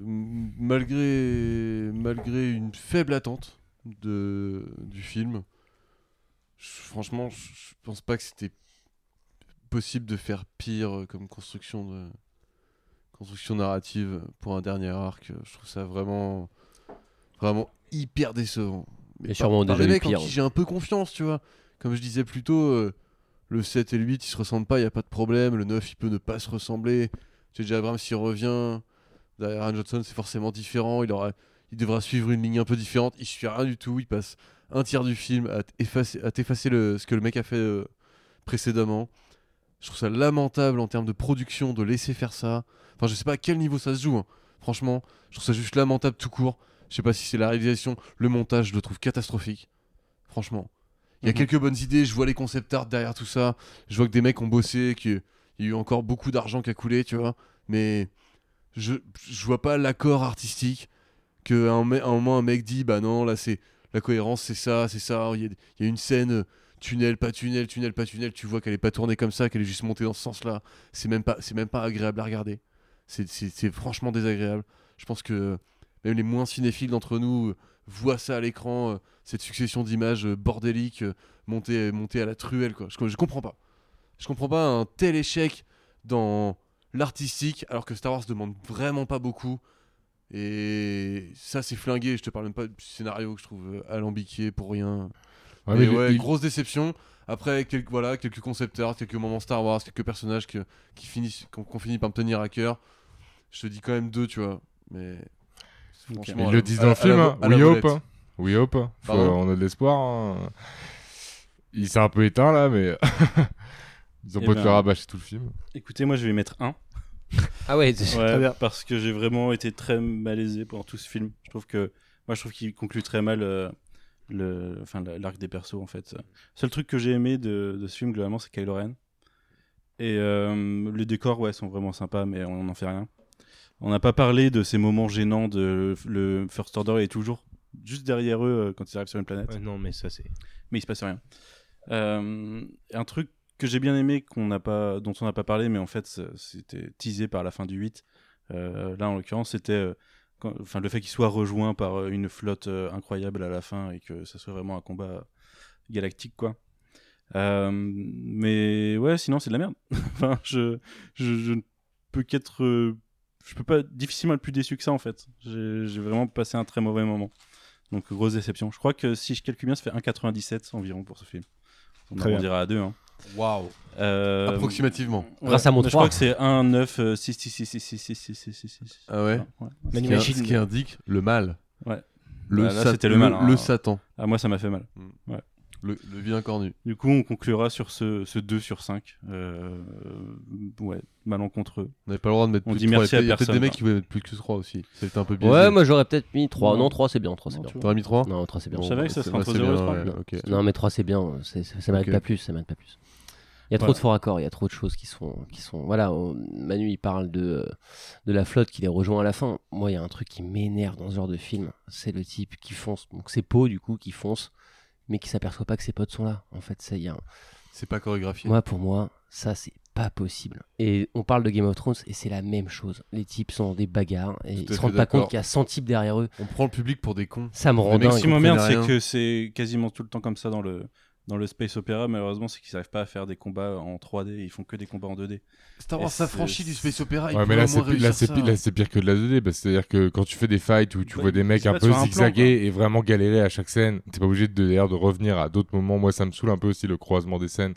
M- Malgré, malgré une faible attente de, du film, je- franchement, je je pense pas que c'était possible de faire pire euh, comme construction, de, construction narrative pour un dernier arc. Je trouve ça vraiment, vraiment hyper décevant. Mais
Et
par-
sûrement
par
déjà
les
eu
mecs en
pire.
qui J'ai un peu confiance, tu vois. Comme je disais plus tôt, euh, le 7 et le 8, ils se ressemblent pas, il n'y a pas de problème. Le 9, il peut ne pas se ressembler. J.J. Abrams, s'il revient, derrière Aaron Johnson, c'est forcément différent. Il, aura, il devra suivre une ligne un peu différente. Il suffit à rien du tout. Il passe un tiers du film à t'effacer, à t'effacer le, ce que le mec a fait euh, précédemment. Je trouve ça lamentable en termes de production de laisser faire ça. Enfin, je sais pas à quel niveau ça se joue. hein. Franchement, je trouve ça juste lamentable tout court. Je sais pas si c'est la réalisation, le montage, je le trouve catastrophique. Franchement. Il y a
Mhm.
quelques bonnes idées, je vois les concept art derrière tout ça. Je vois que des mecs ont bossé, qu'il y a eu encore beaucoup d'argent qui a coulé, tu vois. Mais je, je vois pas l'accord artistique. Qu'à un, me- à un moment, un mec dit Bah non, là, c'est la cohérence, c'est ça, c'est ça. Il y, a- il y a une scène euh, tunnel, pas tunnel, tunnel, pas tunnel. Tu vois qu'elle est pas tournée comme ça, qu'elle est juste montée dans ce sens-là. C'est même, pas- c'est même pas agréable à regarder. C'est- C'est c'est franchement désagréable. Je pense que même les moins cinéphiles d'entre nous euh, voient ça à l'écran, euh, cette succession d'images euh, bordéliques euh, montées, montées à la truelle. Quoi. Je, co- je comprends pas. Je comprends pas un tel échec dans l'artistique, alors que Star Wars demande vraiment pas beaucoup. Et ça, c'est flingué. Je te parle même pas du scénario que je trouve euh, alambiqué pour rien.
Ouais,
Mais
mais
ouais,
il-
grosse déception. Après, quelques, voilà, quelques concept art, quelques moments Star Wars, quelques personnages que, qui finissent, qu'on, qu'on finit par me tenir à cœur. Je te dis quand même deux, tu vois. Mais. franchement,
Ils
à
le
la-
disent
à-
dans le
à la-
film, hein.
à la
We Hope.
volette.
hein. We Hope. hein. Faut-
Pardon
on a de l'espoir. hein. Il s'est un peu éteint là, mais ils ont
Eh
pas
ben.
le rabâcher tout le film.
Écoutez, moi je vais mettre un.
Ah ouais, c'est-
Ouais,
Très bien.
parce que j'ai vraiment été très malaisé pendant tout ce film. Je trouve que moi je trouve qu'il conclut très mal euh, le enfin la- l'arc des persos en fait. Seul truc que j'ai aimé de, de ce film globalement c'est Kylo Ren. Et euh, les décors ouais sont vraiment sympas mais on n'en fait rien. On n'a pas parlé de ces moments gênants de le First Order est toujours juste derrière eux euh, quand ils arrivent sur une planète
Ouais, non, mais ça, c'est.
mais il se passe rien. Euh, un truc que j'ai bien aimé, qu'on n'a pas, dont on n'a pas parlé, mais en fait c'est- c'était teasé par la fin du 8, euh, là en l'occurrence, c'était euh, quand- enfin, le fait qu'il soit rejoint par euh, une flotte euh, incroyable à la fin et que ça soit vraiment un combat euh, galactique, quoi. Euh, mais ouais, sinon c'est de la merde. enfin, je, je, je ne peux qu'être. euh, je peux pas difficilement être plus déçu que ça en fait. J'ai j'ai vraiment passé un très mauvais moment. Donc grosse déception. Je crois que si je calcule bien, ça fait 1,97 environ pour ce film. On
Très bien.
arrondira à 2. Hein.
Waouh.
Euh,
Approximativement.
ouais,
Grâce à mon
mais Je
trois.
crois que c'est euh, 1,966666666.
Ah ouais. Ce qui,
Magnifique.
ce qui indique le mal.
Ouais.
Le
Bah, là,
sat-
c'était le mal, hein.
le Satan.
Ah, moi, ça m'a fait mal.
Le, le bien cornu.
Du coup, on conclura sur ce, ce 2 sur 5. ouais, malencontreux.
On n'avait pas le droit de mettre
On
plus
dit
de trois.
merci
Il y a
à
peut-être
personne, hein.
des mecs
là.
qui voulaient mettre plus que 3 aussi. C'était un peu biaisé.
Ouais, moi j'aurais peut-être mis 3.
Non.
Non, 3 c'est bien, 3 c'est
Non,
bien.
tu vois.
T'aurais mis 3
Non, 3 c'est bien.
Je savais que ça serait entre 0 et 3.
et
Non, mais 3 c'est bien, c'est- ça, ça mérite
Ok.
pas plus, ça mérite pas plus. Il y a trop
Voilà.
de faux raccords, il y a trop de choses qui sont. Qui sont... Voilà, on- Manu il parle de, euh, de la flotte qui les rejoint à la fin. Moi, il y a un truc qui m'énerve dans ce genre de film, c'est le type qui fonce, donc c'est Poe du coup qui fonce, mais qui s'aperçoit pas que ses potes sont là. En fait, ça y est. un-
C'est pas chorégraphié.
Moi, pour moi, ça c'est pas possible. Et on parle de Game of Thrones et c'est la même chose. Les types sont dans des bagarres
Tout à
et ils se
fait
rendent pas
d'accord.
compte qu'il y a 100 types derrière eux.
On prend le public pour des cons.
Ça me rend
mecs
dingue.
Ce qui m'emmerde, c'est
rien.
que c'est quasiment tout le temps comme ça dans le, dans le Space Opera. Malheureusement, c'est qu'ils n'arrivent pas à faire des combats en 3D. Ils font que des combats en 2D.
Star
Et
Wars
c'est-
s'affranchit du Space Opera. Ah, il
Ouais, mais
pourrait
là
au
c'est
moins
pi- là,
réussir
c'est pi-
ça.
là, c'est pire que de la 2D. parce que C'est-à-dire que quand tu fais des fights où tu
Ouais,
vois des
ils
mecs
se
un
battent
peu
sur un plan,
zigzaguer et vraiment galérer à chaque scène, t'es pas obligé de, d'ailleurs de revenir à d'autres moments. Moi ça me saoule un peu aussi le croisement des scènes.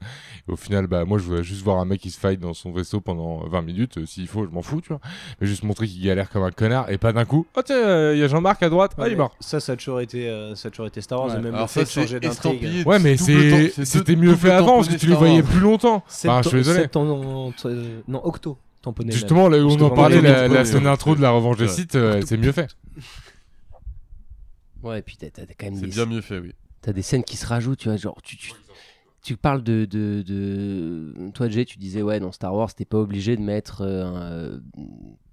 Et au final, bah moi je veux juste voir un mec qui se fight dans son vaisseau pendant 20 minutes. euh, S'il faut, je m'en fous, tu vois. Mais juste montrer qu'il galère comme un connard et pas d'un coup. Oh tiens, euh, il y a Jean-Marc à droite. ah, il est mort.
Ça, ça a toujours été, euh, ça a toujours été Star Wars,
Ouais.
et même
Alors
le fait
ça,
de changer
c'est
d'intrigue.
estampillé.
Ouais, mais
double
c'est-
temps- c'est
c'était
deux-
mieux
double
fait avant parce que
tamponné
tu les
Star Wars.
voyais plus longtemps.
Sept
Bah, je suis
ton-
désolé.
sept en- en- euh, non, octo, tamponné. même.
Justement, là où on
Justement,
en parlait,
on en
la,
parlait,
la
ouais.
scène d'intro de la revanche des
Ouais.
sites, euh, c'est mieux fait.
Ouais, et puis t'as t'as quand même
C'est
des
bien mieux fait, oui.
T'as des scènes qui se rajoutent, tu vois, genre tu, tu, tu parles de, de, de- Toi Jay, tu disais ouais dans Star Wars t'es pas obligé de mettre euh, un- euh,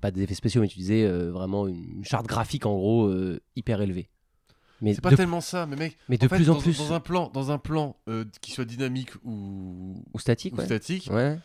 pas des effets spéciaux mais tu disais euh, vraiment une charte graphique en gros euh, hyper élevée. Mais
C'est pas
de-
tellement ça, mais mec.
mais de
fait,
plus en
dans-
plus.
Dans un plan, dans un plan euh, qui soit dynamique ou,
Ou statique,
ou
ouais.
statique,
Ouais.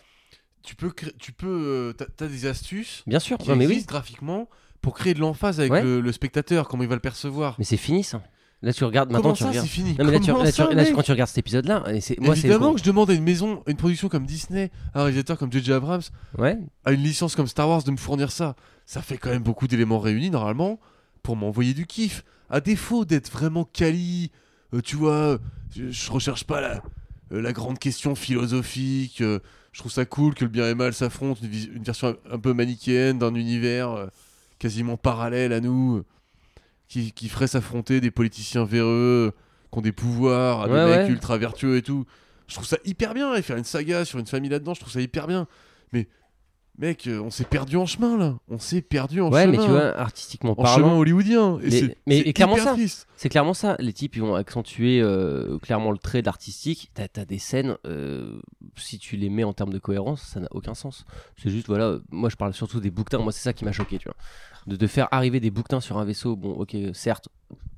tu peux, cré- tu peux, euh, t'as- t'as des astuces
Bien sûr.
qui
Non, mais oui.
existent graphiquement pour créer de l'emphase avec
Ouais.
le, le spectateur, comment il va le percevoir.
Mais c'est fini ça. Là tu regardes, maintenant
Comment
tu
ça,
regardes.
c'est fini
Non mais là, tu,
Comment
là, tu-
ça,
là,
mec
quand tu regardes cet épisode là, c'est moi c'est le
Évidemment
con.
que je demande à une maison, à une production comme Disney, à un réalisateur comme J.J. Abrams,
Ouais.
à une licence comme Star Wars de me fournir ça. Ça fait quand même beaucoup d'éléments réunis normalement pour m'envoyer du kiff. À défaut d'être vraiment quali, euh, tu vois, je, je recherche pas la, euh, la grande question philosophique. euh, je trouve ça cool que le bien et le mal s'affrontent, une, vis- une version un, un peu manichéenne d'un univers euh, quasiment parallèle à nous, euh, qui, qui ferait s'affronter des politiciens véreux, euh, qui ont des pouvoirs, à des
Ouais,
mecs
ouais.
ultra vertueux et tout. Je trouve ça hyper bien, et faire une saga sur une famille là-dedans, je trouve ça hyper bien. Mais, mec, euh, on s'est perdu en chemin, là. On s'est perdu en
Ouais,
chemin. hein.
mais tu vois, artistiquement
en chemin
parlant,
hollywoodien. Et
Mais-
c'est-
mais-
c'est
et clairement
hyper
ça.
triste.
c'est clairement ça. Les types ils ont accentué euh, clairement le trait de l'artistique. T'as as des scènes, euh, si tu les mets en termes de cohérence, ça n'a aucun sens. C'est juste voilà, euh, moi je parle surtout des bouquetins. Moi c'est ça qui m'a choqué, tu vois, de, de faire arriver des bouquetins sur un vaisseau. Bon, ok, certes,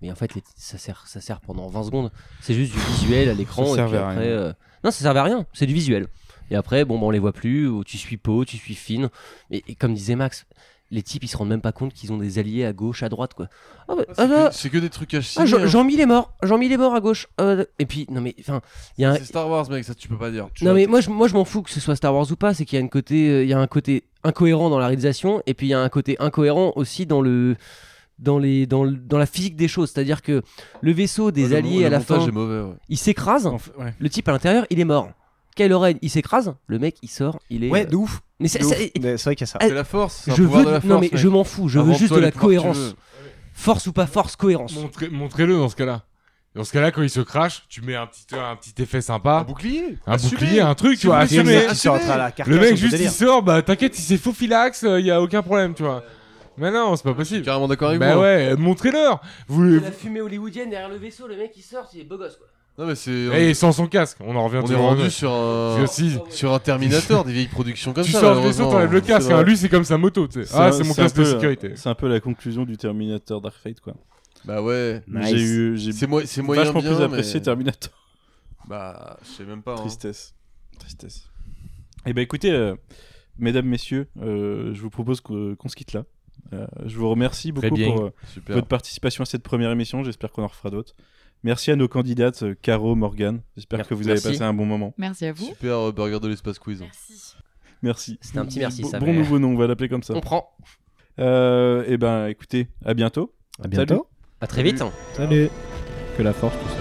mais en fait les- ça sert, ça sert pendant 20 secondes. C'est juste du visuel à l'écran.
Ça
et
servait
puis
à rien.
après, euh, Non, ça servait à rien. C'est du visuel. Et après, bon, bah, on les voit plus, ou tu suis Poe, tu suis Finn. Et, et comme disait Max, les types, ils se rendent même pas compte qu'ils ont des alliés à gauche, à droite, quoi. Ah, bah, ah,
C'est
bah,
que- C'est que des trucs à chier.
ah, Jean-
hein.
Jean-Mi, il est mort. Jean-Mi, il est mort à gauche. Euh, et puis, non, mais, enfin, il y a un-
C'est Star Wars, mec, ça tu peux pas dire. Tu
Non
vois,
mais
t'es-
moi je, moi je m'en fous que ce soit Star Wars ou pas, c'est qu'il y a une côté euh, il y a un côté incohérent dans la réalisation et puis il y a un côté incohérent aussi dans le dans les dans, le- dans la physique des choses, c'est-à-dire que le vaisseau des
le
alliés
mo- le
à la
montage
fin,
est mauvais, ouais.
il s'écrase,
En fait, ouais.
le type à l'intérieur, il est mort. Kylo Ren, il s'écrase, le mec il sort, il est
Ouais,
euh,
de ouf.
Mais c'est
de
ça-
ouf. Mais C'est vrai qu'il y a ça.
Ah,
C'est la force. c'est un
je
pouvoir
veux
de la
non
force,
mais
mec.
je m'en fous, je veux
Invente-toi
juste de
les
la
pouvoirs que tu
cohérence.
veux.
Force ou pas force, cohérence.
Montrez- Montrez-le dans ce cas-là. Dans ce cas-là, quand il se crache, tu mets un petit, un petit effet
Un
Ah.
sympa,
bouclier.
un
Ah, Assumez.
bouclier, hein. un truc, tu vois,
Il y a le
assumer.
mec qui sort à la
Le
carcasse,
mec,
c'est
juste, il
délire.
sort, bah t'inquiète, si c'est faux filax, il y a aucun problème, tu vois. Mais non, c'est pas
Je suis
possible.
carrément d'accord avec hein.
Bah
moi.
ouais, euh, montrez-leur. Vous...
fumée hollywoodienne derrière le vaisseau, le mec il sort, il est beau gosse quoi.
Non, mais c'est. on-
Et eh, sans son casque, on en revient
On est
toujours. au
rendu
même.
sur
Parce
un.
que si-
Sur un Terminator, des vieilles productions comme
tu
ça.
sors le vaisseau, t'enlèves le
malheureusement.
casque.
C'est
hein.
vrai.
Lui, c'est comme sa moto, tu sais.
C'est
Ah,
un-
c'est mon
c'est un
casque de
peu, euh,
sécurité.
C'est un peu la conclusion du Terminator Dark Fate quoi.
Bah ouais.
J'ai eu j'ai
C'est moi, c'est moyen
vachement
bien.
plus apprécié
mais-
Terminator.
Bah, je sais même pas. hein.
Tristesse. Tristesse. Oh. Eh ben écoutez, euh, mesdames, messieurs, euh, je vous propose qu'on qu'on se quitte là. Euh, je vous remercie
Très
beaucoup
bien.
pour euh,
Super.
votre participation à cette première émission. J'espère qu'on en refera d'autres. Merci à nos candidates euh, Caro, Morgan. J'espère que vous avez
Merci.
passé un bon moment.
Merci à vous.
Super euh, burger de l'espace quiz.
Merci.
Merci.
C'était un petit merci,
Bon-
ça,
Bon
mais-
nouveau nom, on va l'appeler comme ça.
On prend.
Euh, eh ben écoutez, à bientôt.
À bientôt.
À très vite.
Salut. Que la force tout ça.